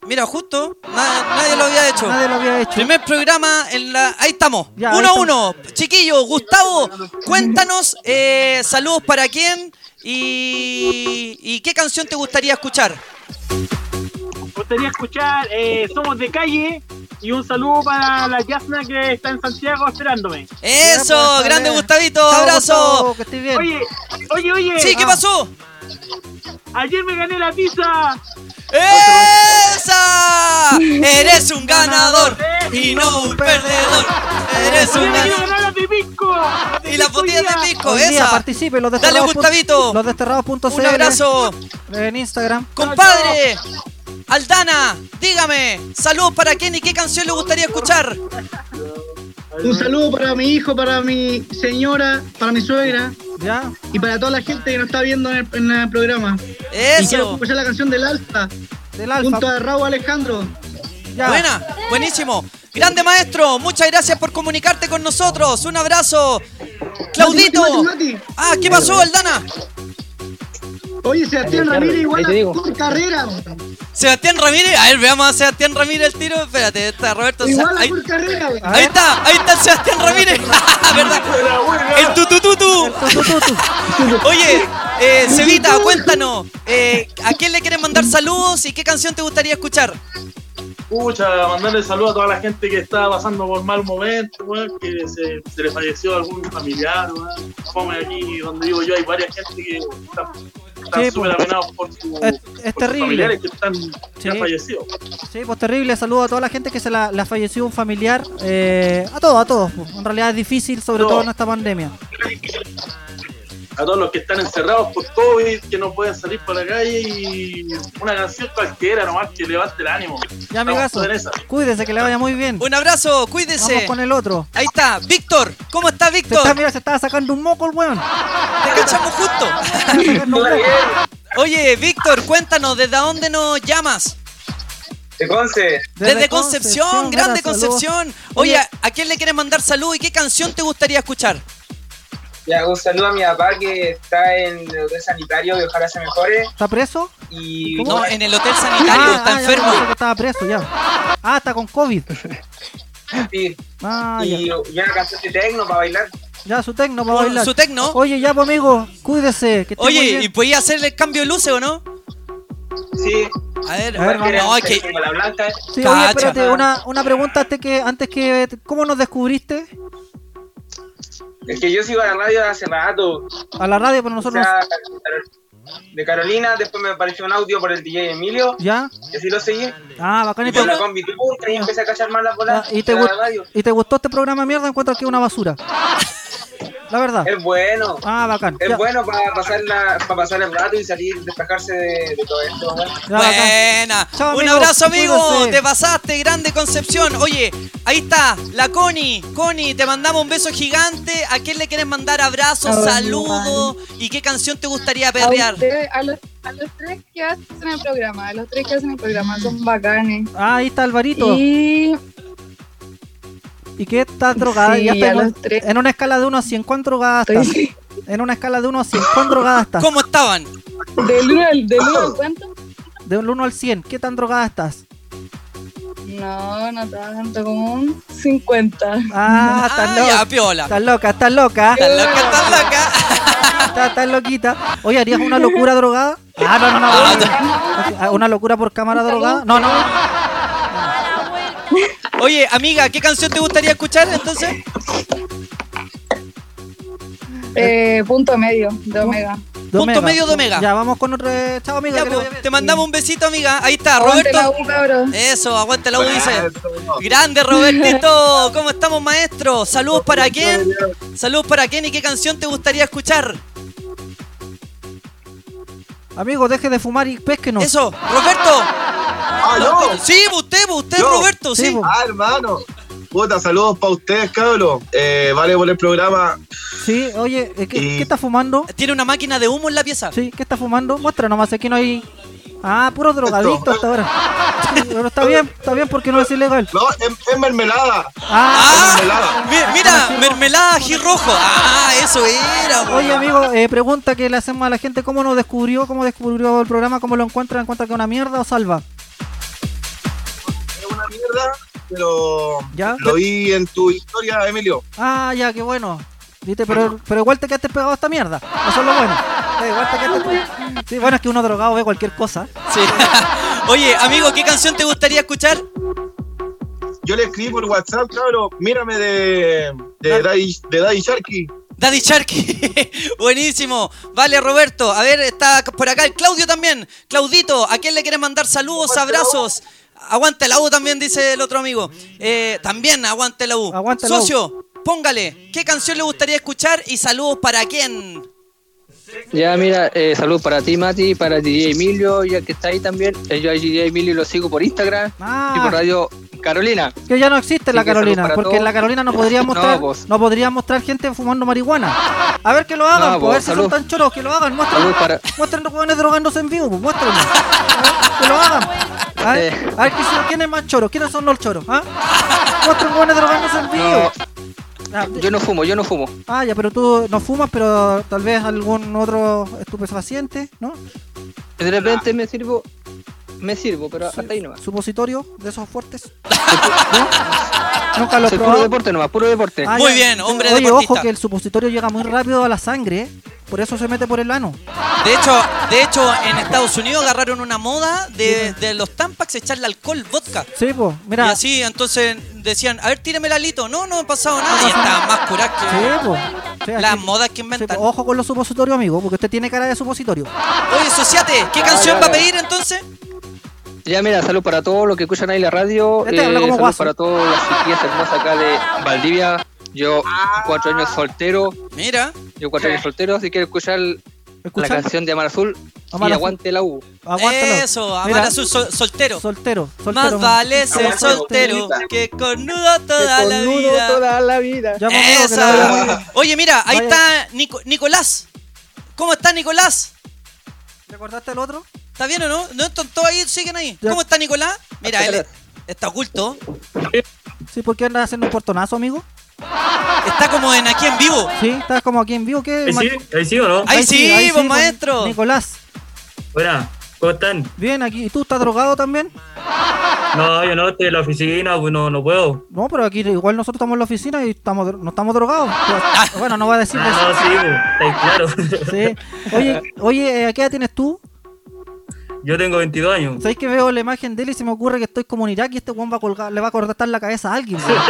Mira, justo, na- nadie lo había hecho. Nadie lo había hecho. Primer programa Ah, en la. Ahí estamos. Ya, ahí uno a estamos. uno. Chiquillo, Gustavo, cuéntanos eh, saludos para quién y, y qué canción te gustaría escuchar. Me gustaría escuchar eh, Somos de Calle y un saludo para la Yasna que está en Santiago esperándome. pues, Eso, grande Gustavito, abrazo. Oye, oye, oye. Sí, ¿qué Ah. pasó? Ayer me gané la pizza. ¡Esa! ¡Eres un ganador! y no un perdedor. Eres un ganador. Y las botellas de pisco, Hoy día esa. participe los Dale, desterrados. Gustavito. Los desterrados.cl. Un abrazo. En Instagram. Compadre, Aldana, dígame, salud para quién y qué canción le gustaría escuchar. Un saludo para mi hijo, para mi señora, para mi suegra. Y para toda la gente que nos está viendo en el, en el programa. Y Eso. quiero escuchar la canción del Alfa. Del Alfa. Junto a Raúl Alejandro. Buena, buenísimo. Grande maestro, muchas gracias por comunicarte con nosotros. Un abrazo. Claudito. Mati, Mati, Ah, ¿qué pasó, Aldana? Oye, Sebastián Ramírez igual Ahí te digo. a tu carrera. Sebastián Ramírez, a ver, veamos a Sebastián Ramírez el tiro. Espérate, está Roberto. Sa- Igual a ahí, tu carrera. güey. ahí está, ahí está el Sebastián Ramírez. ¿Verdad? El tutututu. Oye, eh, Cevita, cuéntanos, eh, ¿a quién le quieren mandar saludos y qué canción te gustaría escuchar? Pucha, mandarle saludo a toda la gente que está pasando por mal momento, weón, que se, se le falleció algún familiar, weón. Fome aquí donde vivo yo hay varias gente que están Sí, están súper pues. apenados por, su, Es- es por sus terrible. familiares que están, que Sí. han fallecido. Sí, pues terrible. Saludo a toda la gente que se la, la falleció un familiar. eh, a todos, a todos. pues. En realidad es difícil, sobre No. todo en esta pandemia. A todos los que están encerrados por COVID, que no pueden salir por la calle y una canción cualquiera nomás que levante el ánimo. Ya, amigazo. Estamos en esa. Cuídese, que le vaya muy bien. Un abrazo, cuídese. Vamos con el otro. Ahí está, Víctor. ¿Cómo está Se Víctor? está, mira, se estaba sacando un moco el weón. Te cachamos justo. Oye, Víctor, cuéntanos, ¿desde dónde nos llamas? De Conce. Desde, Concepción, grande mira, saludos. Concepción. Oye, ¿a quién le quieres mandar salud y qué canción te gustaría escuchar? Ya, un saludo a mi papá que está en el hotel sanitario y ojalá se mejore. ¿Está preso? Y ¿Cómo? No, en el hotel sanitario, Ah, está ah, ya, enfermo. pensé que estaba preso ya. Ah, está con COVID. sí. Ah, y, ya. y una canción de tecno para bailar. Ya, su tecno para bailar. su tecno. Oye, ya, pues, amigo, cuídese. Que esté muy Oye, bien. ¿y podías hacerle el cambio de luces o no? Sí. A ver, A ver, vamos, vamos. no, es que... Como la blanca. Sí, oye, Cacha. espérate, una, una pregunta antes que, antes que. ¿Cómo nos descubriste? Es que yo sigo a la radio hace rato. A la radio, pero O nosotros. sea, de Carolina, después me apareció un audio por el DJ Emilio. ¿Ya? Y así lo seguí. Ah, bacán. Y ¿Y por te, Ah, la combi turca y empecé a cachar más las bolas. y te de la gust- radio. y te gustó este programa mierda? Encuentro que es una basura. La verdad. Es bueno. Ah, bacán. Es Ya. bueno para pasar, la, para pasar el rato y salir, despejarse de, de todo esto. bueno. Buena. Chao, Un amigo. abrazo, amigo. Cuídate. Te pasaste, grande Concepción. Oye, ahí está, la Connie. Connie, te mandamos un beso gigante. ¿A quién le quieres mandar abrazo, Ay, saludo? ¿Y qué canción te gustaría A, perrear? ustedes- a los, a los tres que hacen el programa, a los tres que hacen el programa son bacanes. Ah, ahí está Alvarito. Y... qué estás drogada? Sí, ya está a en, los un- en una escala de 1 a 100, ¿cuán drogada estás? En una escala de 1 a 100, ¿cuán drogada estás? ¿Cómo estaban? Del 1 al del uno al cuánto? De un 1 al 100, ¿qué tan drogada estás? No, no tanto, como un 50. Ah, estás loca. ya, piola. Estás loca, estás loca. Estás loca, estás loca. Estás, estás loquita. Oye, ¿harías una locura drogada? Ah, no, no, no. Ah, ¿Una locura por cámara drogada? No, no. Oye, amiga, ¿qué canción te gustaría escuchar entonces? Eh, punto medio de Omega. De Punto medio de Omega. Ya, vamos con otro. eh, Chao, amiga. Ya, que le po, vaya bien. te mandamos un besito, amiga. Ahí está, Aguante Roberto. la Eso, aguante la U, dice. Grande, Robertito. ¿Cómo estamos, maestro? Saludos para quién. Saludos para quién y qué canción te gustaría escuchar. Amigo, deje de fumar y pesquenos. Eso, Roberto. No, Sí, usted, usted, Roberto, sí. Ah, hermano. Puta, saludos para ustedes, cabros. Eh, vale por el programa. Sí, oye, eh, ¿qué, qué está fumando? Tiene una máquina de humo en la pieza. Sí, ¿qué está fumando? Muestra nomás, aquí no hay. Ah, puro drogadicto hasta ahora. Pero está bien, está bien porque no es ilegal. No, es, mermelada. Ah, Mi- mira, mermelada ají rojo. Ah, eso era. po. Oye, amigo, eh, pregunta que le hacemos a la gente: ¿cómo nos descubrió? ¿Cómo descubrió el programa? ¿Cómo lo encuentra? ¿Encuentra que es una mierda o salva? Es una mierda, pero ¿Ya? lo vi en tu historia, Emilio. Ah, ya, qué bueno. Viste, pero, pero igual te quedaste pegado a esta mierda. Eso es lo bueno. Sí, igual te quedaste- Sí, bueno, es que uno drogado ve cualquier cosa. Sí. Oye, amigo, ¿qué canción te gustaría escuchar? Yo le escribí por WhatsApp, cabros. Mírame de, de, Daddy, de Daddy Sharky. Daddy Sharky. Buenísimo. Vale, Roberto. A ver, está por acá el Claudio también. Claudito, ¿a quién le quieres mandar saludos, abrazos? Aguante la U también, dice el otro amigo. Eh, también aguante la U. la U. Socio, póngale, ¿qué canción le gustaría escuchar y saludos para quién? Ya, mira, eh, salud para ti, Mati, para DJ Emilio, ya que está ahí también. Eh, yo a DJ Emilio lo sigo por Instagram Ah. y por Radio Carolina. Que ya no existe en la Así que salud Carolina, para porque en todos. la Carolina no podría No, mostrar, no, vos. podría mostrar gente fumando marihuana. A ver que lo hagan, No, po, a ver vos, si son salud. tan choros, que lo hagan, muestren, Salud para- muestren los hueones drogándose en vivo, po, muestren. ¿Ah? que lo hagan. A ver, a ver que son- quién es más choro, quiénes son los choros, ¿ah? Muestren hueones drogándose en vivo. No, yo no fumo, yo no fumo. Ah, ya, pero tú no fumas, pero tal vez algún otro estupefaciente, ¿no? De repente me sirvo, me sirvo, pero hasta ahí nomás. Supositorio de esos fuertes. ¿No? Nunca lo he Soy probado. puro deporte nomás, puro deporte. Ah, ya. Oye, ojo que el supositorio llega muy rápido a la sangre, ¿eh? por eso se mete por el ano. De hecho, de hecho, en Estados Unidos agarraron una moda de, de los Tampax echarle alcohol, vodka. Sí, pues, Y mira. Sí, así, entonces decían, a ver, tíreme el alito. No, no me ha pasado nada. y estaban más curados que po. Sí, así- las modas que sí, po. inventan. Ojo con los supositorios, amigo, porque usted tiene cara de supositorio. Oye, Sociate, ¿qué Ya, canción ya, va a ya. pedir entonces? Ya, mira, salud para todos los que escuchan ahí la radio. Eh, Este habla como salud guaso. para todas las chiquillas hermosas acá de Valdivia. Yo, cuatro años soltero. Mira. Yo, cuatro años soltero. Si quiero escuchar la Escuchar. canción de Amar Azul Amar y Azul. aguante la U. Aguántalo. Eso, amar Mira. a su sol- soltero. Soltero, Más soltero. vale ser soltero que cornudo toda la vida. toda la vida. Ya, mamá, que la Esa. verdad- Oye, mira, ahí Vaya. está Nico- Nicolás. ¿Cómo está Nicolás? ¿Te acordaste del otro? ¿Está bien o no? ¿No están todos ahí? ¿Siguen ahí? ¿Cómo está Nicolás? Mira, él está oculto. Sí, ¿por qué andas haciendo un portonazo, amigo? Está como en aquí en vivo. Sí, estás como aquí en vivo, ¿qué? Ahí sí, ahí sí o no? Ahí sí, vos, pues, maestro. Nicolás, Buena, ¿cómo están? bien aquí. ¿Y tú estás drogado también? No, yo no estoy en la oficina, pues no, no puedo. No, pero aquí igual nosotros estamos en la oficina y estamos dro- no estamos drogados. Pero- bueno, no va a decir Ah, no, sí, pues, está claro. eso. Oye, oye, eh, ¿a qué edad tienes tú? Yo tengo 22 años. ¿Sabéis que veo la imagen de él y se me ocurre que estoy como en Irak y este weón va a colgar, le va a cortar la cabeza a alguien? weón.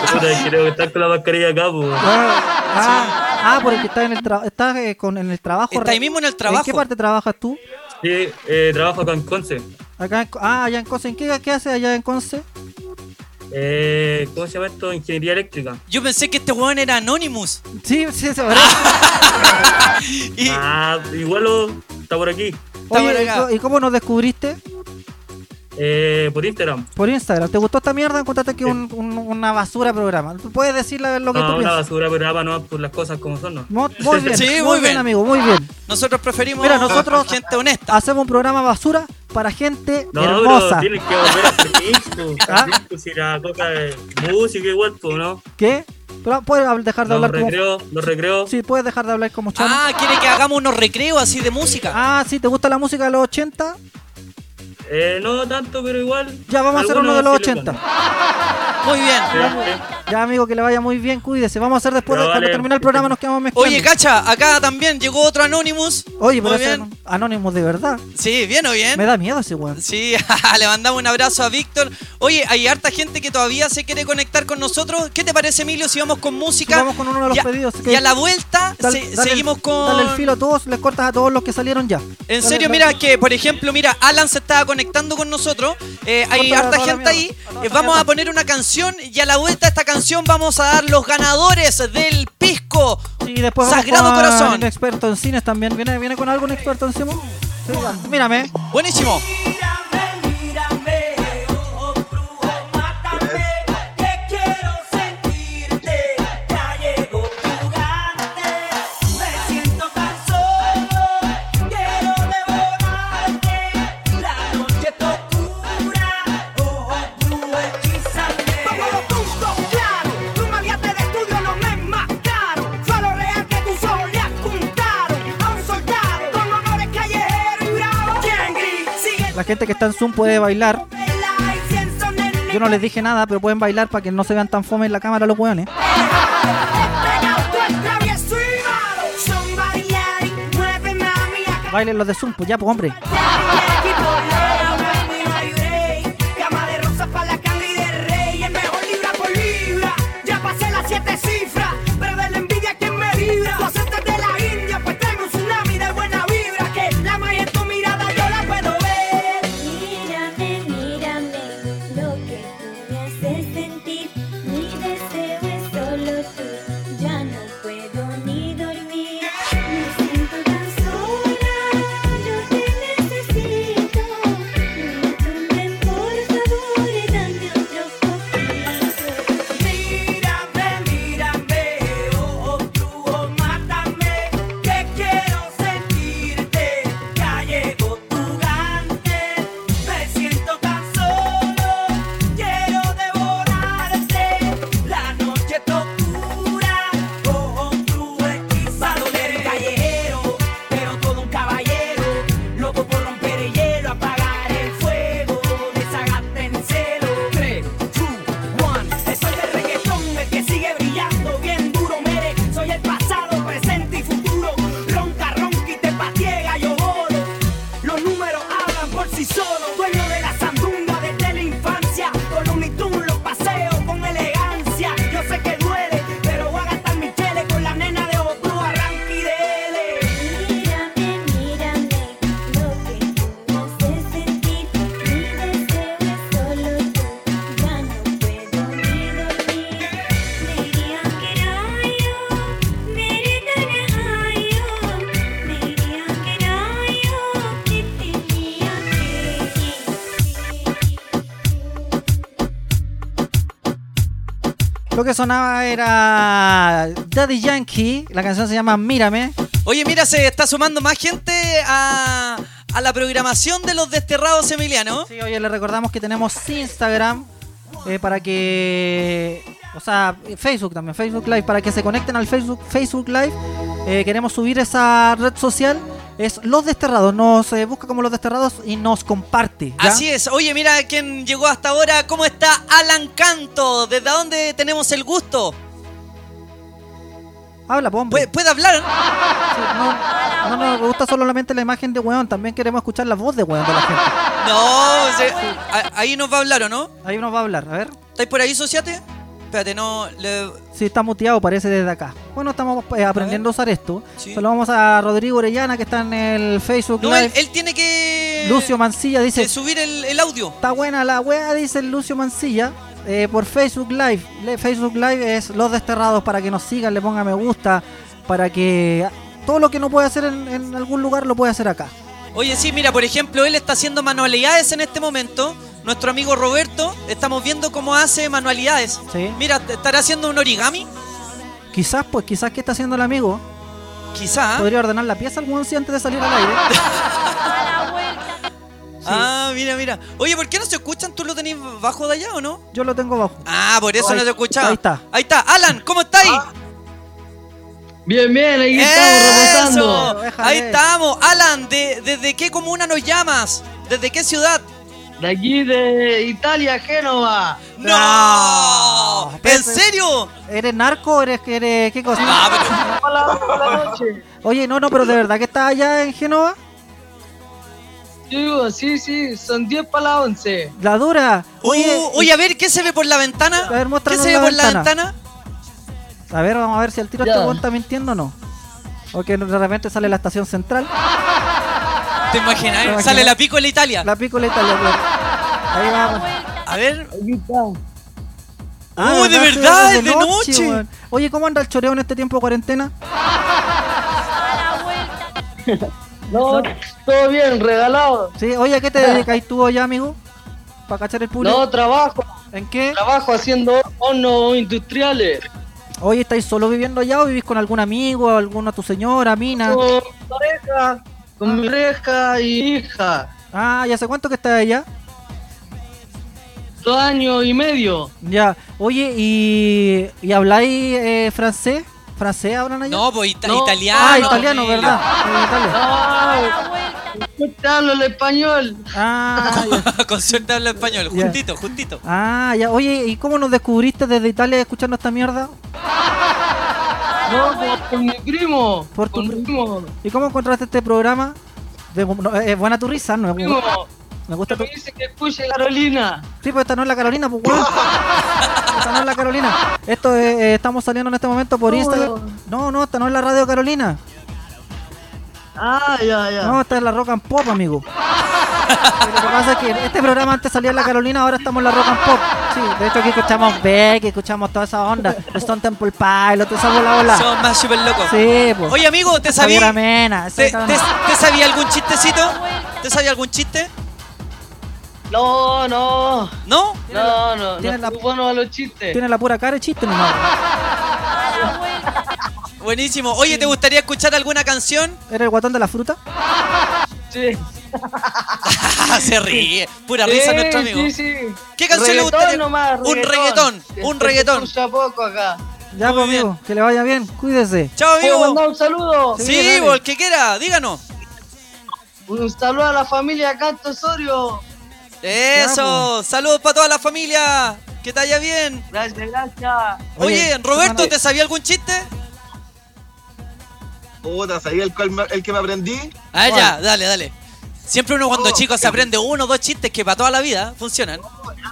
Puta, creo que estás con la mascarilla acá, pues. ah, ah, por el que está en el trabajo, estás eh, con en el trabajo. Está ahí mismo en el ¿En qué trabajo. parte trabajas tú? Sí, eh, trabajo acá en Conce. Acá en Co- ah, allá en Conce. ¿En qué, qué haces allá en Conce? Eh, ¿Cómo se llama esto? Ingeniería eléctrica. Yo pensé que este weón era Anonymous. Sí, sí, se verá. Ah, igual lo- está por aquí. Oye, ¿y co- ¿y cómo nos descubriste? Eh, por Instagram. Por Instagram. ¿Te gustó esta mierda? Encontraste que es un- un- una basura programa. Tú Puedes decir la- lo que No, tú una piensas. basura, pero ahora no, por las cosas como son, ¿no? Mo- Muy bien, Sí, muy, muy bien, bien. amigo, muy bien. Nosotros preferimos Mira, nosotros gente honesta. Hacemos un programa basura para gente No, hermosa. pero tienes que volver a hacer disco. ¿Ah? Si la cosa de música igual, pues, ¿no? ¿Qué? Pero puedes hab- dejar de Los hablar como. recreos, los recreos. Sí, puedes dejar de hablar como chano. Ah, quiere que hagamos unos recreos así de música. Ah, sí, ¿te gusta la música de los 80? Eh, no tanto, pero igual. Ya vamos a hacer uno algunos de los sí le 80. Muy bien. Ya, amigo, que le vaya muy bien, cuídese. Vamos a hacer después, Ya, de cuando vale. termine el programa, nos quedamos mezclando. Oye, cacha, acá también llegó otro Anonymous. Oye, muy pero ese bien. anón- anónimo de verdad. Sí, bien o bien. Me da miedo ese weón. Sí, le mandamos un abrazo a Víctor. Oye, hay harta gente que todavía se quiere conectar con nosotros. ¿Qué te parece, Emilio, si vamos con música? Vamos con uno de los y a, pedidos. que- Y a la vuelta Dal- se- dale el- seguimos con... Dale el filo a todos, les cortas a todos los que salieron ya. En serio, mira que, por ejemplo, mira, Alan se estaba conectando con nosotros. eh, hay Córtale a harta toda la gente ahí. Eh, vamos a poner una canción y a la vuelta de esta canción vamos a dar los ganadores del pisco. Y después vamos Sagrado con Corazón. Un experto en cines también. ¿Viene, viene con algo un experto en cines? Sí, va. mírame. Buenísimo. quiero sentirte, ya llegó tu gante, me siento tan solo, quiero devorarte, la noche es oscura, ojo blue hechizante. Vamos justo, claro, tú me aviaste de estudio, no me mataron, fue lo real que tú solas juntaron, a un soldado con honores callejeros y bravo. Changri, sigue La gente que está en Zoom puede bailar. Yo no les dije nada, pero pueden bailar para que no se vean tan fome en la cámara los weones. este travieso y malo, somebody ay, mueve mami a Bailen los de Zoom, pues ya, pues hombre. Y por ley, baby, no hay break. Cama de rosas para la canga y de rey. Es mejor libra por libra. Ya pasé las siete cifras. Pero de la envidia quien me libra. Tú aceptas de la India, pues tengo un tsunami de buena vibra. Que la magia en tu mirada yo la puedo ver. Mírame, mírame. oh, oh, Lo que sonaba era Daddy Yankee. La canción se llama Mírame. Oye, mira, se está sumando más gente a, a la programación de los desterrados Emiliano. Sí, oye, le recordamos que tenemos Instagram eh, para que. O sea, Facebook también, Facebook Live, para que se conecten al Facebook, Facebook Live. Eh, queremos subir esa red social. Es Los Desterrados, nos eh, busca como Los Desterrados y nos comparte. ¿ya? Así es. Oye, mira quién llegó hasta ahora. ¿Cómo está Alan Canto? ¿Desde dónde tenemos el gusto? Habla, pombo. ¿Puede, Eh, puede hablar? No, no nos gusta solamente la imagen de weón, también queremos escuchar la voz de weón de la gente. No, se- a- ahí nos va a hablar, ¿o no? Ahí nos va a hablar, a ver. ¿Estáis por ahí, sociate? Espérate, no. le- Sí, está muteado, parece desde acá. Bueno, estamos eh, aprendiendo a usar esto. Solo vamos a Rodrigo Orellana, que está en el Facebook No, Live. él, él tiene que Lucio Mancilla dice. que subir el, el audio. Está buena la wea, dice el Lucio Mancilla. eh, por Facebook Live. Le- Facebook Live es Los Desterrados para que nos sigan, le pongan me gusta, para que todo lo que no puede hacer en, en algún lugar lo puede hacer acá. Oye, sí, mira, por ejemplo, él está haciendo manualidades en este momento. Nuestro amigo Roberto, estamos viendo cómo hace manualidades. Sí. Mira, te- estará haciendo un origami, Quizás, pues, quizás que está haciendo el amigo. quizá. Podría ordenar la pieza algún si antes de salir al aire. Ah, mira, mira. Oye, ¿por qué no se escuchan? ¿Tú lo tenés bajo de allá o no? Yo lo tengo bajo. Ah, por eso Ahí- no te escuchaba. ahí está. Ahí está. Alan, ¿cómo estáis? Bien, bien, aquí estamos reposando. Ahí estamos. Alan, de- ¿desde qué comuna nos llamas? ¿Desde qué ciudad? De aquí de Italia, Génova. ¡No! ¿En serio? ¿Eres narco? ¿Eres, eres qué cosa? Ah, Hola, buenas noches. Oye, no, no, pero de verdad que estás allá en Génova. Digo, sí, sí, son 10 para la 11. La dura. Oye, Uh, Oye, a ver, ¿qué se ve por la ventana? A ver, ¿Qué muéstranos se ve la por la ventana? ventana. A ver, vamos a ver si el tiro Ya. este weón está mintiendo o no. O que de repente sale la estación central. ¿Te imaginas? ¿Te imaginas? Sale la pico de Italia. La picoleta. la- la- Ahí va. A ver. Ah, ¡Uy, de sí, verdad! ¡Es de noche! weón. Oye, ¿cómo anda el choreo en este tiempo de cuarentena? No, todo bien, regalado. Sí, oye, ¿a qué te dedicáis tú hoy, amigo? ¿Para cachar el público? No, trabajo. ¿En qué? Trabajo haciendo hornos industriales. Oye, ¿estáis solo viviendo allá o vivís con algún amigo, alguna tu señora, mina? Con pareja, con mi pareja y hija. Ah, ¿y hace cuánto que estás allá? Dos años y medio. Ya. Oye, ¿y, y habláis eh, francés? ¿Francés hablan allá? No, pues ita- No. italiano. Ah, Ah, italiano, mira. ¿verdad? En No, yo hablo el español. Ah, ya. Con suerte habla español. Ya. Justito, justito. Ah, ya. Oye, ¿y cómo nos descubriste desde Italia escuchando esta mierda? No, por, por mi primo. Por tu Con pri- primo. ¿Y cómo encontraste este programa? De- no, es buena tu risa, ¿no? Me Primo. gusta, me gusta tu... Me dice que escuche Carolina. Sí, pues esta no es la Carolina, pues weón. Esta no es la Carolina. Esto es, eh, estamos saliendo en este momento por No. Instagram. No, no, esta no es la radio Carolina. Ah, ya, ya. No, esta es la Rock and Pop, amigo. Lo que pasa es que este programa antes salía en la Carolina, ahora estamos en la Rock and Pop. Sí, de hecho aquí escuchamos Beck, escuchamos toda esa onda. Stone Temple Pilot, esa bola bola. Son más súper locos. Sí, pues. Oye, amigo, ¿te Javier sabía? Amena, sí, ¿Te, cabrón. te- te sabía algún chistecito? ¿Te sabía algún chiste? No, no. ¿No? No, no. Tiene no la- soy bueno a los chistes. Tiene la pura cara de chiste nomás. Buenísimo. Oye, ¿te gustaría escuchar alguna canción? ¿Era el guatón de la fruta? Sí. Ah, se ríe. Pura Sí, risa nuestro amigo. Sí, sí. ¿Qué canción le gustaría? nomás, Un reggaetón, un reggaetón. Se escucha poco acá. Ya, pues, amigo, que le vaya bien, cuídese. Chao, ¿Puedo amigo. mandar un saludo? Sí, vos, el que quiera, díganos. Un saludo a la familia Canto Osorio. Eso. Saludos para toda la familia. Que te vaya bien. Gracias, gracias. Oye, Oye, Roberto, hermano. ¿te sabía algún chiste? Puta, ¿sabía el, cual me- el que me aprendí? Ah, ya, ¿Cuál? dale, dale. Siempre uno cuando Oh, chico se qué- aprende uno o dos chistes que para toda la vida funcionan. No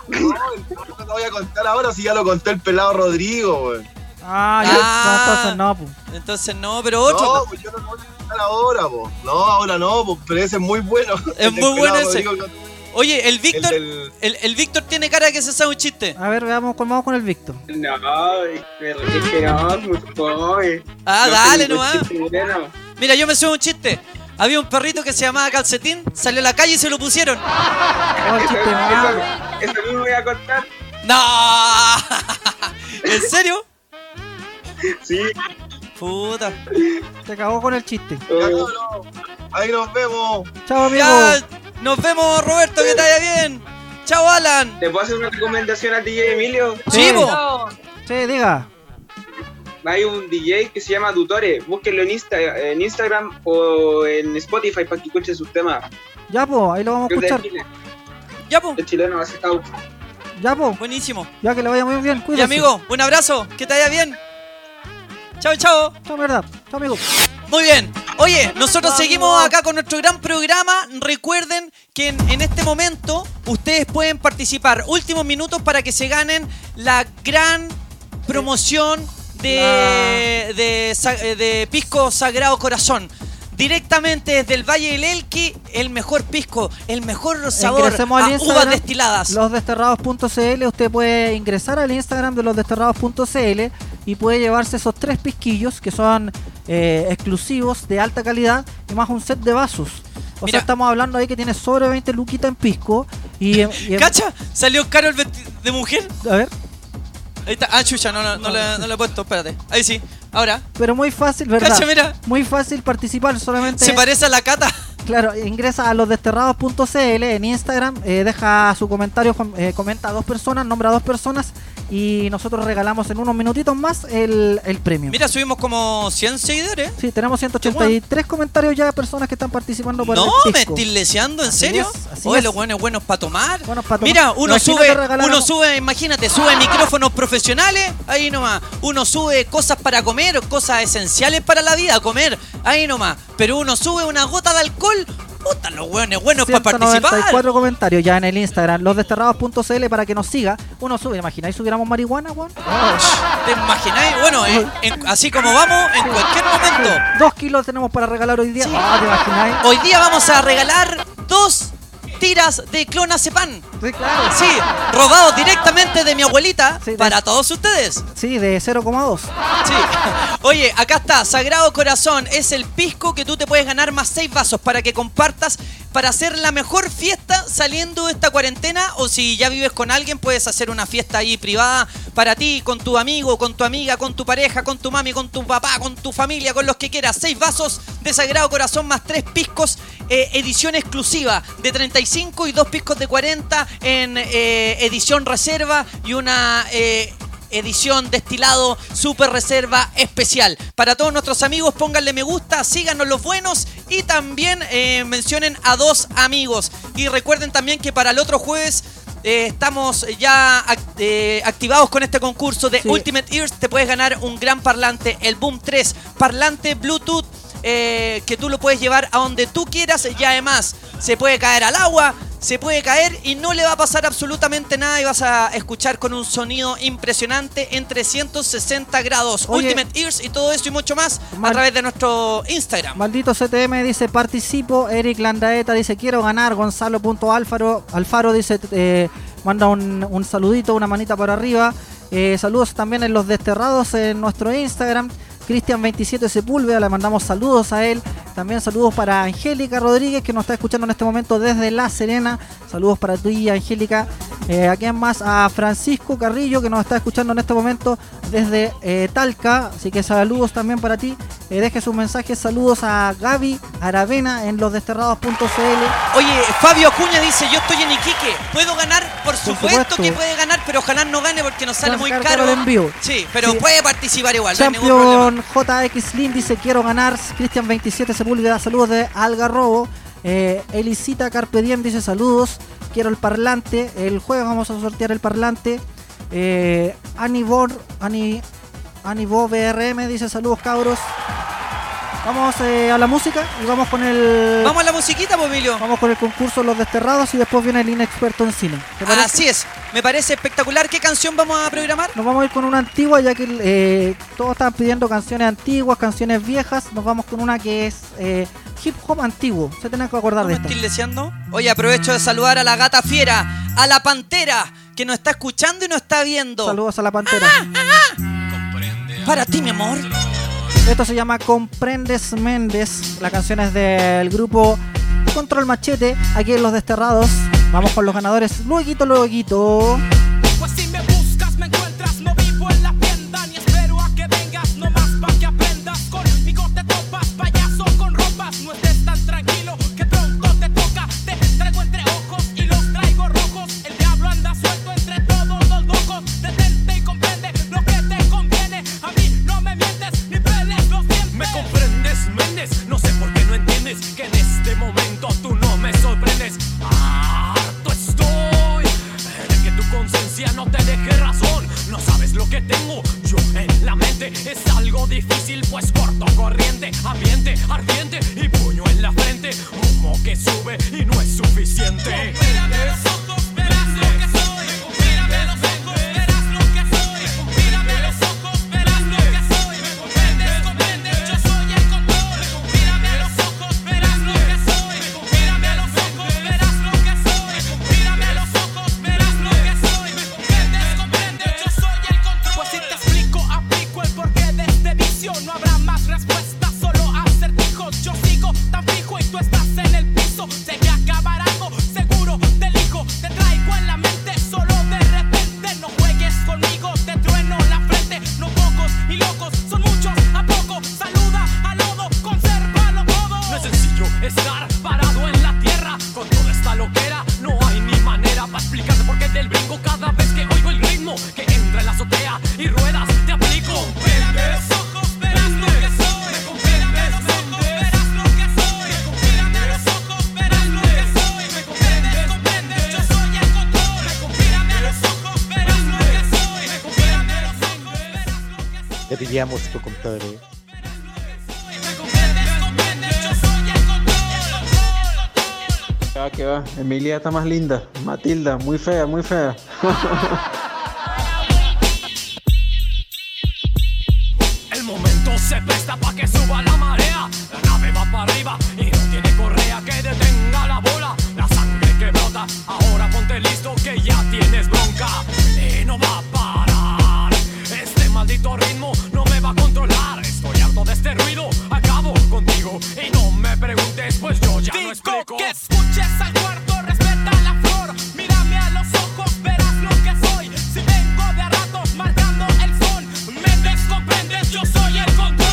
lo voy a contar ahora si ya lo contó el pelado Rodrigo, weón. Ah, ya. Ah. No, entonces no, pues. Entonces no, pero otro. No, pues yo no lo voy a contar ahora, po. No, ahora no, po, pero ese es muy bueno. Es El muy pelado bueno ese. Rodrigo, Oye, el Víctor, El el, el Víctor tiene cara de que se sabe un chiste. A ver, veamos, con- vamos con el Víctor. No, es que es que no, muy joven. Ah, No dale tengo nomás. chiste bueno. Mira, yo me subo un chiste. Había un perrito que se llamaba Calcetín, salió a la calle y se lo pusieron. Oh, Eso, eso, eso mismo voy a contar. ¡No! ¿En serio? Sí. Puta. Se cagó con el chiste. Ahí nos vemos. Chao, pues, amigo. nos vemos, Roberto, que te vaya bien. Chao, Alan. ¿Te puedo hacer una recomendación al DJ Emilio? Sí, po. Sí, diga. Hay un DJ que se llama Dutore. Búsquenlo en, Insta- en Instagram o en Spotify para que escuchen sus temas. Ya, po, ahí lo vamos a Es de escuchar. pues. Chile. Ya, po. Es chileno, hace cau. Ya, po. Buenísimo. Ya que le vaya muy bien. Cuídese. Y amigo, un abrazo, que te vaya bien. Chao, chao. Chao, verdad. Chao, amigo. Muy bien. Oye, nosotros seguimos acá con nuestro gran programa. Recuerden que en, en este momento ustedes pueden participar. Últimos minutos para que se ganen la gran promoción de, de, sa- eh, de Pisco Sagrado Corazón. Directamente desde el Valle del Elqui, el mejor pisco, el mejor sabor Ingresemos al a uvas Instagram, destiladas. Losdesterrados.cl, usted puede ingresar al Instagram de losdesterrados.cl y puede llevarse esos tres pisquillos que son eh, exclusivos de alta calidad y más un set de vasos. O sea, estamos hablando ahí que tiene sobre 20 luquitas en pisco y, en- y en- ¿Cacha? ¿Salió caro el vestido de mujer? A ver, Ahí está. Ah, chucha, no, no, no, la- no la he puesto, espérate. Ahí sí, ahora. pero muy fácil, ¿verdad? Cacha, mira. Muy fácil participar, solamente Se parece a la cata. Claro, ingresa a losdesterrados.cl en Instagram, eh, deja su comentario, com- eh, comenta a dos personas, nombra a dos personas y nosotros regalamos en unos minutitos más el, el premio. Mira, subimos como 100 seguidores. Sí, tenemos 183 comentarios ya de personas que están participando por No, el me pisco. estoy leseando, ¿en serio? es, así Oye, es. los buenos buenos para tomar. pa' tomar. Mira, uno Imagínate sube, regalar uno algo. sube, imagínate, sube micrófonos profesionales, ahí nomás. Uno sube cosas para comer, cosas esenciales para la vida, comer, ahí nomás. Pero uno sube una gota de alcohol, puta, los buenos buenos para participar. 194 comentarios ya en el Instagram, losdesterrados.cl para que nos siga. Uno sube, imagináis subiéramos marihuana, weón. ¿Te imagináis? Bueno, en- en- así como vamos, en cualquier momento. Dos kilos tenemos para regalar hoy día. Ah, ¿te imagináis? Hoy día vamos a regalar dos tiras de clonazepam. Sí, claro. Sí, robado directamente de mi abuelita para todos ustedes. Sí, de 0,2. Sí. Oye, acá está, Sagrado Corazón, es el pisco que tú te puedes ganar más seis vasos para que compartas para hacer la mejor fiesta saliendo de esta cuarentena o si ya vives con alguien puedes hacer una fiesta ahí privada para ti, con tu amigo, con tu amiga, con tu pareja, con tu mami, con tu papá, con tu familia, con los que quieras. Seis vasos de Sagrado Corazón más tres piscos eh, edición exclusiva de 35 y dos piscos de 40 en eh, edición reserva y una... eh, edición destilado super reserva especial. Para todos nuestros amigos, pónganle me gusta, síganos los buenos y también eh, mencionen a dos amigos. Y recuerden también que para el otro jueves. eh, estamos ya ac- eh, activados con este concurso de Ultimate Ears. Te puedes ganar un gran parlante, el Boom 3, parlante Bluetooth, eh, que tú lo puedes llevar a donde tú quieras y además se puede caer al agua, se puede caer y no le va a pasar absolutamente nada y vas a escuchar con un sonido impresionante en 360 grados. Oye. Ultimate Ears y todo eso y mucho más a través de nuestro Instagram. Maldito CTM dice participo, Eric Landaeta dice quiero ganar, Gonzalo.alfaro Alfaro dice eh, manda un, un saludito, una manita para arriba. Eh, saludos también en los desterrados en nuestro Instagram. Cristian27 Sepúlveda, le mandamos saludos a él. También saludos para Angélica Rodríguez, que nos está escuchando en este momento desde La Serena. Saludos para ti, Angélica. Eh, ¿A quién más? A Francisco Carrillo, que nos está escuchando en este momento desde eh, Talca. Así que saludos también para ti. Eh, deje sus mensajes. Saludos a Gaby Aravena en losdesterrados.cl. Oye, Fabio Acuña dice, yo estoy en Iquique, puedo ganar, por supuesto, supuesto. que puede ganar, pero ojalá no gane porque nos sale Nos muy sale caro. caro el envío. Sí, pero Sí. puede participar igual. no hay ningún problema. Champion JX Lin dice quiero ganar. Cristian 27 Sepúlveda, saludos de Algarrobo. Eh, Elisita Carpe Diem dice saludos. Quiero el parlante. El jueves vamos a sortear el parlante. Eh, Ani Bor, Ani, Ani Bo BRM dice saludos cabros. Vamos eh, a la música y vamos con el. Vamos a la musiquita, pues, Pomilio. Vamos con el concurso Los Desterrados y después viene el inexperto en cine. ¿Te parece? Así es, me parece espectacular. ¿Qué canción vamos a programar? Nos vamos a ir con una antigua, ya que eh, todos estaban pidiendo canciones antiguas, canciones viejas. Nos vamos con una que es eh, hip hop antiguo. Se tienen que acordar de esta. ¿Estoy deseando? Oye, aprovecho de saludar a la gata fiera, a la pantera, que nos está escuchando y nos está viendo. Ah, Saludos a la pantera. Para ti, mi amor. Esto se llama Comprendes Méndez. La canción es del grupo Control Machete. Aquí en Los Desterrados. Vamos con los ganadores. Lueguito, lueguito. Pues si me buscas, me encuentras, no vivo en la este algo difícil, pues corto, corriente, ambiente, ardiente y puño en la frente. Humo que sube y no es suficiente. Pues si te explico, aplico el porqué de este vicio. No habrá más respuestas, solo acertijos. Yo sigo tan fijo y tú estás en el piso. Sé que acabar algo, seguro te elijo. Te traigo en la mente, solo de repente. No juegues conmigo, te trueno la frente. No pocos y locos, son muchos a poco. Saluda al lodo, consérvalo todo. No es sencillo estar parado en la tierra con toda esta loquera. No hay ni manera para explicarte por qué del brinco cada vez que oigo el ritmo que entra en la azotea y ruedas te aplico. Verás lo que soy, verás lo que soy, verás ojos, verás lo que soy, me comprendes, comprendes, yo soy el control, me los ojos, verás lo que soy, me comprendes, Ya diríamos tu compadre. yo soy el control. Ah, que va. Emilia está más linda. Matilda, muy fea, muy fea. El momento se presta pa' que suba la marea. La nave va para arriba y no tiene correa que detenga la bola. La sangre que brota, ahora ponte listo que ya tienes bronca. Y no va a parar. Este maldito ritmo no me va a controlar. Estoy harto de este ruido, acabo contigo. Y no me preguntes, pues yo ya no explico. que escuches al cuarto, respeta la flor. Mírame a los ojos, verás lo que soy. Si vengo de a ratos marcando el sol, me descomprendes, yo soy el control.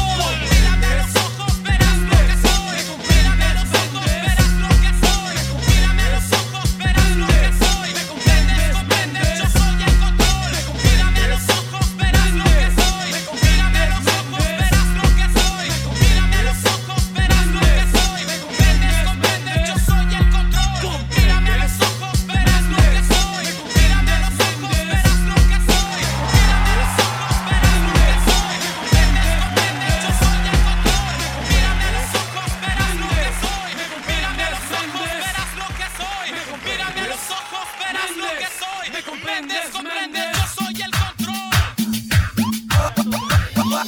Mírame a los ojos, verás lo que soy. Mírame a los ojos, verás lo que soy. Mírame a los ojos, verás lo que soy. Me comprendes, comprendes, yo soy el control. Mírame a los ojos, verás lo que soy. Mírame a los ojos, verás lo que soy. Mírame a los ojos, verás lo que soy. Me comprendes, comprendes, yo soy el control. Mírame a los ojos, verás lo que soy. Mírame a los ojos, verás lo que soy. Mírame a los ojos, verás lo que soy. Me comprendes, comprendes, yo soy el control. Mírame a los ojos, verás lo que soy. Mírame a los ojos, verás lo que soy. Mírame a los ojos, verás lo que soy. Me comprendes, comprendes, yo soy el control.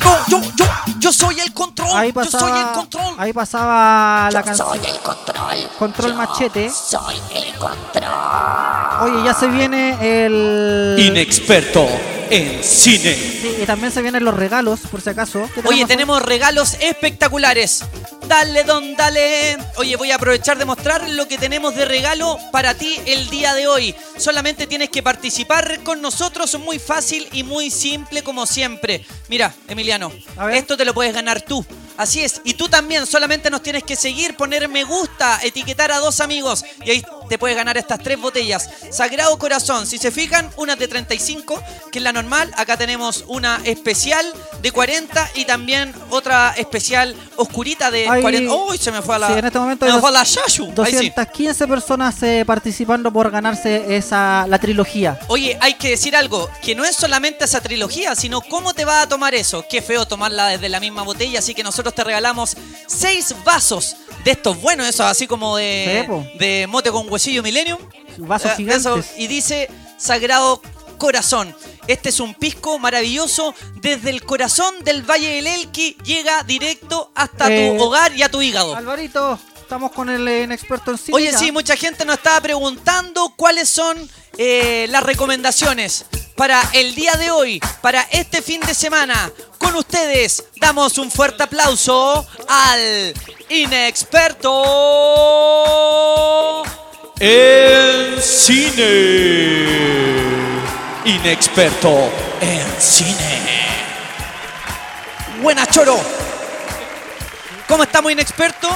Yo, yo, yo, yo soy el control. Ahí Yo soy el pasaba, control. ahí pasaba la Yo canción. soy el control. machete. Soy el Oye, ya se viene el. Inexperto en cine. Sí, y también se vienen los regalos, por si acaso. ¿Qué Oye, tenemos regalos espectaculares. Dale, don, dale. Oye, voy a aprovechar de mostrar lo que tenemos de regalo para ti el día de hoy. Solamente tienes que participar con nosotros, muy fácil y muy simple como siempre. Mira, Emiliano, esto te lo puedes ganar tú. Así es, y tú también, solamente nos tienes que seguir, poner me gusta, etiquetar a dos amigos y ahí te puedes ganar estas tres botellas. Sagrado Corazón, si se fijan, una de 35, que es la normal, acá tenemos una especial de 40 y también otra especial oscurita de Hay- 40. ¡Uy! Se me fue a la. Sí, en este momento se me hay fue a la dos- Yashu. Ahí sí. 215 personas eh, participando por ganarse esa la trilogía. Oye, hay que decir algo, que no es solamente esa trilogía, sino cómo te va a tomar eso. Qué feo tomarla desde la misma botella, así que nosotros te regalamos seis vasos de estos buenos, esos así como Sí, po. de, de mote con huesillo Millennium. Vasos Eh, gigantes. eso, y dice Sagrado Corazón. Este es un pisco maravilloso. Desde el corazón del Valle del Elqui llega directo hasta Eh, tu hogar y a tu hígado. Alvarito, estamos con el eh, inexperto en cine. Oye, ya. sí, mucha gente nos estaba preguntando cuáles son eh, las recomendaciones para el día de hoy, para este fin de semana. Con ustedes damos un fuerte aplauso al inexperto. El cine. Inexperto en cine. Buenas, Choro. ¿Cómo estamos, inexperto?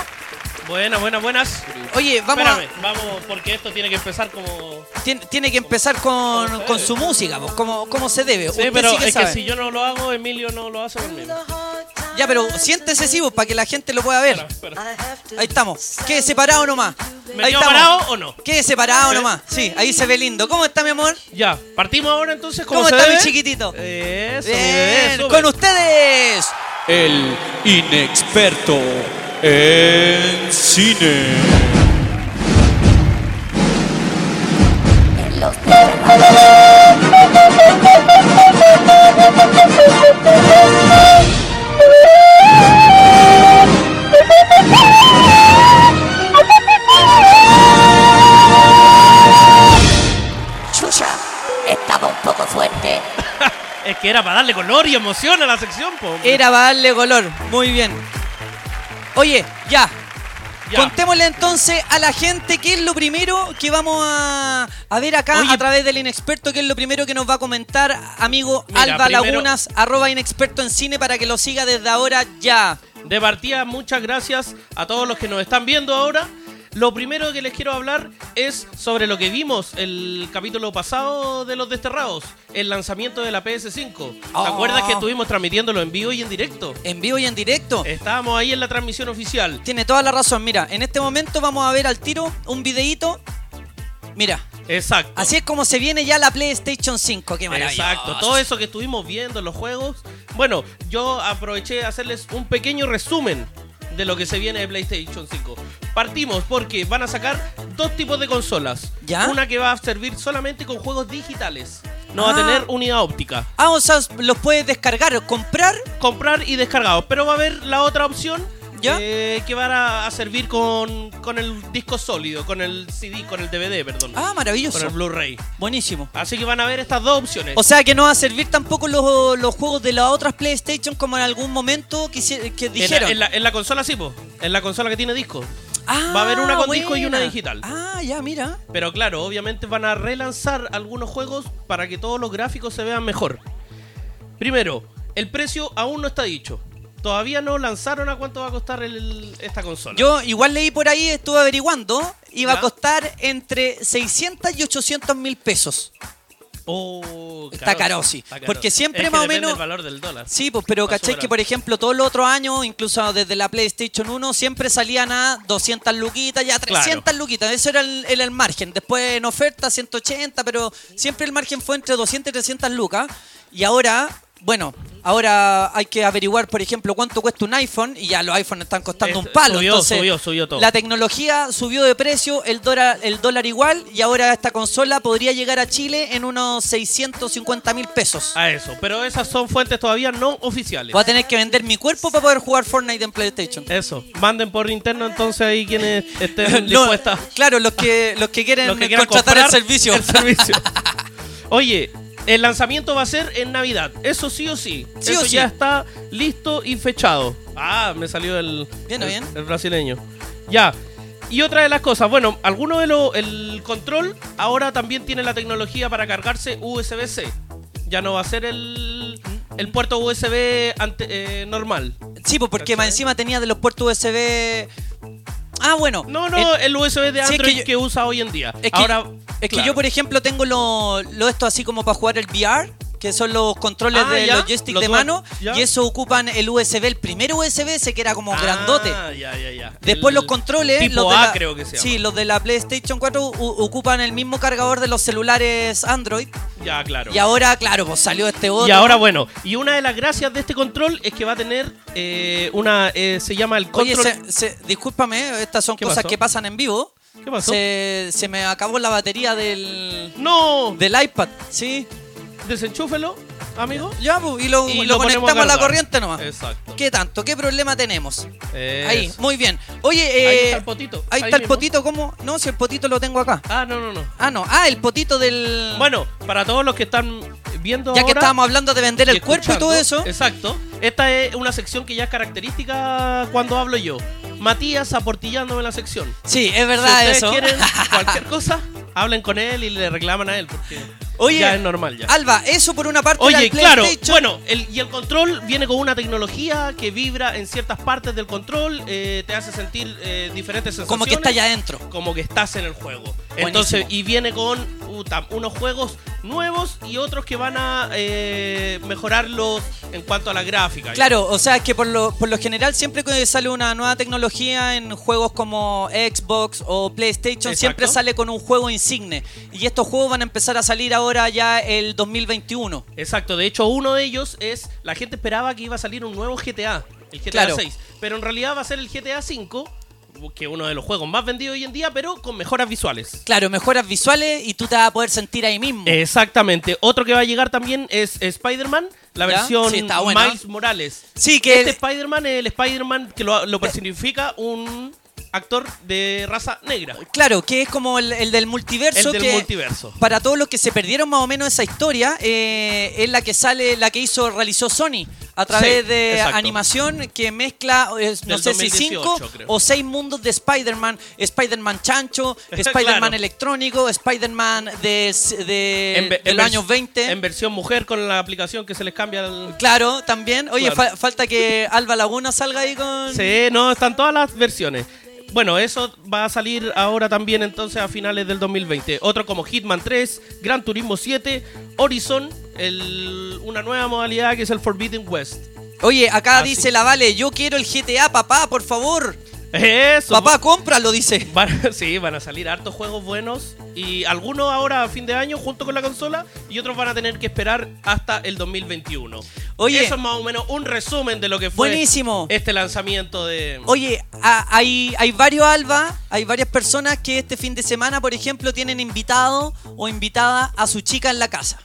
Buenas, buenas, buenas. Oye, vamos a- Espérame, vamos, porque esto tiene que empezar como. Tien- tiene que empezar con, con su música, pues, como, como se debe. Sí, Usted pero sí que es sabe. que si yo no lo hago, Emilio no lo hace conmigo. Ya, pero siéntese, sí, pues, para que la gente lo pueda ver. Ahí estamos. Quede separado nomás. ¿Me ahí quedo estamos. parado o no? Quede separado ¿Eh? nomás. Sí, ahí se ve lindo. ¿Cómo está, mi amor? Ya, partimos ahora entonces. ¿Cómo se está debe? mi chiquitito? Eso, mi Bien. bebé, sube. Con ustedes, el inexperto en cine. Chucha, estaba un poco fuerte. Es que era para darle color y emoción a la sección, po. hombre. Era para darle color. Muy bien. Oye, ya. Contémosle entonces a la gente qué es lo primero que vamos a, a ver acá a través del inexperto, qué es lo primero que nos va a comentar amigo Mira, Alba primero- Lagunas, arroba inexperto en cine para que lo siga desde ahora ya. De partida, muchas gracias a todos los que nos están viendo ahora. Lo primero que les quiero hablar es sobre lo que vimos el capítulo pasado de Los Desterrados, el lanzamiento de la PS5. ¿Te Ah. acuerdas que estuvimos transmitiéndolo en vivo y en directo? En vivo y en directo. Estábamos ahí en la transmisión oficial. Tiene toda la razón, mira, en este momento vamos a ver al tiro un videíto. Mira. Exacto. Así es como se viene ya la PlayStation 5, qué maravilla. Exacto, todo eso que estuvimos viendo en los juegos. Bueno, yo aproveché de hacerles un pequeño resumen de lo que se viene de PlayStation 5. Partimos porque van a sacar dos tipos de consolas. Una que va a servir solamente con juegos digitales. No va a Ah. tener unidad óptica. Ah, o sea, los puedes descargar, comprar. Comprar y descargados. Pero va a haber la otra opción eh, que va a, a servir con, con el disco sólido, con el CD, con el DVD, perdón. Ah, maravilloso. Con el Blu-ray. Buenísimo. Así que van a ver estas dos opciones. O sea que no va a servir tampoco los, los juegos de las otras PlayStation como en algún momento quisi- que En la- dijeron. En la, en la consola sí, po. En la consola que tiene disco. Ah, Va a haber una con buena. disco y una digital. Ah, ya, mira. Pero claro, obviamente van a relanzar algunos juegos para que todos los gráficos se vean mejor. Primero, el precio aún no está dicho. Todavía no lanzaron a cuánto va a costar el- esta consola. Yo igual leí por ahí, estuve averiguando, iba Ya. a costar entre 600 y 800 mil pesos. Oh, Está caro, sí. Porque siempre Es que más o depende menos- el valor del dólar. Sí, pues, pero Va caché sobrando. que, por ejemplo, todos los otros años, incluso desde la PlayStation 1, siempre salían a 200 luquitas, ya 300 luquitas. Eso era el, el- el margen. Después en oferta, 180, pero siempre el margen fue entre 200 y 300 lucas. Y ahora, bueno, ahora hay que averiguar, por ejemplo, cuánto cuesta un iPhone. Y ya los iPhones están costando un palo. subió, entonces, subió, subió todo. La tecnología subió de precio, el dólar, el dólar igual. Y ahora esta consola podría llegar a Chile en unos 650 mil pesos. A eso. Pero esas son fuentes todavía no oficiales. Voy a tener que vender mi cuerpo para poder jugar Fortnite en PlayStation. Eso. Manden por interno entonces ahí quienes estén No, dispuestas. Claro, los que, los que quieren Los que quieran contratar el comprar servicio. el servicio. Oye, el lanzamiento va a ser en Navidad. Eso sí o sí. Sí Eso o sí. ya está listo y fechado. Ah, me salió el, Bien, el, bien. el brasileño. Ya. Y otra de las cosas, bueno, alguno de los. El control ahora también tiene la tecnología para cargarse USB-C. Ya no va a ser el, el puerto USB ante- eh, normal. Sí, pues porque más encima tenía de los puertos USB. Ah, bueno. No, no, el, USB de Sí, es que Android yo- que, usa hoy en día. Es que, ahora, es que claro. yo, por ejemplo, tengo los lo esto así como para jugar el VR, que son los controles Ah, de ya, joystick lo de tuve- mano, ya. y eso ocupan el USB, el primer USB ese que era como Ah, grandote. ya, ya, ya. Después El los controles, tipo los de A, la, creo que se Sí, los de la PlayStation 4 u- ocupan el mismo cargador de los celulares Android. Ya, claro. Y ahora, claro, pues salió este otro. Y ahora, bueno, y una de las gracias de este control es que va a tener eh, una. eh, se llama el Oye, control. se- se- discúlpame, estas son ¿Qué cosas pasó? que pasan en vivo. ¿Qué pasó? Se, se me acabó la batería del. ¡No! Del iPad, sí. Desenchúfelo, amigo. Ya, pues, y lo, Y lo lo ponemos conectamos a la cargar. corriente nomás. Exacto. ¿Qué tanto? ¿Qué problema tenemos? Ahí, Eso. muy bien. Oye, Ahí eh, está el potito. Ahí Ahí, está el mismo. potito, ¿cómo? No, si el potito lo tengo acá. Ah, no, no, no. Ah, no. Ah, el potito del. Bueno, para todos los que están viendo. Ya que ahora estábamos hablando de vender y el cuerpo y todo escuchando, eso. Exacto. Esta es una sección que ya es característica cuando hablo yo. Matías aportillándome la sección. Sí, es verdad si ustedes eso. quieren cualquier cosa, hablen con él y le reclaman a él. Porque Oye, ya es normal ya. Alba, eso por una parte. era Oye, el claro, PlayStation. bueno, el, y el control viene con una tecnología que vibra en ciertas partes del control, eh, te hace sentir eh, diferentes sensaciones. Como que está allá adentro. Como que estás en el juego. Entonces, y viene con puta, unos juegos nuevos y otros que van a eh, mejorarlos en cuanto a la gráfica. Claro, o sea, es que por lo, por lo general siempre que sale una nueva tecnología en juegos como Xbox o PlayStation, siempre sale con un juego insigne. Y estos juegos van a empezar a salir ahora ya eh, el 2021. Exacto, de hecho uno de ellos es, la gente esperaba que iba a salir un nuevo GTA, el GTA Claro. 6, pero en realidad va a ser el GTA 5, que es uno de los juegos más vendidos hoy en día, pero con mejoras visuales. Claro, mejoras visuales y tú te vas a poder sentir ahí mismo. Exactamente, otro que va a llegar también es Spider-Man, la ¿Ya? versión Sí, está bueno. Miles Morales. Sí, que este Spider-Man es el Spider-Man que lo, lo personifica un actor de raza negra. Claro, que es como el, el del multiverso. El del que multiverso. Para todos los que se perdieron más o menos esa historia, eh, es la que sale, la que hizo, realizó Sony a través Sí, de exacto. animación que mezcla, eh, no Del sé si 2018 cinco creo. o seis mundos de Spider-Man: Spider-Man Chancho, Spider-Man Claro. electrónico, Spider-Man de, de, En ve- eh, de en los vers- años 20. En versión mujer con la aplicación que se les cambia el... Claro, también. Oye, Claro. fa- falta que Alba Laguna salga ahí con. Sí, no, están todas las versiones. Bueno, eso va a salir ahora también entonces a finales del 2020. Otro como Hitman 3, Gran Turismo 7, Horizon, el- una nueva modalidad que es el Forbidden West. Oye, acá Ah, sí. dice la Vale, Eh, yo quiero el GTA, papá, por favor. Eso. Papá, cómpralo, dice. sí, van a salir hartos juegos buenos y algunos ahora a fin de año junto con la consola y otros van a tener que esperar hasta el 2021. Oye. eso es más o menos un resumen de lo que fue Buenísimo. este lanzamiento de Oye, a- hay, hay varios Alba, hay varias personas que este fin de semana, por ejemplo, tienen invitado o invitada a su chica en la casa.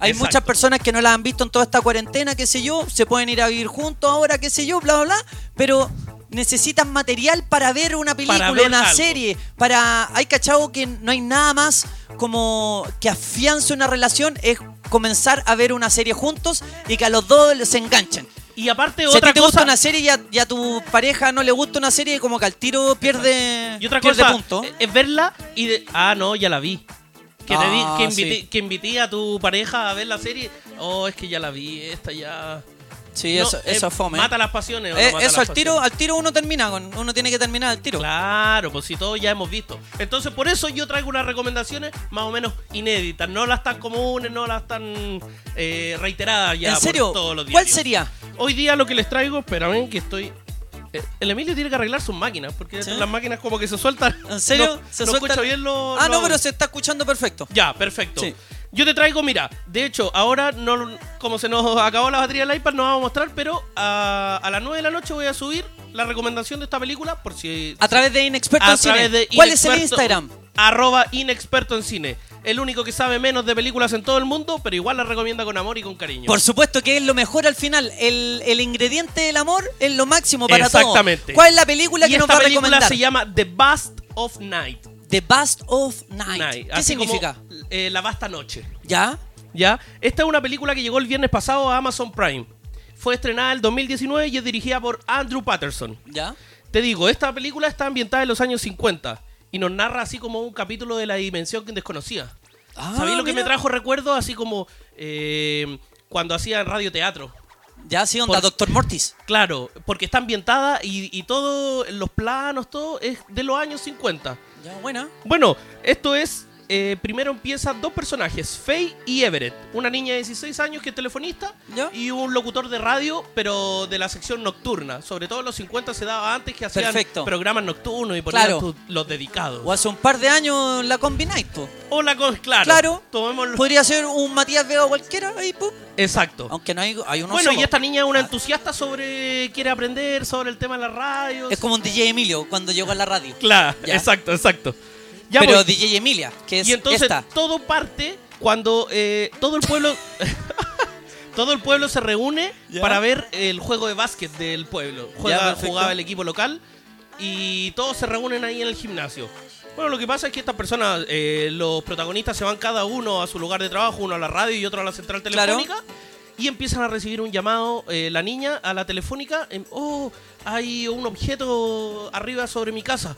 Hay Exacto. muchas personas que no las han visto en toda esta cuarentena, qué sé yo, se pueden ir a vivir juntos ahora, qué sé yo, bla, bla, bla, pero necesitan material para ver una película, ver una algo. serie, para... Hay cachado que no hay nada más como que afiance una relación, es comenzar a ver una serie juntos y que a los dos les enganchen. Y aparte Si a otra ti te cosa- gusta una serie y a, y a tu pareja no le gusta una serie, como que al tiro pierde, Y otra pierde cosa punto. eh, es verla y de- ah no ya la vi. Que, te di- Ah, que, invité, sí. que invité a tu pareja a ver la serie. Oh, es que ya la vi, esta ya. Sí, No, eso, eh, eso es fome. Mata las pasiones. ¿o no Eh, mata eso las al tiro, al tiro uno termina, con, uno tiene que terminar al tiro. Claro, pues si todos ya hemos visto. Entonces, por eso yo traigo unas recomendaciones más o menos inéditas. No las tan comunes, no las tan eh, reiteradas ya ¿En por serio? todos los ¿Cuál diarios. sería? Hoy día lo que les traigo, espérame que estoy... eh, El Emilio tiene que arreglar sus máquinas, porque ¿Sí? las máquinas como que se sueltan. ¿En serio? No, ¿Se no sueltan? escucho bien los... Ah, no, los- pero se está escuchando perfecto. Ya, perfecto. Yo te traigo, mira, de hecho, ahora no, como se nos acabó la batería del iPad, no vamos a mostrar, pero a, a las 9 de la noche voy a subir la recomendación de esta película, por si... A través de Inexperto A en Cine. través de ¿Cuál es el Inexperto- Instagram? Arroba inexperto en cine. El único que sabe menos de películas en todo el mundo, pero igual la recomienda con amor y con cariño. Por supuesto que es lo mejor al final. El, el ingrediente del amor es lo máximo para todo. Exactamente. ¿Cuál es la película Y que nos esta va a película recomendar? se llama The Bust of Night. The Bust of Night. ¿Qué así como, significa? eh, la Basta Noche. ¿Ya? ¿Ya? Esta es una película que llegó el viernes pasado a Amazon Prime. Fue estrenada el 2019 y es dirigida por Andrew Patterson. ¿Ya? Te digo, esta película está ambientada en los años 50 y nos narra así como un capítulo de la dimensión que desconocía. ¿Sabéis lo que me Ah, mira. trajo recuerdo? Así como eh, cuando hacía radioteatro. Ya, sí, onda, Doctor Mortis. Claro, porque está ambientada y, y todo, los planos, todo es de los años 50. Ya, buena. Bueno, esto es. eh, primero empiezan dos personajes, Faye y Everett. Una niña de 16 años que es telefonista y un locutor de radio, pero de la sección nocturna. Sobre todo en los 50 se daba antes que hacían Perfecto. programas nocturnos y ponían Claro. tu- los dedicados. O hace un par de años la combinite, po. O la con, claro. Claro. Tomémoslo. Podría ser un Matías Vega cualquiera, ahí, pum. Exacto. Aunque no hay, hay uno bueno, solo. y esta niña es Ah. una entusiasta sobre. quiere aprender sobre el tema de la radio. Es como un DJ Emilio cuando llegó a la radio. Claro, Ya. exacto, exacto. Pero voy. DJ Emilia, que es y entonces esta. todo parte cuando eh, todo el pueblo todo el pueblo se reúne Ya. para ver el juego de básquet del pueblo Ya, Juega, perfecto. jugaba el equipo local y todos se reúnen ahí en el gimnasio bueno lo que pasa es que estas personas eh, los protagonistas se van cada uno a su lugar de trabajo uno a la radio y otro a la central telefónica y empiezan a recibir un llamado eh, la niña a la telefónica em, oh hay un objeto arriba sobre mi casa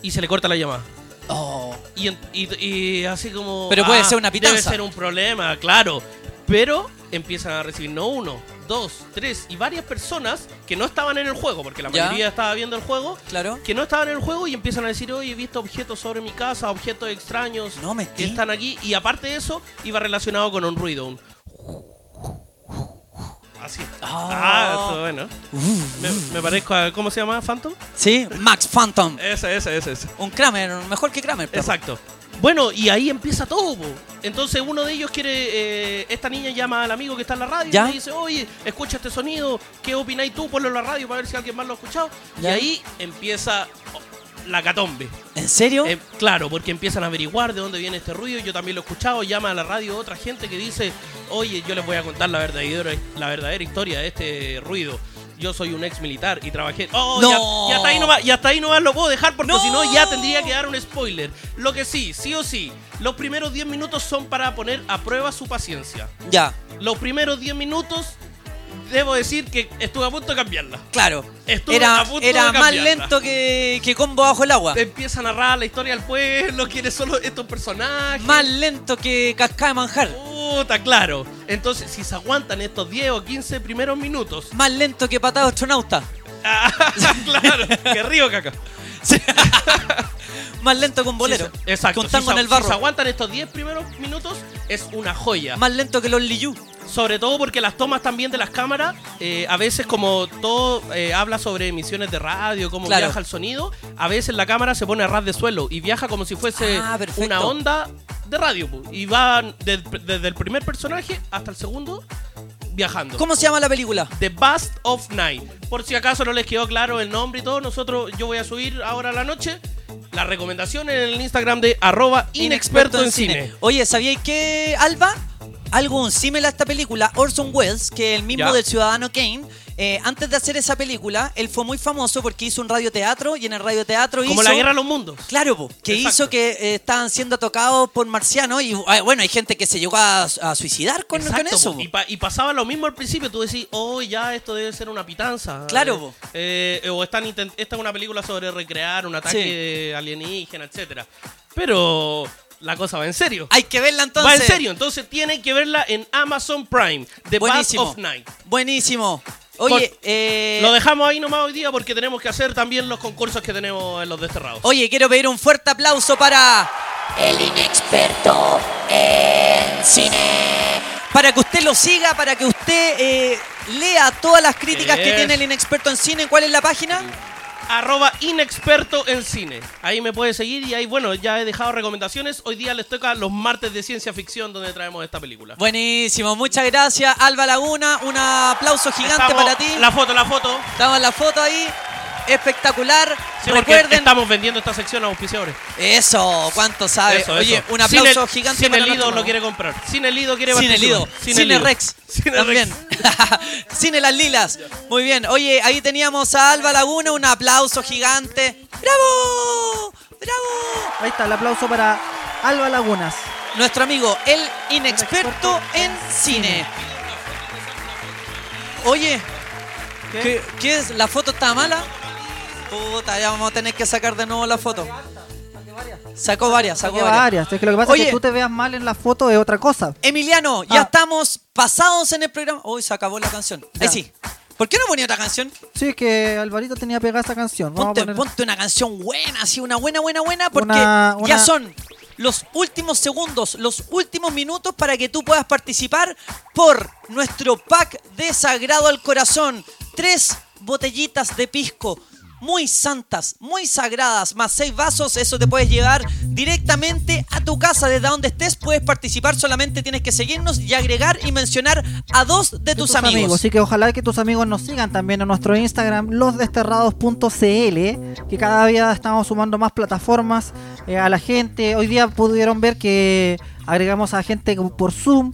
y se le corta la llamada Oh. y, en- y- y así como. ah, Pero puede ser una pitanza. Debe ser un problema, claro. Pero empiezan a recibir no uno, dos, tres y varias personas que no estaban en el juego, porque la Ya. mayoría estaba viendo el juego, Claro. que no estaban en el juego y empiezan a decir, oye, he visto objetos sobre mi casa, objetos extraños que están aquí. Y aparte de eso, iba relacionado con un ruido, un... Así. Ah, eso, bueno. Me, me parezco a... ¿Cómo se llama? ¿Phantom? Sí, Max Phantom. Esa, esa, esa. esa. Un Kramer, mejor que Kramer. perro. Exacto. Bueno, y ahí empieza todo, po. Entonces uno de ellos quiere, eh, esta niña llama al amigo que está en la radio ¿Ya? y le dice, oye, escucha este sonido, ¿qué opináis tú? Ponlo en la radio para ver si alguien más lo ha escuchado. ¿Ya? Y ahí empieza oh, la catombe. ¿En serio? Eh, claro, porque empiezan a averiguar de dónde viene este ruido. Yo también lo he escuchado. Llama a la radio otra gente que dice, oye, yo les voy a contar la verdadera, la verdadera historia de este ruido. Yo soy un ex militar y trabajé. ¡Oh! No. Ya, ya hasta ahí nomás, ya hasta ahí nomás lo puedo dejar porque si no ya tendría que dar un spoiler. Lo que sí, sí o sí, los primeros 10 minutos son para poner a prueba su paciencia. Ya. Los primeros 10 minutos, debo decir que estuve a punto de cambiarla. Claro. Estuve Era, a punto era de más cambiarla. lento que, que combo bajo el agua. Te empieza a narrar la historia del pueblo, quiénes son los- estos personajes. Más lento que cascada de manjar. Puta, claro. Entonces, si se aguantan estos 10 o 15 primeros minutos. Ah, Más lento que patado astronauta. claro, que río caca. Más lento que un bolero. Si se- exacto. Con tango si se- en el barro. Si se aguantan estos 10 primeros minutos, es una joya. Más lento que los Liyu. Sobre todo porque las tomas también de las cámaras, eh, a veces como todo eh, habla sobre emisiones de radio, cómo Claro. viaja el sonido, a veces la cámara se pone a ras de suelo y viaja como si fuese Ah, perfecto. una onda de radio. pu, Y va de- desde el primer personaje hasta el segundo viajando. ¿Cómo se llama la película? The Bust of Night. Por si acaso no les quedó claro el nombre y todo, nosotros yo voy a subir ahora a la noche la recomendación en el Instagram de arroba inexperto en cine. Oye, ¿sabíais que Alba? Algo un símil a esta película, Orson Welles, que el mismo Ya. del Ciudadano Kane, eh, antes de hacer esa película, él fue muy famoso porque hizo un radioteatro y en el radioteatro hizo. Como la guerra de los mundos. Claro, po, que hizo que eh, estaban siendo tocados por marcianos y ah, bueno, hay gente que se llegó a, a suicidar con, con Exacto, eso. po. po. Y, pa- y pasaba lo mismo al principio. Tú decís, oh, ya esto debe ser una pitanza. Claro, Eh, po. eh, eh, o están intent- esta es una película sobre recrear un ataque alienígena, etcétera. Pero la cosa va en serio. Hay que verla entonces. Va en serio. Entonces tienen que verla en Amazon Prime. The Bath Buenísimo. of Night. Buenísimo. Oye, Con- eh, Lo dejamos ahí nomás hoy día porque tenemos que hacer también los concursos que tenemos en los desterrados. Oye, quiero pedir un fuerte aplauso para el inexperto en cine. Para que usted lo siga, para que usted eh, lea todas las críticas que Es. tiene el inexperto en cine. ¿Cuál es la página? Arroba inexperto en cine. Ahí me puede seguir y ahí, bueno, ya he dejado recomendaciones. Hoy día les toca los martes de ciencia ficción donde traemos esta película. Buenísimo, muchas gracias Alba Laguna, un aplauso gigante Estamos- para ti. La foto, la foto. Estamos en la foto ahí, espectacular. Sí, porque Recuerden, estamos vendiendo esta sección a auspiciadores. eso, cuánto sabe. Eso, Oye, eso. un aplauso Sin el- gigante Sin para el Lido nuestro lo quiere comprar. Sin el Lido quiere Cine participar. Lido, Cine Rex, también. Cine Las Lilas. Muy bien. Oye, ahí teníamos a Alba Laguna, un aplauso gigante. ¡Bravo! ¡Bravo! Ahí está el aplauso para Alba Lagunas. Nuestro amigo, el inexperto en cine. Oye, ¿qué, qué es? ¿La foto está mala? Puta, ya vamos a tener que sacar de nuevo la foto. Sacó varias, sacó Saqué varias. varias. Es que lo que pasa Eh, Oye, es que tú te veas mal en la foto es otra cosa. Emiliano, Ah. ya estamos pasados en el programa. Uy, se acabó la canción. Ahí sí. ¿Por qué no ponía otra canción? Sí, es que Alvarito tenía pegada esa canción. Vamos a Ponte, poner- ponte una canción buena, así, una buena, buena, buena, porque Una- ya una- son los últimos segundos, los últimos minutos para que tú puedas participar por nuestro pack de Sagrado al Corazón. Tres botellitas de pisco. Muy santas, muy sagradas, más seis vasos, eso te puedes llevar directamente a tu casa, desde donde estés puedes participar, solamente tienes que seguirnos y agregar y mencionar a dos de, tus, amigos. Así que ojalá que tus amigos nos sigan también a nuestro Instagram, losdesterrados.cl, que cada día estamos sumando más plataformas eh, a la gente. Hoy día pudieron ver que agregamos a gente como por Zoom.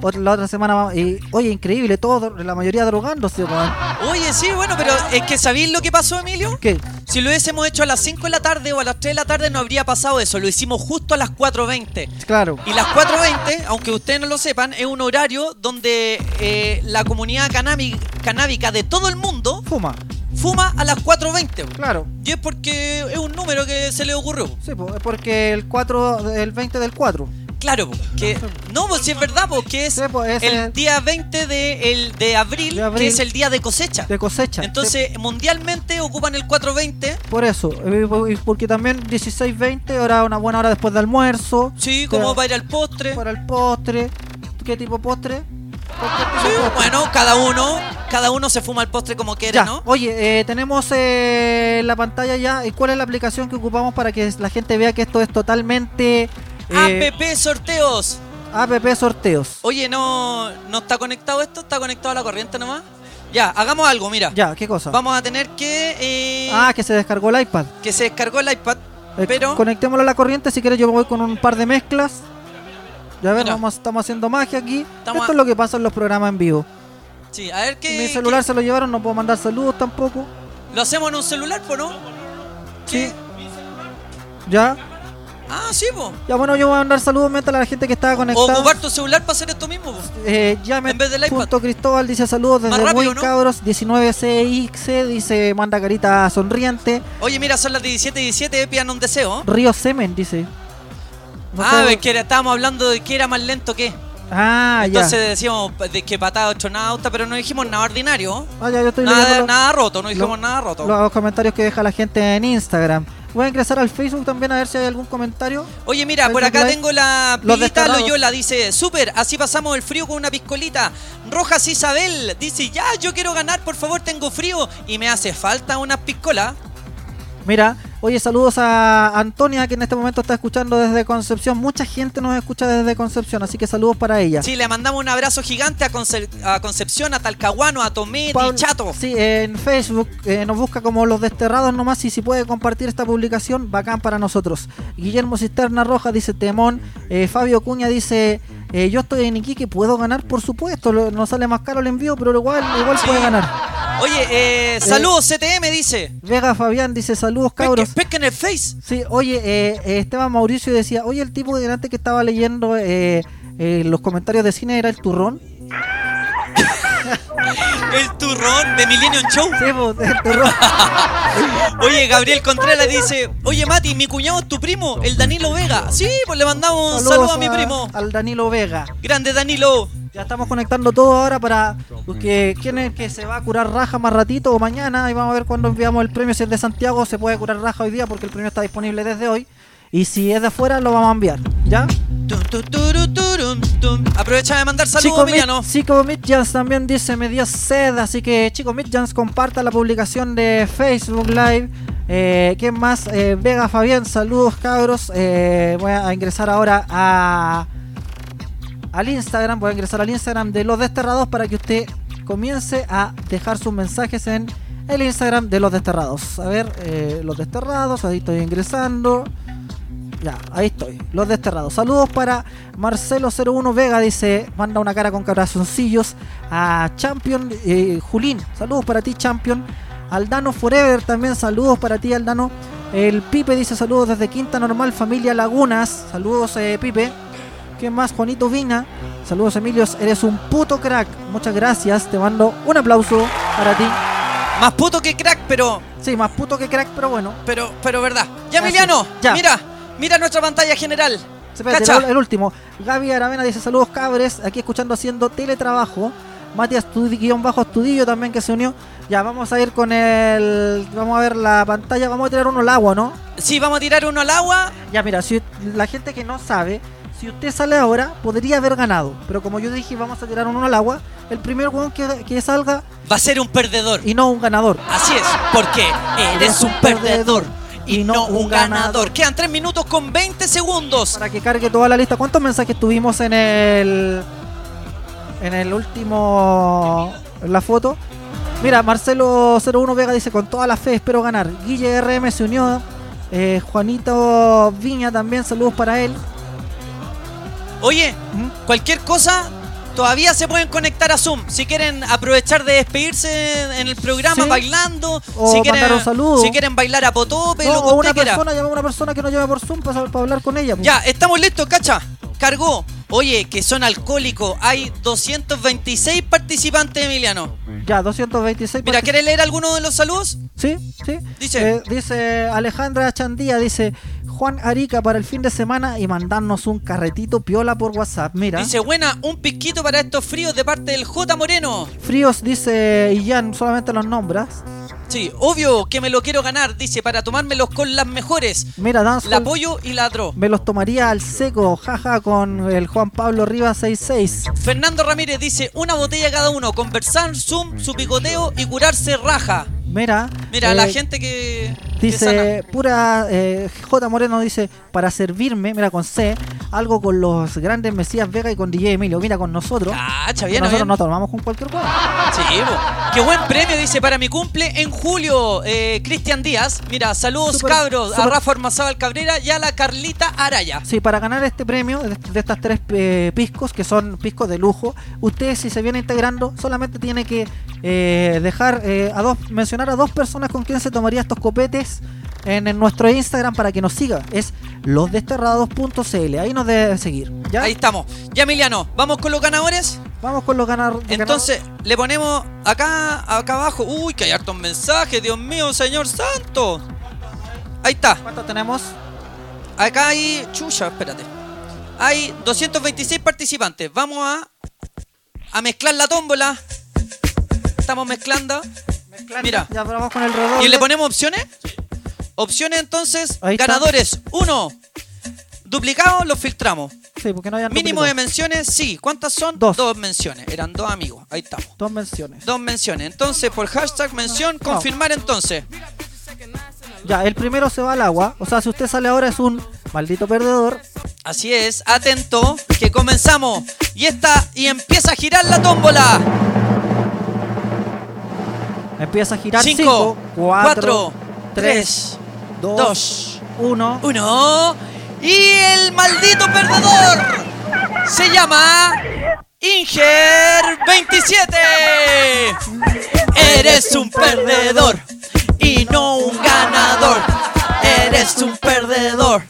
Otra- La otra semana, vamos- y, oye, increíble, todo, la mayoría drogándose, weón. Oye, sí, bueno, pero es que ¿sabéis lo que pasó, Emilio? ¿Qué? Si lo hubiésemos hecho a las 5 de la tarde o a las 3 de la tarde no habría pasado eso. Lo hicimos justo a las 4.20. Claro. Y las 4.20, aunque ustedes no lo sepan, es un horario donde eh, la comunidad canábi- canábica de todo el mundo fuma. Fuma a las 4.20. Claro. Y es porque es un número que se le ocurrió. Sí, po- es porque el 4, el 20 del 4. Claro, po, que no, pues si es verdad, porque es el día 20 de, el, de, abril, que abril. es el día de cosecha. de cosecha. Entonces, mundialmente ocupan el 420. Por eso, eh, po- y porque también 16-20, hora, una buena hora después de almuerzo. Sí, Te- como para ir al postre. Para el postre. ¿Qué tipo de postre? Sí, bueno, cada uno, cada uno se fuma el postre como quiere, Ya, ¿no? oye, eh, tenemos eh, la pantalla ya. ¿Y cuál es la aplicación que ocupamos para que la gente vea que esto es totalmente eh, APP sorteos. app sorteos? Oye, no, no está conectado esto, está conectado a la corriente nomás. Ya, hagamos algo, mira. Ya, ¿qué cosa? Vamos a tener que eh, Ah, que se descargó el iPad. que se descargó el iPad. Eh, Pero- Conectémoslo a la corriente, si quieres yo voy con un par de mezclas. Ya ver, vamos, estamos haciendo magia aquí. Estamos Esto a- es lo que pasa en los programas en vivo. Sí, a ver qué. Mi celular se lo llevaron, no puedo mandar saludos tampoco. qué- Lo hacemos en un celular, ¿po no? Sí. Ya. Ah, sí, po. Ya bueno, yo voy a mandar saludos mientras la gente que estaba O conectada. ocupar tu celular para hacer esto mismo, po. Eh, llame En vez del iPad. punto Cristóbal dice saludos desde Más rápido, Muy ¿no? Cabros 19CX dice manda carita sonriente. Oye, mira, son las 17 y 17, pidan un deseo. ¿eh? Río Semen dice. No Ah, sé- es que era- estábamos hablando de que era más lento que. Ah, ya. Entonces decíamos de que patada chonauta, pero no dijimos nada ordinario. Ah, ya, yo estoy Nada, leyendo lo- nada roto, no lo- dijimos nada roto. Los comentarios que deja la gente en Instagram. Voy a ingresar al Facebook también a ver si hay algún comentario. Oye, mira, por Facebook acá Live. tengo la Los Pilita desterrados. Loyola, dice, super, así pasamos el frío con una piscolita. Rojas Isabel dice, ya, yo quiero ganar, por favor, tengo frío y me hace falta una piscola. Mira, oye, saludos a Antonia que en este momento está escuchando desde Concepción. Mucha gente nos escucha desde Concepción, así que saludos para ella. Sí, le mandamos un abrazo gigante a, Concep- a Concepción, a Talcahuano, a Tomé, Pablo- Chato. Sí, en Facebook eh, nos busca como los desterrados nomás y si puede compartir esta publicación, bacán para nosotros. Guillermo Cisterna Roja dice Temón, Eh, Fabio Cuña dice eh, yo estoy en Iquique, puedo ganar, por supuesto, Lo- no sale más caro el envío, pero igual, igual puede ganar. Oye, eh, saludos CTM, dice. Vega Fabián dice saludos cabros. Pesca en el Face. Sí, oye, eh, eh, Esteban Mauricio decía, oye, el tipo de delante que estaba leyendo eh, eh, los comentarios de cine era el turrón. El turrón de Millennium Show. pues, el turrón. Oye, Gabriel Contreras dice, oye Mati, mi cuñado es tu primo, el Danilo Vega. Sí, pues le mandamos un saludo a mi primo. Al Danilo Vega. Grande Danilo. Ya estamos conectando todo ahora para que quién es el que se va a curar raja más ratito o mañana y vamos a ver cuándo enviamos el premio. Si es de Santiago se puede curar raja hoy día porque el premio está disponible desde hoy. Y si es de afuera lo vamos a enviar. ¿Ya? Aprovecha de mandar saludos, Chico, Emiliano. Mit- Chico Midjans también dice, me dio sed, así que Chico Midjans comparta la publicación de Facebook Live. Eh, ¿Quién más? Eh, Vega Fabián, saludos cabros. Eh, voy a ingresar ahora a al Instagram, voy a ingresar al Instagram de Los Desterrados para que usted comience a dejar sus mensajes en el Instagram de Los Desterrados. A ver, eh, Los Desterrados, ahí estoy ingresando. Ya, ahí estoy, Los Desterrados. Saludos para Marcelo01 Vega, dice, manda una cara con corazoncillos a Champion eh, Julín. Saludos para ti, Champion. Aldano Forever también, saludos para ti, Aldano. El Pipe dice saludos desde Quinta Normal, familia Lagunas. Saludos, eh, Pipe. ¿Quién más? Juanito Vina. Saludos, Emilios. Eres un puto crack. Muchas gracias. Te mando un aplauso para ti. Más puto que crack, pero. Sí, más puto que crack, pero bueno. Pero, pero verdad. Ya, Emiliano, Ah, Ya. mira, mira nuestra pantalla general. Espérate, Cacha. el, el último. Gaby Aravena dice saludos, cabres. Aquí escuchando haciendo teletrabajo. Matías guión bajo Estudillo también que se unió. Ya, vamos a ir con el. Vamos a ver la pantalla. Vamos a tirar uno al agua, ¿no? Sí, vamos a tirar uno al agua. Ya, mira, si la gente que no sabe, si usted sale ahora, podría haber ganado. Pero como yo dije, vamos a tirar uno al agua. El primer weón que, que salga Va a ser un perdedor. y no un ganador. Así es, porque eres un perdedor y no un ganador. Quedan 3 minutos con 20 segundos. Para que cargue toda la lista. ¿Cuántos mensajes tuvimos en el. en el último. en la foto? Mira, Marcelo01 Vega dice: Con toda la fe espero ganar. Guille RM se unió. Eh, Juanito Viña también, saludos para él. Oye, cualquier cosa, todavía se pueden conectar a Zoom. Si quieren aprovechar de despedirse en el programa Sí. bailando, O si quieren, mandar un saludo. si quieren bailar a potope, No, lo que o usted una quiera. persona, llamamos a una persona que nos llame por Zoom para, para hablar con ella. pues. Ya, estamos listos, cacha. Cargó. Oye, que son alcohólicos. Hay 226 participantes, Emiliano. Ya, 226. Mira, ¿quieres leer alguno de los saludos? Sí, sí. Dice. Eh, dice Alejandra Chandía, dice Juan Arica para el fin de semana y mandarnos un carretito piola por WhatsApp. Mira. Dice, buena, un pisquito para estos fríos de parte del J Moreno. Fríos, dice Ian, solamente los nombras. Sí, obvio que me lo quiero ganar, dice, para tomármelos con las mejores. Mira, Dance La Hall- apoyo y la dro. Me los tomaría al seco, jaja, con el Juan Pablo Rivas 66. Fernando Ramírez dice, una botella cada uno, conversar, zoom, su picoteo y curarse raja. Mira. Mira, eh, la gente que... que sana. Dice, pura eh, J. Moreno dice, para servirme, mira, con C, algo con los grandes Mesías Vega y con DJ Emilio. Mira, con nosotros. Cacha, bien, nosotros bien. no tomamos con cualquier cosa. Sí, po. qué buen premio, dice, para mi cumple en julio, eh, Cristian Díaz. Mira, saludos Súper, cabros a súper. Rafa Ormazábal Cabrera y a la Carlita Araya. Sí, para ganar este premio de, de estas tres eh, piscos, que son piscos de lujo, ustedes si se vienen integrando, solamente tiene que eh, dejar eh, a dos, mencionar a dos personas con quien se tomaría estos copetes en, en nuestro Instagram para que nos siga. Es losdesterrados.cl. Ahí nos debe seguir. ¿ya? Ahí estamos. Ya, Emiliano, ¿vamos con los ganadores? Vamos con los ganar- ganadores. Entonces, le ponemos acá, acá abajo. Uy, que hay hartos mensajes, Dios mío, Señor Santo. Ahí está. ¿Cuántos tenemos? Acá hay. Chucha, espérate. Hay 226 participantes. Vamos a. A mezclar la tómbola. Estamos mezclando. Mira. Ya vamos con el redoble. ¿Y le ponemos opciones? Opciones entonces. Ahí está. ganadores. Uno. Duplicados, los filtramos. Sí, porque no hayan Mínimo de duplicado. menciones, sí. ¿Cuántas son? Dos. menciones. Eran dos amigos. Ahí estamos. Dos menciones. Dos menciones. Entonces, por hashtag mención, confirmar entonces. Ya, el primero se va al agua. O sea, si usted sale ahora es un maldito perdedor. Así es, atento, que comenzamos. Y esta, y empieza a girar la tómbola. Empieza a girar. Cinco, 5, cuatro, 4, tres, 3, 2, 1. Uno. Y el maldito perdedor se llama Inger27. Eres un perdedor y no un ganador. Eres un perdedor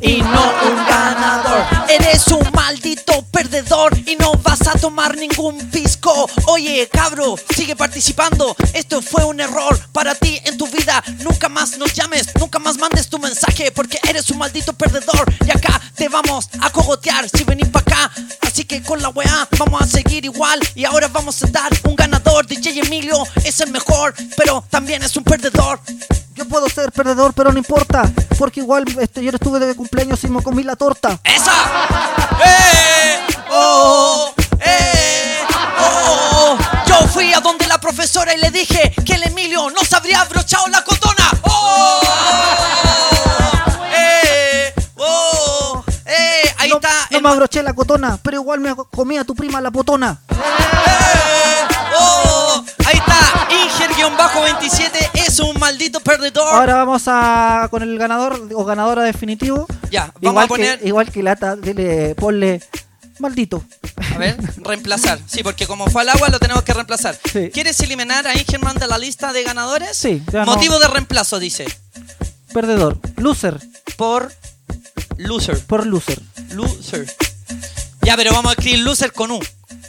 y no un ganador. Eres un maldito perdedor y no vas a tomar ningún pisco. Oye, cabro, sigue participando. Esto fue un error para ti en tu vida. Nunca más nos llames, nunca más mandes tu mensaje porque eres un maldito perdedor. Y acá te vamos a cogotear si venís para acá. Así que con la weá vamos a seguir igual. Y ahora vamos a dar un ganador. DJ Emilio es el mejor, pero también es un perdedor. Yo puedo ser perdedor, pero no importa. Porque igual este, yo estuve de cumpleaños y me comí la torta. ¡Eh! ¡Oh! ¡Eh! ¡Oh! Yo fui a donde la profesora y le dije que el Emilio no se habría abrochado la cotona. ¡Oh! ¡Eh! ¡Oh! ¡Eh! Ahí no, está. no me abroché la cotona, pero igual me comí a tu prima la potona. ¡Oh! Ahí está. Inger-27 es un maldito perdedor. Ahora vamos a con el ganador o ganadora definitivo. Ya, vamos igual a poner- Que, igual que lata, dile, ponle. Maldito. A ver, reemplazar. Sí, porque como fue al agua lo tenemos que reemplazar. Sí. ¿Quieres eliminar a Inger manda la lista de ganadores? Sí, ya no. Motivo de reemplazo, dice. Perdedor. Loser. Por loser. Por loser. Loser. Ya, pero vamos a escribir loser con U.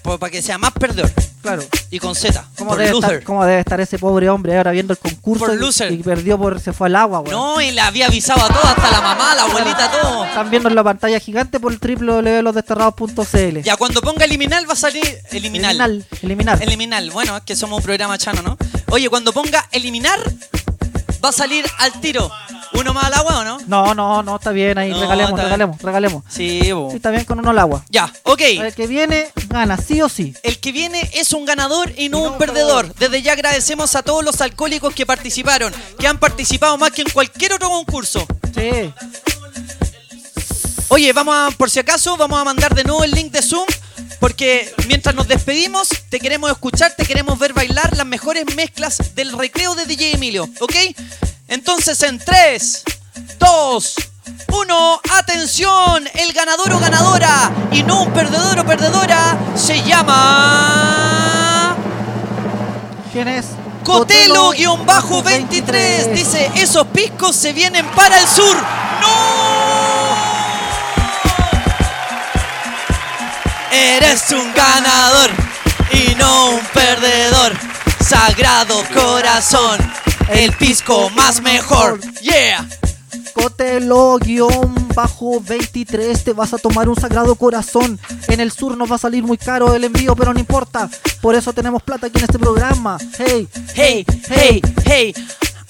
po- Para que sea más perdedor. Claro. Y con Z. ¿Cómo Por debe, loser. estar, cómo debe estar ese pobre hombre ahora viendo el concurso Por y- loser. y perdió por se fue al agua, weón. No, y le había avisado a todo, hasta la mamá, la abuelita, todo. Están viendo en la pantalla gigante por el www.losdesterrados.cl. Ya, cuando ponga eliminar va a salir eliminar. Eliminal, eliminar. Eliminar. Bueno, es que somos un programa chano, ¿no? Oye, cuando ponga eliminar va a salir al tiro. ¿Uno más al agua o no? No, no, no, está bien ahí. No, regalemos, está regalemos, regalemos. Sí, bo. Sí, está bien con uno al agua. Ya, ok. El que viene gana, sí o sí. El que viene es un ganador y no un perdedor. Desde ya agradecemos a todos los alcohólicos que participaron, que han participado más que en cualquier otro concurso. Sí. Oye, vamos a, por si acaso, vamos a mandar de nuevo el link de Zoom. Porque mientras nos despedimos, te queremos escuchar, te queremos ver bailar las mejores mezclas del recreo de DJ Emilio, ¿ok? Entonces, en 3, 2, 1, atención, el ganador o ganadora, y no un perdedor o perdedora, se llama... ¿Quién es? Cotelo-23 dice, esos piscos se vienen para el sur. ¡No! Eres un ganador y no un perdedor. Sagrado corazón, el pisco más mejor. Yeah. Cotelo guión bajo 23 te vas a tomar un sagrado corazón. En el sur nos va a salir muy caro el envío, pero no importa. Por eso tenemos plata aquí en este programa. Hey, hey, hey, hey.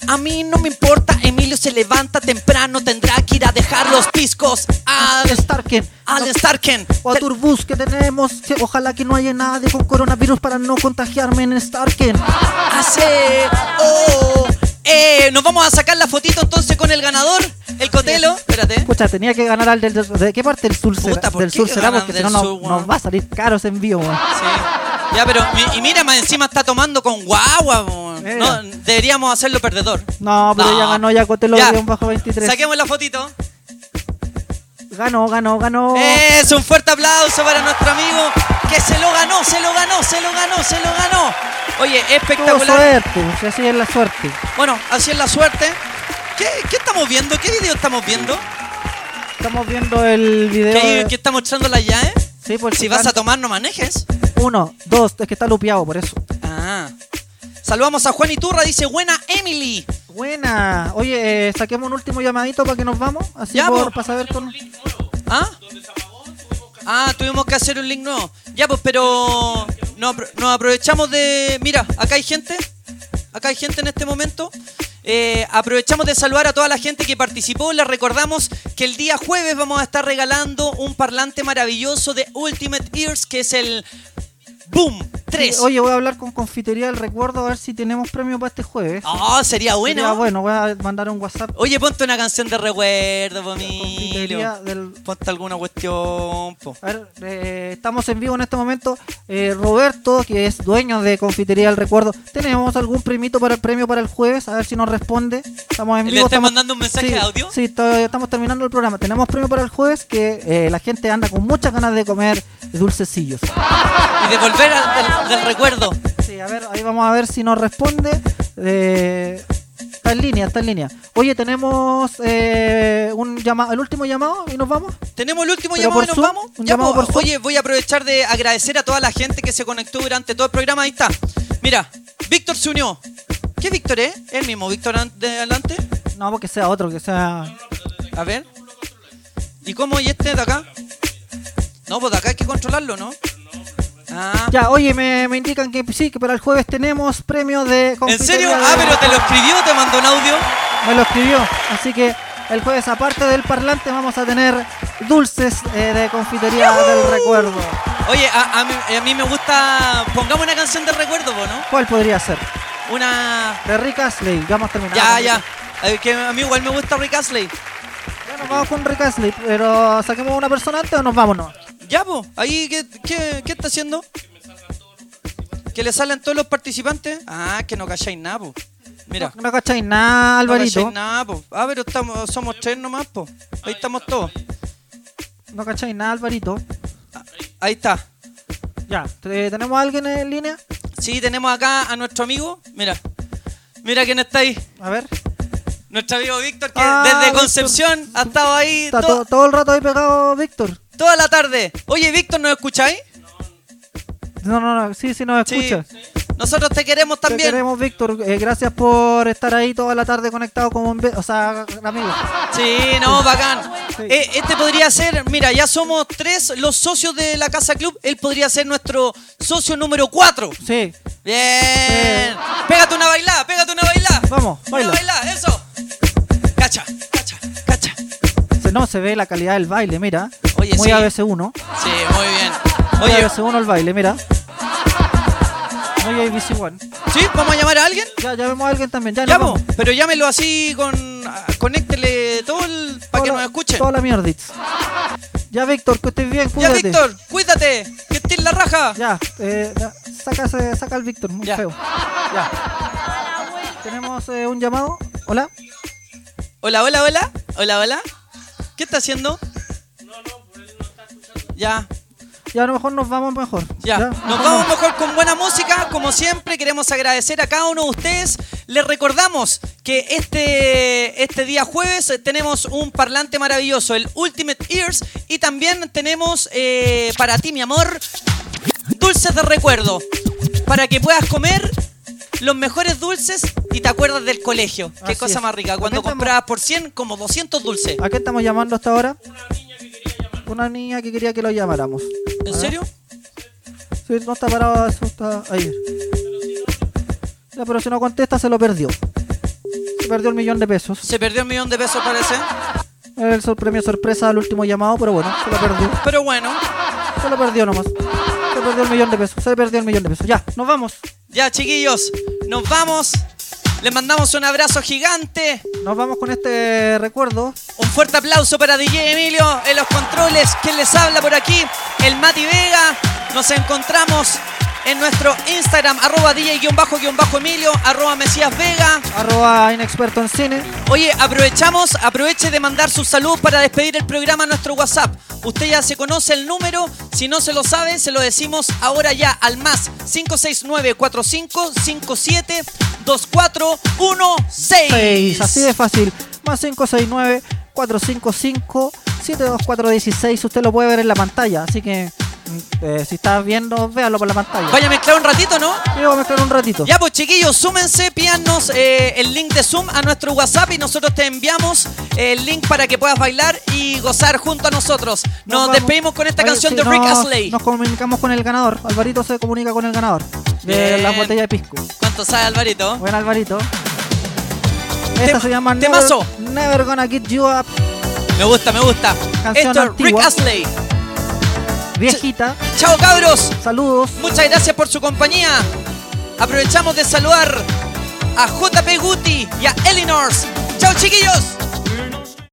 A mí no me importa, Emilio se levanta temprano, tendrá que ir a dejar los piscos al Starken. Al Starken. O a Turbus que tenemos. que Ojalá que no haya nadie con coronavirus para no contagiarme en Starken. Hace. Oh. Eh, nos vamos a sacar la fotito entonces con el ganador, el Cotelo. Espérate. Escucha, tenía que ganar al del, ¿De qué parte del sur será? ¿por Del qué sur será ganan porque si del no no- sur, nos, weón? va a salir caro ese envío, weón. Ya, pero. mi- Y mira, más encima está tomando con guagua. mo. No, deberíamos hacerlo perdedor. No, pero No. ya ganó ya Cotelo Ya. guión bajo 23. Saquemos la fotito. Ganó, ganó, ganó. Es un fuerte aplauso para nuestro amigo que se lo ganó, se lo ganó, se lo ganó, se lo ganó. Oye, Tuvo espectacular. suerte, pues, así es la suerte. Bueno, así es la suerte. ¿Qué, qué estamos viendo? ¿Qué video estamos viendo? Estamos viendo el video. ¿Qué, de- qué está mostrando la llave? Sí, porque Si vas están- a tomar, no manejes. Uno, dos, es que está lupeado por eso. Ah. Saludamos a Juan Iturra, dice buena Emily. Buena. Oye, eh, saquemos un último llamadito para que nos vamos. Así Ya, pues. por, po. para saber con. ¿Ah? Ah, tuvimos que hacer un link nuevo. Ya, pues, pero nos, apro- nos aprovechamos de... Mira, acá hay gente. Acá hay gente en este momento. Eh, aprovechamos de saludar a toda la gente que participó. Les recordamos que el día jueves vamos a estar regalando un parlante maravilloso de Ultimate Ears, que es el Boom 3. Sí, Oye, voy a hablar con Confitería del Recuerdo a ver si tenemos premio para este jueves. Ah, sería bueno. Sería bueno, voy a mandar un WhatsApp. Oye, ponte una canción de recuerdo, po, Emilio. del- Ponte alguna cuestión, po. A ver, eh, estamos en vivo en este momento. Eh, Roberto, que es dueño de Confitería del Recuerdo, ¿tenemos algún primito para el premio para el jueves? A ver si nos responde. Estamos en ¿Le vivo. estás estamos- mandando un mensaje Sí, de audio? Sí, to- estamos terminando el programa. Tenemos premio para el jueves que eh, la gente anda con muchas ganas de comer dulcecillos. Y de volver al, del- del recuerdo. Sí, a ver, ahí vamos a ver si nos responde. Eh, está en línea, está en línea. Oye, tenemos eh, un llama el último llamado y nos vamos. Tenemos el último Pero llamado por y nos Zoom, vamos. un Ya, llamado po, por Zoom. oye, voy a aprovechar de agradecer a toda la gente que se conectó durante todo el programa. Ahí está. Mira, Víctor se unió. ¿Qué Víctor eh? es? El mismo Víctor an- de adelante. No, porque sea otro, que sea. A ver. ¿Y cómo? ¿Y este de acá? No, pues de acá hay que controlarlo, ¿no? Ah. Ya, oye, me, me indican que sí, que para el jueves tenemos premio de. ¿En confitería serio? de- Ah, pero te lo escribió, te mandó un audio. Me lo escribió. Así que el jueves, aparte del parlante, vamos a tener dulces eh, de confitería del recuerdo. Oye, a, a mí, a mí me gusta. Pongamos una canción de recuerdo, po, ¿no? ¿Cuál podría ser? Una. De Rick Astley. Ya Vamos a terminar. Ya, ya. Eh, Que a mí igual me gusta Rick Astley. Ya nos vamos con Rick Astley, pero saquemos una persona antes o nos vamos, no. Ya, po. Ahí, ¿qué, qué, qué está haciendo? Que le salen todos los participantes. Ah, que no calláis nada, po. Mira. No cacháis nada, Ah, Alvarito. No cacháis nada, po. Ah, pero estamos, somos tres nomás, po. Ahí estamos todos. No cacháis nada, Alvarito. Ah, Ahí está. Ya, eh, ¿tenemos a alguien en línea? Sí, tenemos acá a nuestro amigo. Mira. Mira quién está ahí. A ver. Nuestro amigo Víctor, que Ah, desde Víctor. Concepción ha estado ahí Está to- to- todo el rato ahí pegado, Víctor. toda la tarde. Oye, Víctor, ¿nos escucháis? No, no, no, sí, sí nos Sí. escucha. Nosotros te queremos Te también. queremos, Víctor. Eh, gracias por estar ahí toda la tarde conectado como un... ve- O sea, amigo. Sí, no, bacán. Eh, este podría ser, mira, ya somos tres los socios de la Casa Club. Él podría ser nuestro socio número cuatro. Sí. Bien. Pégate una bailada, pégate una bailada. Vamos, Una baila. bailada, eso. Cacha. Se- No, se ve la calidad del baile, mira. Oye, Muy sí. ABC1. Sí, muy bien. Muy Oye, ABC1 el baile, mira. Muy ABC1. ¿sí? ¿Vamos a llamar a alguien? Ya, llamemos a alguien también. Ya, Ya, nos po, vamos. pero llámelo así con. ah, Conéctele todo el. para que nos escuche. Toda la mierditz. Ya, Víctor, que estés bien, Ya, cuídate. Víctor, cuídate, que estés en la raja. Ya, eh, da- saca, ese- saca al Víctor, muy feo. Tenemos eh, un llamado. Hola. Hola, hola, hola. Hola, hola. ¿Qué está haciendo? Ya, Ya a lo mejor nos vamos mejor. ya. Nos vamos mejor con buena música. Como siempre, queremos agradecer a cada uno de ustedes Les recordamos que este, este día jueves eh, tenemos un parlante maravilloso, el Ultimate Ears, y también tenemos eh, para ti, mi amor, dulces de recuerdo, para que puedas comer los mejores dulces y te acuerdas del colegio. Qué Así cosa es. más rica, cuando comprabas por 100 como 200 dulces. ¿A qué estamos llamando hasta ahora? Una niña que quería que lo llamáramos. ¿En serio? Sí, no está parado, eso está ahí. Ya, pero si no contesta, se lo perdió. Se perdió el millón de pesos. Se perdió un millón de pesos parece, El sor- premio sorpresa al último llamado, pero bueno, se lo perdió. pero bueno. Se lo perdió nomás. Se perdió el millón de pesos. Se perdió el millón de pesos. Ya, nos vamos. Ya, chiquillos, nos vamos. Les mandamos un abrazo gigante. Nos vamos con este recuerdo. Un fuerte aplauso para DJ Emilio en los controles. Quien les habla por aquí, el Mati Vega. Nos encontramos en nuestro Instagram, arroba DJ-Emilio, arroba Mesías Vega. Arroba inexperto en cine. Oye, aprovechamos, aproveche de mandar sus saludos para despedir el programa a nuestro WhatsApp. Usted ya se conoce el número, si no se lo sabe, se lo decimos ahora ya al más 569-4557-2416. Seis, así de fácil. Más 569-455-72416. Usted lo puede ver en la pantalla. Así que mm, eh, si estás viendo, véalo por la pantalla. Vaya a mezclar un ratito, ¿no? Yo voy a mezclar un ratito. Ya, pues chiquillos, súmense, pídanos eh, el link de Zoom a nuestro WhatsApp y nosotros te enviamos eh, el link para que puedas bailar y gozar junto a nosotros. Nos, vamos. despedimos con esta Oye, canción sí, de Rick nos- Astley. Nos comunicamos con el ganador. Alvarito se comunica con el ganador. De Bien. la botella de pisco. ¿Cuánto sabe Alvarito? Buen Alvarito. Esta se llama Never, temazo. Never Gonna Get You Up. Me gusta, me gusta. Canción Esto es Rick antigua. Astley. Viejita. Chao cabros. Saludos. Muchas gracias por su compañía. Aprovechamos de saludar a JP Guti y a Elinors. Chao chiquillos.